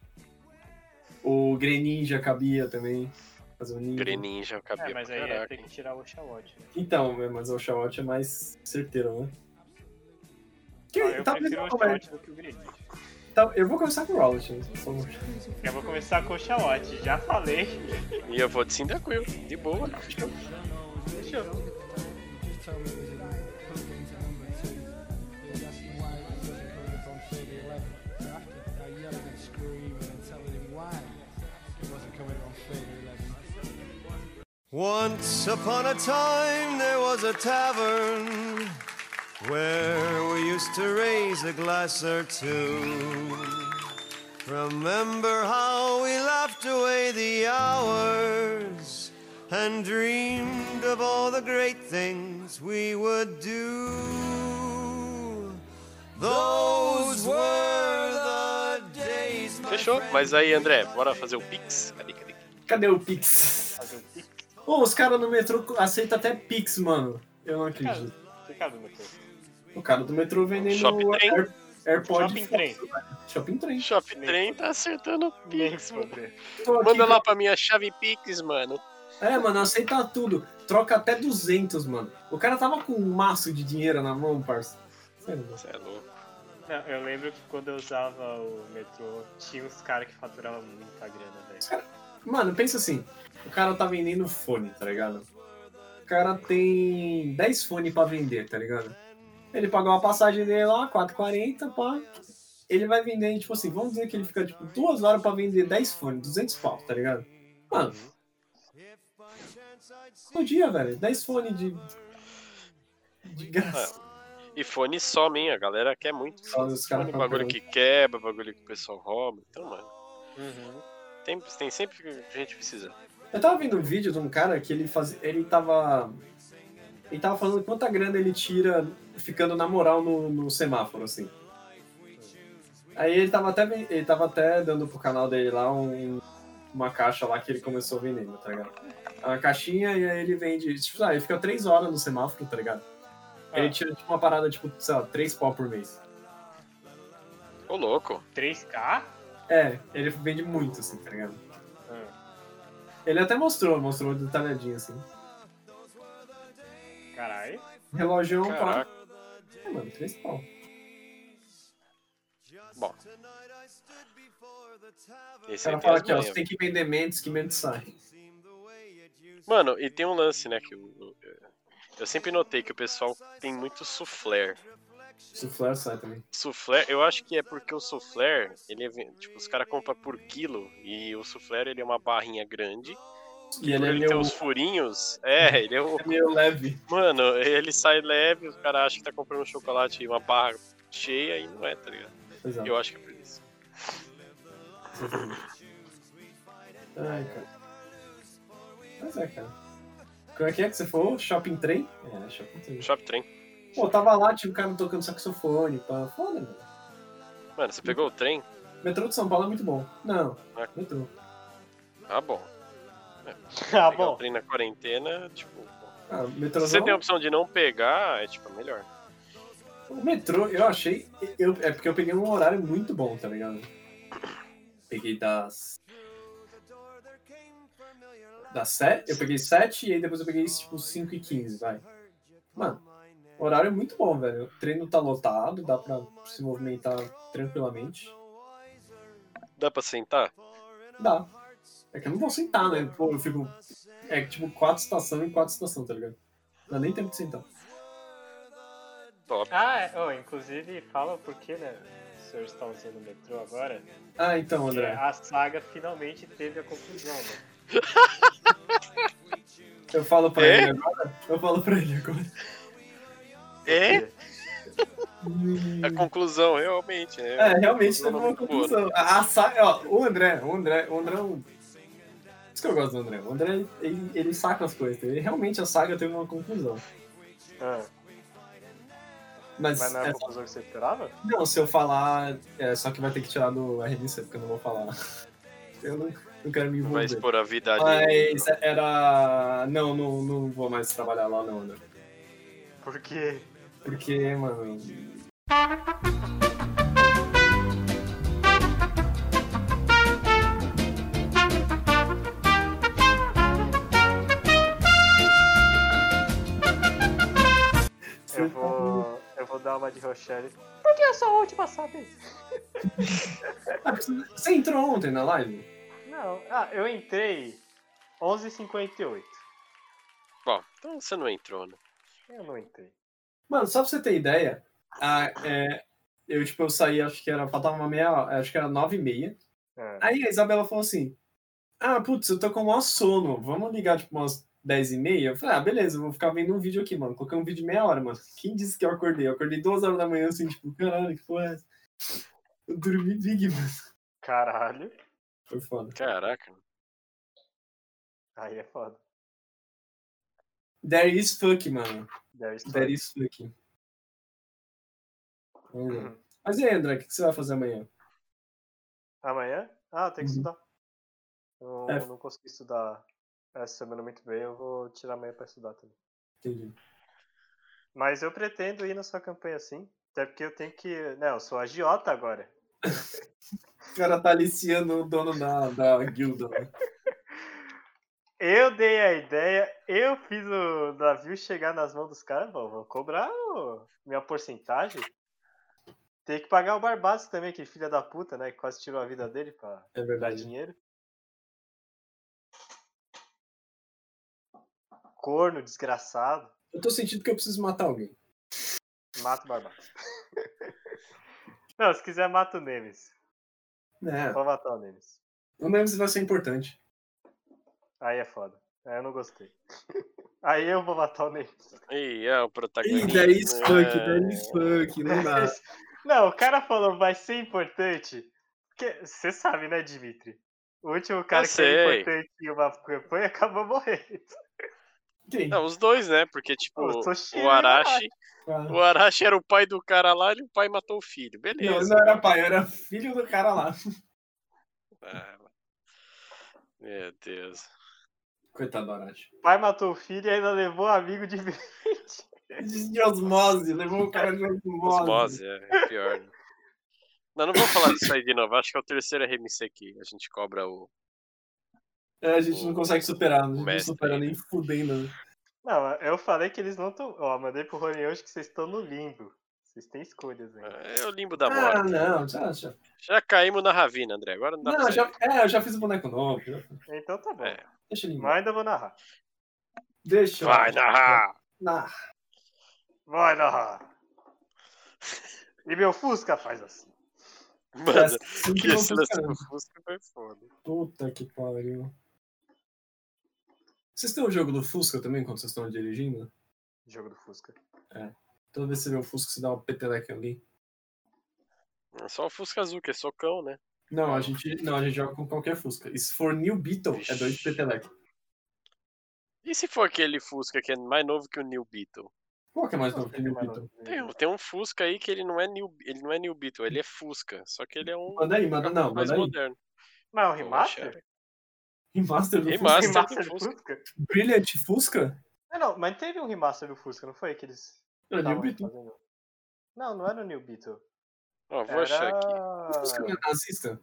Speaker 2: O Greninja cabia também. Fazer um ninja.
Speaker 4: Greninja, cabia
Speaker 3: É, mas
Speaker 4: pra
Speaker 3: aí ia
Speaker 4: caraca.
Speaker 3: ter que tirar o Oshawott. Né?
Speaker 2: Então, é, mas o Shawot é mais certeiro, né? Que-
Speaker 3: Ah, eu
Speaker 2: tá
Speaker 3: prefiro o
Speaker 2: pensando como é.
Speaker 3: Oshawott do que o Greninja.
Speaker 2: Tá, eu vou começar com o Rowlet. né? Só um-
Speaker 3: Eu vou começar com o Oshawott, já falei.
Speaker 4: E eu vou de Cyndaquil, de boa.
Speaker 3: Deixa eu
Speaker 7: Once upon a time there was a tavern where we used to raise a glass or two. Remember how we laughed away the hours and dreamed of all the great things we would do. Those were the days. my
Speaker 4: Fechou?
Speaker 7: friend.
Speaker 4: Mas aí, André, bora fazer o Pix? Cadê, cadê?
Speaker 2: Cadê o Pix?
Speaker 3: fazer o Pix.
Speaker 2: Ô, os caras no metrô aceitam até Pix, mano. Eu não acredito.
Speaker 3: Fica no meu corpo.
Speaker 2: O cara do metrô vendendo
Speaker 4: Shopping trem.
Speaker 2: Air, AirPod.
Speaker 3: Shopping
Speaker 2: Fox,
Speaker 3: trem.
Speaker 2: velho. Shopping trem.
Speaker 4: Shop trem tá acertando o
Speaker 3: Nem
Speaker 4: Pix, mano.
Speaker 3: foder.
Speaker 2: Tô aqui
Speaker 4: Manda lá pra minha chave Pix, mano.
Speaker 2: É, mano, aceita tudo. Troca até 200, mano. O cara tava com um maço de dinheiro na mão, parça. Sei lá.
Speaker 4: Você é louco.
Speaker 3: Não, eu lembro que quando eu usava o metrô, tinha uns caras que faturavam muita grana, velho.
Speaker 2: Mano, pensa assim. O cara tá vendendo fone, tá ligado? O cara tem 10 fone pra vender, tá ligado? Ele pagou uma passagem dele lá, 4,40, pá. Ele vai vendendo, tipo assim, vamos dizer que ele fica, tipo, duas horas pra vender 10 fones, 200 pau, tá ligado? Mano, todo dia, velho, 10 fones de... De graça.
Speaker 4: E fone some, hein? A galera quer muito.
Speaker 2: Só os caras
Speaker 4: Fone, bagulho que quebra, bagulho que o pessoal rouba. Então, mano,
Speaker 3: Uhum.
Speaker 4: tem, tem sempre que a gente precisa.
Speaker 2: Eu tava vendo um vídeo de um cara que ele faz... ele tava. Ele tava falando quanta grana ele tira ficando na moral no, no semáforo, assim. Aí ele tava até ven- ele tava até dando pro canal dele lá um- uma caixa lá que ele começou vendendo, tá ligado? É Uma caixinha e aí ele vende. Tipo, ah, ele fica três horas no semáforo, tá ligado? Aí
Speaker 3: Ah.
Speaker 2: Ele tira tipo, uma parada, tipo, sei lá, três pau por mês.
Speaker 4: Ô, louco.
Speaker 3: 3K?
Speaker 2: É, ele vende muito, assim, tá ligado? Ele até mostrou, mostrou detalhadinho, assim.
Speaker 3: Caralho.
Speaker 2: Relógio é um
Speaker 4: Caraca.
Speaker 2: pau. É, mano, três pau.
Speaker 4: Bom.
Speaker 2: O
Speaker 4: Esse aí
Speaker 2: cara
Speaker 4: tem
Speaker 2: fala
Speaker 4: as
Speaker 2: aqui, ó, você
Speaker 4: manhas.
Speaker 2: tem que vender mentes que mentes saem.
Speaker 4: Mano, e tem um lance, né? Que eu, eu sempre notei que o pessoal tem muito soufflé.
Speaker 2: Suflé sai também.
Speaker 4: Soufflé, eu acho que é porque o soufflé, ele é, ven- tipo, os caras compram por quilo e o soufflé ele é uma barrinha grande.
Speaker 2: E ele
Speaker 4: Por
Speaker 2: é
Speaker 4: ele ter
Speaker 2: meio,
Speaker 4: os furinhos, é, ele é o.
Speaker 2: é meio leve.
Speaker 4: Mano, ele sai leve, o cara acha que tá comprando um chocolate e uma barra cheia e não é, tá ligado?
Speaker 2: Exato.
Speaker 4: Eu acho que é por isso.
Speaker 2: Ai, cara. Mas é, cara. Como é que é que você falou? Shopping trem? É, shopping trem.
Speaker 4: Shop trem.
Speaker 2: Pô, tava lá, tinha um cara tocando saxofone, pá. Foda, mano.
Speaker 4: Mano, você pegou o trem?
Speaker 2: Metrô de São Paulo é muito bom. Não,
Speaker 4: Ah.
Speaker 2: metrô.
Speaker 4: Ah, bom.
Speaker 2: Tá
Speaker 3: Ah,
Speaker 4: Pegar o
Speaker 3: bom.
Speaker 4: trem na quarentena, tipo. bom.
Speaker 2: Ah,
Speaker 4: Se
Speaker 2: metrôzão.
Speaker 4: você tem a opção de não pegar, é tipo melhor.
Speaker 2: O metrô, eu achei. Eu, é porque eu peguei um horário muito bom, tá ligado? Peguei das. Das sete, eu peguei 7 e aí depois eu peguei tipo 5 e 15, vai. Mano, o horário é muito bom, velho. O treino tá lotado, dá pra se movimentar tranquilamente.
Speaker 4: Dá pra sentar?
Speaker 2: Dá. É que eu não vou sentar, né? Pô, eu fico. É tipo quatro estação em quatro estação, tá ligado? Não dá nem tempo de sentar.
Speaker 4: Top.
Speaker 5: Ah, é, oh, inclusive fala por que, né? O senhor está usando o metrô agora.
Speaker 2: Ah, então,
Speaker 5: Porque
Speaker 2: André.
Speaker 5: a saga finalmente teve a conclusão, né?
Speaker 2: Eu falo pra
Speaker 4: É?
Speaker 2: ele agora. Eu falo pra ele agora.
Speaker 4: É? A conclusão, realmente, né?
Speaker 2: É, realmente teve uma conclusão. A, a saga, ó, o André, o André, o André é um. Isso que eu gosto do André. O André, ele, ele saca as coisas. Ele, realmente a saga teve uma conclusão.
Speaker 3: Ah,
Speaker 2: Mas,
Speaker 3: mas não é a
Speaker 2: é,
Speaker 3: conclusão que você esperava?
Speaker 2: não, se eu falar. É, só que vai ter que tirar do RMC, porque eu não vou falar. Eu não, não quero me
Speaker 4: Não
Speaker 2: envolver.
Speaker 4: vai expor a vida ali.
Speaker 2: Mas era. Não, não, não vou mais trabalhar lá, não, né?
Speaker 3: Por quê?
Speaker 2: Porque, mano.
Speaker 3: Eu
Speaker 2: tá
Speaker 3: vou, eu vou dar uma de Rochelle.
Speaker 2: Ah, Você entrou ontem na live?
Speaker 5: Não, ah, eu entrei 11h58.
Speaker 4: Bom, então você não entrou, né?
Speaker 5: Eu não entrei.
Speaker 2: Mano, só pra você ter ideia, a- é, eu, tipo, eu saí, acho que era, faltava uma meia, acho que era nove e meia.
Speaker 3: Ah,
Speaker 2: Aí a Isabela falou assim, ah, putz, eu tô com o maior sono, vamos ligar, tipo, umas dez e meia? Eu falei, ah, beleza, eu vou ficar vendo um vídeo aqui, mano. Coloquei um vídeo de meia hora, mano. Quem disse que eu acordei? Eu acordei duas horas da manhã, assim, tipo, caralho, que porra é essa? Eu dormi big, mano.
Speaker 3: caralho.
Speaker 2: Foi foda.
Speaker 4: Caraca.
Speaker 3: Aí é foda.
Speaker 2: There is fuck, mano.
Speaker 3: Deve estar.
Speaker 2: There is fuck. Vamos lá. Mas e aí, André, o que que você vai fazer amanhã?
Speaker 3: Amanhã? Ah, tem que
Speaker 2: Uhum.
Speaker 3: estudar. Eu
Speaker 2: É.
Speaker 3: eu não consegui estudar essa semana muito bem, eu vou tirar amanhã pra estudar também.
Speaker 2: Entendi.
Speaker 3: Mas eu pretendo ir na sua campanha sim. Até porque eu tenho que. Né, eu sou agiota agora.
Speaker 2: O cara tá aliciando o dono da, da guilda, né?
Speaker 3: Eu dei a ideia, eu fiz o navio chegar nas mãos dos caras, bom, vou cobrar o- minha porcentagem. Tem que pagar o Barbados também, que filha da puta, né? Que quase tirou a vida dele pra
Speaker 2: É
Speaker 3: dar
Speaker 2: verdade.
Speaker 3: dinheiro. Corno, desgraçado.
Speaker 2: Eu tô sentindo que eu preciso matar alguém.
Speaker 3: Mata o Barbados. Não, se quiser, mata o Nemes.
Speaker 2: É.
Speaker 3: Vou matar o Nemes.
Speaker 2: O Nemesis vai ser importante.
Speaker 3: Aí é foda. Aí eu não gostei. Aí eu vou matar o Nemes.
Speaker 4: E é o protagonista.
Speaker 2: Ih, there is
Speaker 4: né? É.
Speaker 2: fuck, there is fuck, não dá.
Speaker 3: Não, o cara falou, vai ser importante. Você sabe, né, Dimitri? O último cara que foi
Speaker 4: sei.
Speaker 3: importante em uma campanha acabou morrendo.
Speaker 2: Quem?
Speaker 4: Não, os dois, né? Porque, tipo,
Speaker 3: Eu sou Shiro e
Speaker 4: o Arashi.
Speaker 2: Ah.
Speaker 4: O Arashi era o pai do cara lá e o pai matou o filho.
Speaker 2: Não, eu
Speaker 4: Beleza.
Speaker 2: não era pai, eu era filho do cara lá.
Speaker 4: Ah, mano. Meu Deus.
Speaker 2: Coitado do Arash.
Speaker 3: O pai matou o filho e ainda levou o amigo de frente.
Speaker 2: De osmose, levou o cara de osmose.
Speaker 4: Osmose, é pior. né? Não, não vou falar disso aí de novo. Acho que é o terceiro RMC que a gente cobra o.
Speaker 2: É, a gente não consegue superar, a
Speaker 4: O
Speaker 2: gente não
Speaker 4: mestre.
Speaker 2: supera nem fudendo. né?
Speaker 3: Não, eu falei que eles não estão. Ó, mandei pro Rony hoje que vocês estão no limbo. Vocês têm escolhas ainda.
Speaker 4: É o limbo da
Speaker 2: Ah,
Speaker 4: morte.
Speaker 2: não, já, já,
Speaker 4: Já caímos na ravina, André. Agora não dá
Speaker 2: É. não,
Speaker 4: pra
Speaker 2: já,
Speaker 4: sair.
Speaker 2: é, eu já fiz o boneco novo. já-
Speaker 3: Então tá bom.
Speaker 4: É.
Speaker 2: Deixa ele
Speaker 3: Mas
Speaker 2: embora.
Speaker 3: ainda vou narrar.
Speaker 2: Deixa eu-
Speaker 4: Vai narrar!
Speaker 2: Na-
Speaker 3: Vai narrar. E meu Fusca faz assim.
Speaker 2: é
Speaker 4: Mano,
Speaker 2: assim que
Speaker 4: que
Speaker 2: não
Speaker 4: esse lance
Speaker 2: funciona.
Speaker 4: do Fusca foi foda.
Speaker 2: Puta que pariu. Vocês têm o jogo do Fusca também quando vocês estão dirigindo?
Speaker 3: Jogo do Fusca.
Speaker 2: Toda vez que você vê o Fusca, você dá uma peteleca em alguém.
Speaker 4: É Só o Fusca azul, que é socão, né?
Speaker 2: Não, a gente, não, a gente joga com qualquer Fusca. E se for New Beetle, é dois petelecos.
Speaker 4: E se for aquele Fusca que é mais novo que o New Beetle?
Speaker 2: Qual que é mais novo que
Speaker 3: Ele
Speaker 2: New
Speaker 3: vai
Speaker 2: Beetle?
Speaker 3: lá.
Speaker 4: Tem, um- tem um Fusca aí que ele não é New, ele não é New Beetle, ele é Fusca. Só que ele é um
Speaker 2: Manda aí, manda não,
Speaker 4: mais
Speaker 2: manda aí.
Speaker 4: moderno.
Speaker 3: Mas é um
Speaker 4: Vou achar.
Speaker 3: remaster?
Speaker 2: Remaster do
Speaker 4: Remaster.
Speaker 2: Fusca.
Speaker 3: Remaster
Speaker 4: do
Speaker 3: do
Speaker 4: Fusca.
Speaker 3: Fusca?
Speaker 2: Brilliant Fusca?
Speaker 3: É, não, mas teve um remaster do Fusca, não foi? Que eles
Speaker 2: É New
Speaker 3: estavam
Speaker 2: Beetle.
Speaker 3: fazendo. Não, não era o New Beetle.
Speaker 4: Ó, vou
Speaker 3: Era...
Speaker 4: achar aqui.
Speaker 2: O
Speaker 3: ah.
Speaker 2: Fusca não é nazista?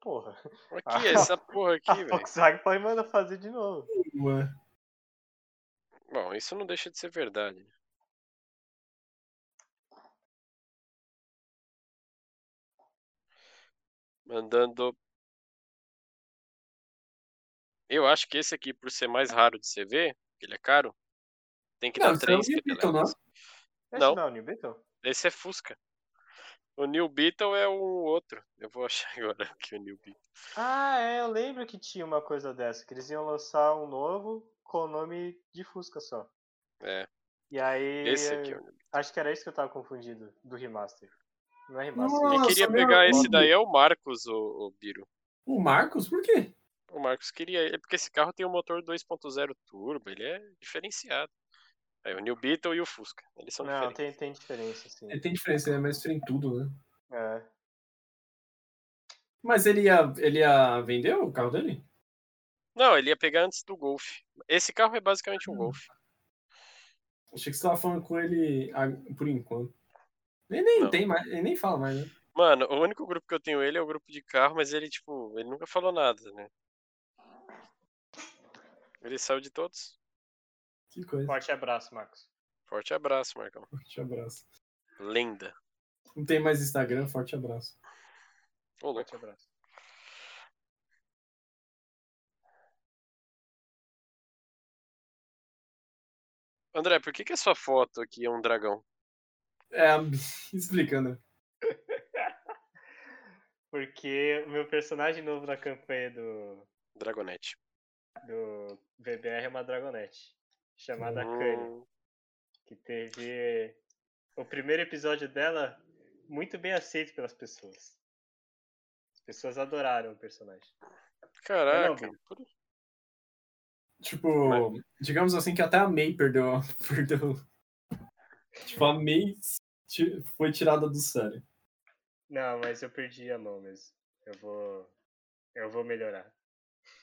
Speaker 3: Porra.
Speaker 4: Aqui, essa porra
Speaker 3: A
Speaker 4: aqui, velho.
Speaker 3: Volkswagen pode mandar fazer de novo.
Speaker 2: Ué.
Speaker 4: Bom, isso não deixa de ser verdade. Mandando. Eu acho que esse aqui, por ser mais raro de você ver, que ele é caro, tem que
Speaker 2: Não,
Speaker 4: dar
Speaker 2: esse é o
Speaker 4: três
Speaker 2: New Beetle, não é?
Speaker 4: petelecas.
Speaker 3: Esse
Speaker 4: Não.
Speaker 3: não é o New Beetle?
Speaker 4: Esse é Fusca. O New Beetle é um outro. Eu vou achar agora que é o New Beetle.
Speaker 3: Ah, é, eu lembro que tinha uma coisa dessa, que eles iam lançar um novo com o nome de Fusca só.
Speaker 4: É,
Speaker 3: E aí.
Speaker 4: esse aqui é o New Beetle.
Speaker 3: Acho que era isso que eu tava confundido do remaster. Não é remaster.
Speaker 2: Nossa,
Speaker 4: Quem queria
Speaker 2: meu
Speaker 4: pegar esse
Speaker 2: amigo.
Speaker 4: daí é o Marcos, o, o Biro.
Speaker 2: O Marcos? Por quê?
Speaker 4: O Marcos queria ele, porque esse carro tem um motor 2.0 turbo, ele é diferenciado. Aí o New Beetle e o Fusca, eles são
Speaker 3: Não, tem,
Speaker 4: diferentes.
Speaker 3: tem diferença, sim.
Speaker 2: Ele tem diferença, ele é mestre em tudo, né?
Speaker 3: É.
Speaker 2: Mas ele ia, ele ia vender o carro dele?
Speaker 4: Não, ele ia pegar antes do Golf. Esse carro é basicamente um Golf.
Speaker 3: Hum.
Speaker 2: Achei que você tava falando com ele ah, por enquanto. Ele nem
Speaker 4: Não.
Speaker 2: tem mais, ele nem fala mais, né?
Speaker 4: Mano, o único grupo que eu tenho ele é o grupo de carro, mas ele tipo, ele nunca falou nada, né? Ele saiu de todos.
Speaker 2: Que coisa.
Speaker 5: Forte abraço, Marcos.
Speaker 4: Forte abraço, Marcão.
Speaker 2: Forte abraço.
Speaker 4: Lenda.
Speaker 2: Não tem mais Instagram, forte abraço.
Speaker 4: Ô, louco.
Speaker 5: Forte abraço.
Speaker 4: André, por que, que a sua foto aqui é um dragão?
Speaker 2: É, explicando.
Speaker 5: Porque o meu personagem novo na campanha do,
Speaker 4: Dragonete.
Speaker 5: do VBR é uma dragonete. Chamada
Speaker 4: Hum,
Speaker 5: Kanye. Que teve o primeiro episódio dela muito bem aceito pelas pessoas. As pessoas adoraram o personagem.
Speaker 3: É
Speaker 4: caraca.
Speaker 5: Não,
Speaker 4: por-
Speaker 2: Tipo, digamos assim que até a May perdeu. perdeu. Tipo, a May ti- foi tirada do sério.
Speaker 5: Não, mas eu perdi a mão mesmo. Eu vou. Eu vou melhorar.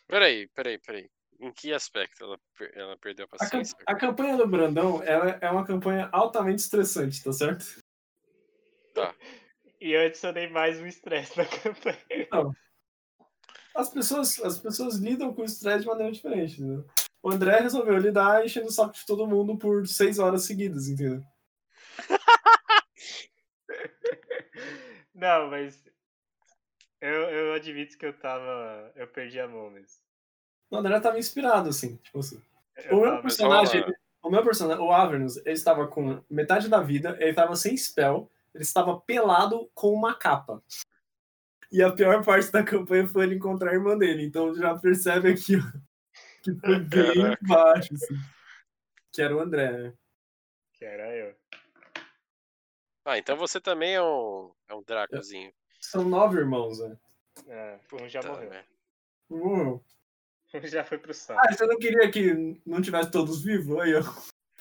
Speaker 4: Peraí, peraí, peraí. Em que aspecto ela, per- ela perdeu a
Speaker 2: A, cam-
Speaker 4: paciência?
Speaker 2: a campanha do Brandão ela é uma campanha altamente estressante, tá certo?
Speaker 5: E eu adicionei mais um estresse na campanha.
Speaker 2: As pessoas, as pessoas lidam com o estresse de maneira diferente, né? O André resolveu lidar enchendo o saco de todo mundo por seis horas seguidas, entendeu?
Speaker 5: Não, mas. Eu, eu admito que eu tava. Eu perdi a mão mesmo.
Speaker 2: O André tava inspirado, assim, tipo assim.
Speaker 5: Eu
Speaker 2: O meu
Speaker 5: tava mesmo.
Speaker 2: personagem,
Speaker 4: rola.
Speaker 2: o meu personagem, o Avernus, ele estava com metade da vida, ele estava sem spell, ele estava pelado com uma capa. E a pior parte da campanha foi ele encontrar a irmã dele, então já percebe aqui ó, que foi bem
Speaker 4: Caraca.
Speaker 2: baixo, assim. Que era o André, né?
Speaker 5: Que era eu.
Speaker 4: Ah, então você também é um, é um Dracozinho.
Speaker 2: São nove irmãos, né?
Speaker 5: É, um já
Speaker 4: Tá,
Speaker 5: morreu.
Speaker 4: né?
Speaker 2: Uou.
Speaker 5: Um já foi pro saco.
Speaker 2: Ah, você não queria que não tivesse todos vivos? Aí, ó.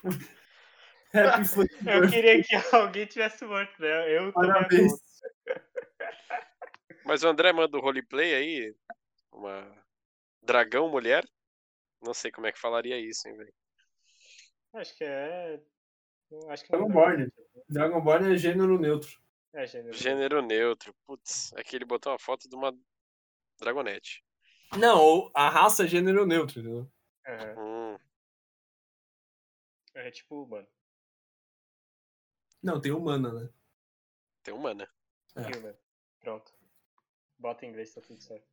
Speaker 2: Happy foi.
Speaker 5: Eu queria que alguém tivesse morto, né? Eu tomei a
Speaker 2: Parabéns.
Speaker 5: conta.
Speaker 4: Mas o André manda o roleplay aí. Uma dragão mulher? Não sei como é que falaria isso, hein, velho.
Speaker 5: Acho que é. eu Acho que não
Speaker 2: Dragonborn. Dragonborn é gênero neutro.
Speaker 5: É gênero.
Speaker 4: Gênero neutro. Putz, aqui ele botou uma foto de uma dragonete.
Speaker 2: Não, ou a raça é gênero neutro, entendeu?
Speaker 5: Aham.
Speaker 4: Hum,
Speaker 5: É tipo, mano.
Speaker 2: Não, tem humana, né?
Speaker 4: Tem humana.
Speaker 3: Human. Pronto. Bota em inglês, tá tudo certo.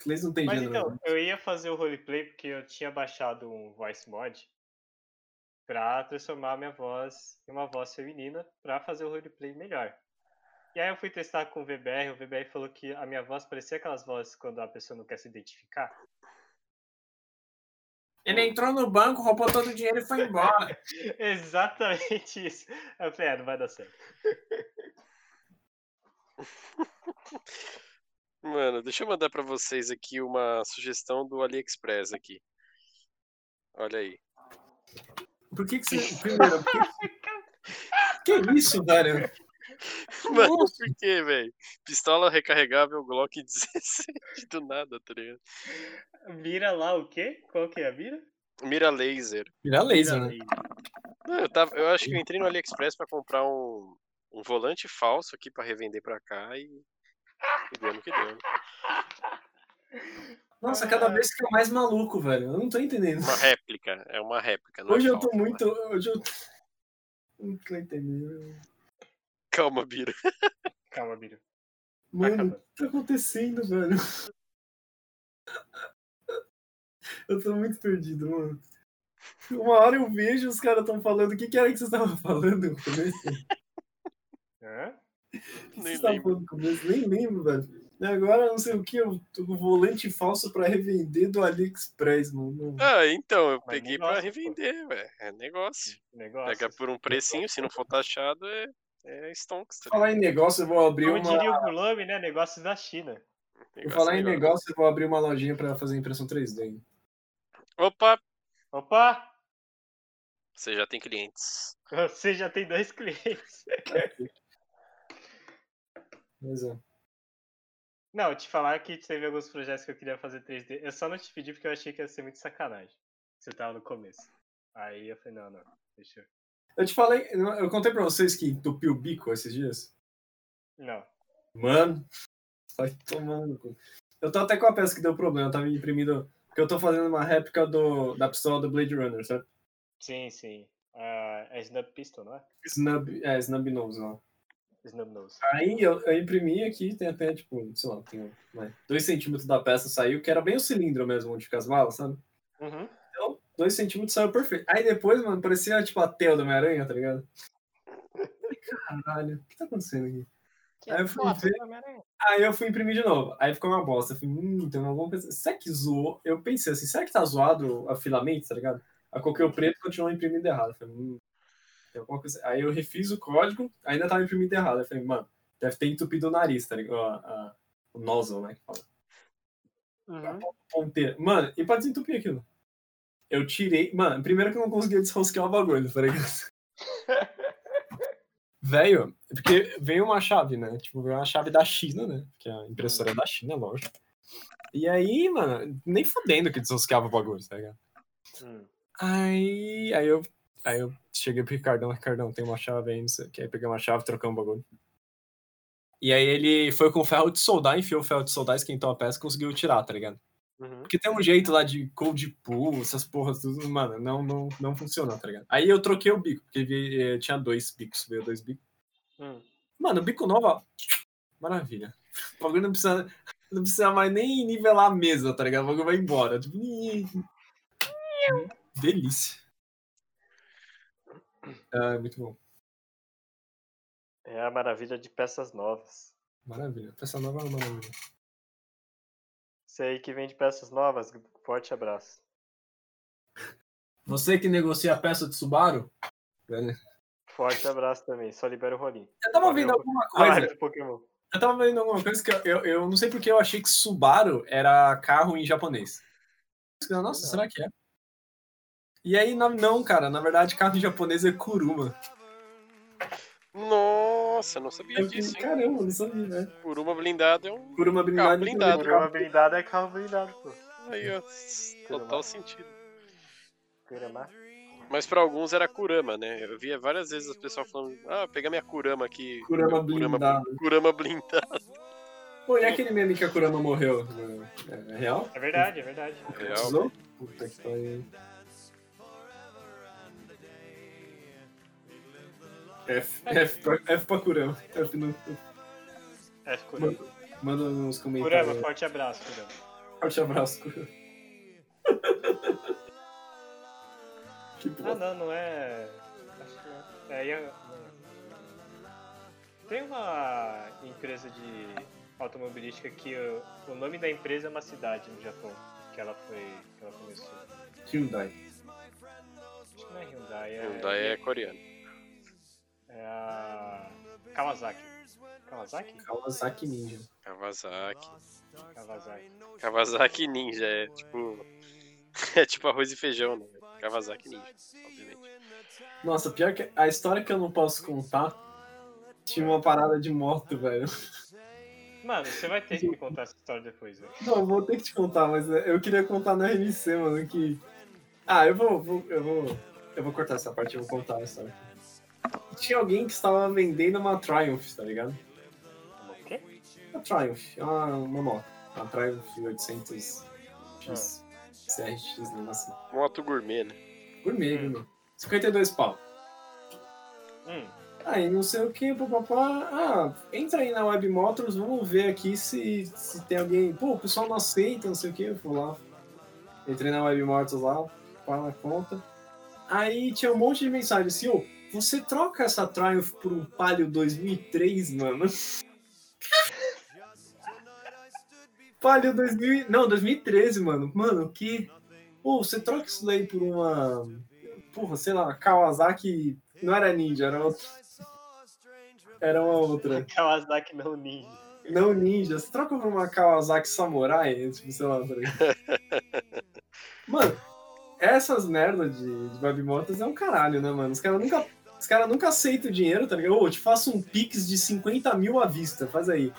Speaker 2: Inglês não tem
Speaker 3: Mas
Speaker 2: gênero.
Speaker 3: então,
Speaker 2: né?
Speaker 3: eu ia fazer o roleplay porque eu tinha baixado um voice mod pra transformar minha voz em uma voz feminina pra fazer o roleplay melhor. E aí eu fui testar com o VBR, o VBR falou que a minha voz parecia aquelas vozes quando a pessoa não quer se identificar.
Speaker 2: Ele entrou no banco, roubou todo o dinheiro e foi embora.
Speaker 3: Exatamente isso. Eu falei, ah, não vai dar certo.
Speaker 4: Mano, deixa eu mandar pra vocês aqui uma sugestão do AliExpress aqui. Olha aí.
Speaker 2: Por que que você... Primeiro, por que... que isso, velho?
Speaker 4: Mano, por que, velho? Pistola recarregável Glock 17 do nada, tá ligado?
Speaker 3: Mira lá o quê? Qual que é a mira?
Speaker 4: Mira laser.
Speaker 2: Vira laser, né?
Speaker 4: Não, eu, tava- eu acho que eu entrei no AliExpress pra comprar um, um volante falso aqui pra revender pra cá e. E deu no que deu. né?
Speaker 2: Nossa, cada vez fica mais maluco, velho. Eu não tô entendendo.
Speaker 4: Uma réplica, é uma réplica. Não é
Speaker 2: Hoje eu tô
Speaker 4: falso,
Speaker 2: muito... Hoje eu... Não tô entendendo.
Speaker 4: né? Calma, Bira.
Speaker 3: Calma, Mira. Tá
Speaker 2: Mano, o que tá acontecendo, velho? Eu tô muito perdido, mano. Uma hora eu vejo os caras tão falando. O que, que era que vocês estavam falando no começo?
Speaker 3: Hã?
Speaker 2: O que
Speaker 4: Nem
Speaker 2: vocês estavam tá
Speaker 4: lembro.
Speaker 2: falando no começo? Nem lembro, velho. E agora não sei o que, o o volante falso pra revender do AliExpress, mano.
Speaker 4: Ah, então, eu
Speaker 3: Mas
Speaker 4: peguei pra
Speaker 3: negócio, pô.
Speaker 4: revender, velho. É negócio.
Speaker 3: Negócio.
Speaker 4: Pega por um precinho, se não for taxado, é, é stonks, tá ligado?
Speaker 2: Falar em negócio, eu vou abrir
Speaker 3: Como
Speaker 2: uma.
Speaker 3: diria o Guilherme, né? Negócios da China.
Speaker 2: Vou
Speaker 4: é Negócio,
Speaker 2: falar em negócio, eu vou abrir uma lojinha pra fazer impressão 3D. hein?
Speaker 4: Opa,
Speaker 3: Opa!
Speaker 4: você já tem clientes.
Speaker 3: Você já tem dois clientes.
Speaker 2: Mas é.
Speaker 3: Não, te falar que teve alguns projetos que eu queria fazer 3D. Eu só não te pedi porque eu achei que ia ser muito sacanagem. Você tava no começo. Aí eu falei, não, não, deixa eu.
Speaker 2: Eu te falei, eu contei pra vocês que entupiu o bico esses dias.
Speaker 3: Não.
Speaker 2: Mano, vai tomando. no cu. Eu tô até com a peça que deu problema, eu tava imprimindo. Porque eu tô fazendo uma réplica do, da pistola do Blade Runner, certo?
Speaker 3: Sim, sim. Ah, é Snub Pistol, não é?
Speaker 2: Snub, é, Snub Nose lá.
Speaker 3: Snub Nose.
Speaker 2: Aí eu, eu imprimi aqui, tem até, tipo, sei lá, tem né, dois centímetros da peça saiu, que era bem o cilindro mesmo, onde fica as balas, sabe?
Speaker 3: Uhum.
Speaker 2: Então, dois centímetros saiu perfeito. Aí depois, mano, parecia, tipo, a teia do Homem-Aranha, tá ligado? Caralho, o que tá acontecendo aqui? Aí eu fui ver, Aí eu fui imprimir de novo. Aí ficou uma bosta. Eu falei, hum, então eu vou pensar. Será que zoou? Eu pensei assim, será que tá zoado o filamento, tá ligado? Aí coloquei o preto e continuou imprimindo errado. Eu falei, hum, tem alguma coisa. Aí eu refiz o código, ainda tava imprimindo errado. Eu falei, mano, deve ter entupido o nariz, tá ligado? A- a- o nozzle, né? Que fala.
Speaker 3: Uhum.
Speaker 2: Ponteira. Mano, e pra desentupir aquilo? Eu tirei. Mano, primeiro que eu não conseguia desrosquear o bagulho, tá ligado? Velho, porque veio uma chave, né? Tipo, veio uma chave da China, né? Porque a impressora é da China, lógico. E aí, mano, nem fudendo que desrosqueava o bagulho, tá ligado?
Speaker 3: Hum.
Speaker 2: Aí, aí eu, aí eu cheguei pro Ricardão, Ricardão, tem uma chave aí, não sei o que. Aí peguei uma chave, trocamos o bagulho. E aí ele foi com ferro de soldar, enfiou o ferro de soldar, esquentou a peça e conseguiu tirar, tá ligado?
Speaker 3: Uhum.
Speaker 2: Porque tem um jeito lá de cold pull, essas porras tudo, mano, não, não, não funciona, tá ligado? Aí eu troquei o bico, porque vi- eh, tinha dois bicos, veio dois bicos.
Speaker 3: Hum.
Speaker 2: Mano, bico novo, ó, maravilha. O bagulho não precisa, não precisa mais nem nivelar a mesa, tá ligado? O bagulho vai embora. Tipo, ih, delícia. Ah, muito bom.
Speaker 3: É a maravilha de peças novas.
Speaker 2: Maravilha. Peça nova é uma maravilha.
Speaker 3: Você aí que vende peças novas, forte abraço.
Speaker 2: Você que negocia a peça de Subaru? Eu
Speaker 3: Forte abraço também, só libera o rolinho.
Speaker 2: tava
Speaker 3: Valeu.
Speaker 2: vendo alguma coisa.
Speaker 3: Olha do Pokémon.
Speaker 2: Eu tava vendo alguma coisa que eu, eu, eu não sei porque eu achei que Subaru era carro em japonês. Nossa, será que é? E aí, na- não, cara, na verdade, carro em japonês é Kuruma.
Speaker 4: Nossa, não sabia
Speaker 2: Eu
Speaker 4: disso,
Speaker 2: fiquei,
Speaker 4: hein?
Speaker 2: caramba, não sabia, né?
Speaker 4: Kuruma blindado é um.
Speaker 2: Kuruma blindado.
Speaker 4: Carro blindado.
Speaker 3: Por uma blindada é carro blindado, pô.
Speaker 4: Aí, ó, total sentido.
Speaker 3: Kuramá.
Speaker 4: Mas pra alguns era Kurama, né? Eu via várias vezes as pessoas falando: ah, pega minha Kurama aqui.
Speaker 2: Kurama blindado.
Speaker 4: Kurama blindado. né?
Speaker 2: Pô, e aquele meme que a Kurama morreu? né? É, é real?
Speaker 3: É verdade, é verdade.
Speaker 4: Real.
Speaker 2: Precisou? Puta que pariu. F, F, pra- F pra Kurama. F no,
Speaker 5: É, Kurama.
Speaker 2: manda uns comentários.
Speaker 5: Kurama, forte abraço, Kurama.
Speaker 2: Forte abraço, Kurama. que
Speaker 5: Ah,
Speaker 2: bosta.
Speaker 5: não, não é. Acho que não. é. ia- Tem uma empresa de automobilística que o, o nome da empresa é uma cidade no Japão que ela foi, que ela começou.
Speaker 2: Hyundai.
Speaker 5: Acho que não é Hyundai, é,
Speaker 4: Hyundai é coreano.
Speaker 5: é a Kawasaki. Kawasaki?
Speaker 2: Kawasaki Ninja.
Speaker 4: Kawasaki.
Speaker 5: Kawasaki.
Speaker 4: Kawasaki Ninja é tipo. É tipo arroz e feijão, né? Kawasaki Ninja, obviamente.
Speaker 2: Nossa, pior que a história que eu não posso contar tinha uma parada de moto, velho.
Speaker 5: Mano, você vai ter que me contar essa história depois, velho.
Speaker 2: Não, eu vou ter que te contar, mas é, eu queria contar na RMC, mano, que. Ah, eu vou. vou- eu vou. Eu vou cortar essa parte, eu vou contar a história. Tinha alguém que estava vendendo uma Triumph, tá ligado?
Speaker 5: Como o quê?
Speaker 2: A Triumph, é uma, uma moto. Uma Triumph 800X. CRX, não assim.
Speaker 4: Moto gourmet, né?
Speaker 2: Gourmet, gourmet. 52 pau.
Speaker 5: Hum,
Speaker 2: Aí Ah, não sei o que, papapá. Ah, entra aí na Web Motors, vamos ver aqui se, se tem alguém. Pô, o pessoal não aceita, não sei o que. Eu fui lá. Entrei na Web Motors lá, pá na conta. Aí tinha um monte de mensagem assim, ô, você troca essa Triumph por um Palio 2003, mano? Palio 2000, não, 2013, mano. Mano, que... Pô, você troca isso daí por uma... Porra, sei lá, Kawasaki... Não era Ninja, era outra. Era uma outra.
Speaker 5: Kawasaki não ninja.
Speaker 2: Não ninja, você troca por uma Kawasaki Samurai, tipo, sei lá, tá ligado? Mano, essas merdas de, de Babimotas é um caralho, né, mano? Os caras nunca, os cara nunca aceitam o dinheiro, tá ligado? Ô, eu te faço um pix de 50 mil à vista, faz aí.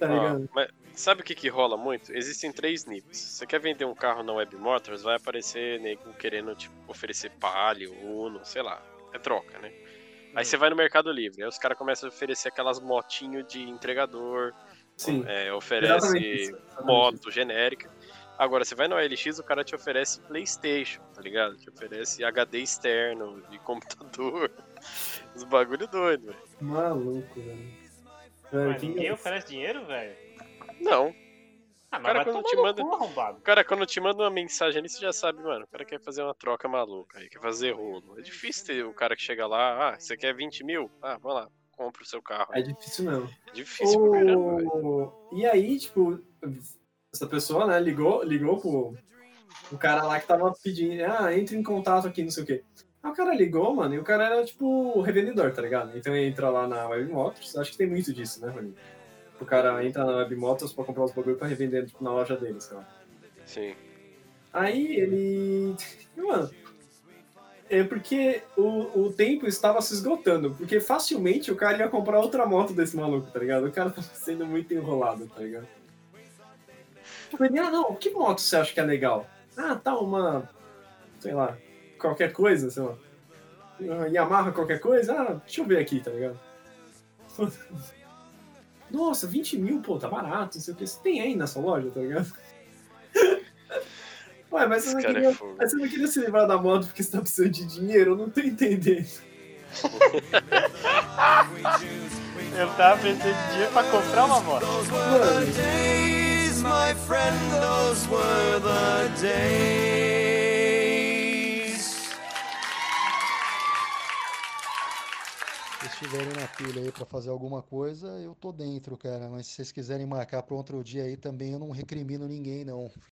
Speaker 2: Tá
Speaker 4: Ó,
Speaker 2: ligado?
Speaker 4: mas sabe o que, que rola muito? Existem três níveis. Você quer vender um carro na Web Motors, vai aparecer nego querendo tipo, oferecer Palio, Uno, sei lá. É troca, né?
Speaker 2: Hum.
Speaker 4: Aí você vai no Mercado Livre, aí os caras começam a oferecer aquelas motinhos de entregador,
Speaker 2: Sim.
Speaker 4: é,
Speaker 2: exatamente
Speaker 4: oferece
Speaker 2: isso, exatamente isso.
Speaker 4: moto genérica. Agora, você vai no OLX, o cara te oferece PlayStation, tá ligado? Te oferece HD externo de computador. Os bagulho doido, velho.
Speaker 2: Tá Maluco, velho. Velho,
Speaker 5: Mas
Speaker 2: quem-
Speaker 3: é
Speaker 2: é?
Speaker 5: ninguém oferece dinheiro, velho?
Speaker 4: Não.
Speaker 5: Ah, mas
Speaker 4: Cara,
Speaker 5: vai
Speaker 4: quando
Speaker 5: tomar
Speaker 4: te
Speaker 5: no
Speaker 4: manda-
Speaker 5: cu, arrombado.
Speaker 4: O cara, quando te manda uma mensagem ali, você já sabe, mano. O cara quer fazer uma troca maluca aí, quer fazer rolo. É difícil ter o cara que chega lá, ah, você quer 20 mil? Ah, vamos lá, compra o seu carro.
Speaker 2: É difícil mesmo.
Speaker 4: É difícil pra caramba, velho.
Speaker 2: O- E aí, tipo, essa pessoa, né, ligou, ligou pro o cara lá que tava pedindo, ah, entra em contato aqui, não sei o quê. Aí o cara ligou, mano, e o cara era, tipo, revendedor, tá ligado? Então ele entra lá na Web Motors, acho que tem muito disso, né, Rony? O cara entra na Web Motors pra comprar os bagulho pra revender, tipo, na loja dele, sei lá.
Speaker 4: Sim.
Speaker 2: Aí ele. Mano. É porque o, o tempo estava se esgotando. Porque facilmente o cara ia comprar outra moto desse maluco, tá ligado? O cara tava sendo muito enrolado, tá ligado? Tipo, ele, ah, não, que moto você acha que é legal? Ah, tá, uma. Sei lá. Qualquer coisa, sei lá. Ah, Yamaha, qualquer coisa? Ah, deixa eu ver aqui, tá ligado? Nossa, 20 mil, pô, tá barato, não sei o que. Você tem aí na sua loja, tá ligado? Ué, mas você
Speaker 4: Esse
Speaker 2: não
Speaker 4: cara
Speaker 2: queria
Speaker 4: é fogo.
Speaker 2: mas você não queria se livrar da moto porque você tá precisando de dinheiro? Eu não tô entendendo.
Speaker 5: Eu tava precisando de dinheiro pra comprar uma moto.
Speaker 7: Those were
Speaker 2: Mano.
Speaker 7: the days, my friend, those were the days.
Speaker 1: Se estiverem na pilha aí pra fazer alguma coisa, eu tô dentro, cara. Mas se vocês quiserem marcar pra outro dia aí também, eu não recrimino ninguém, não.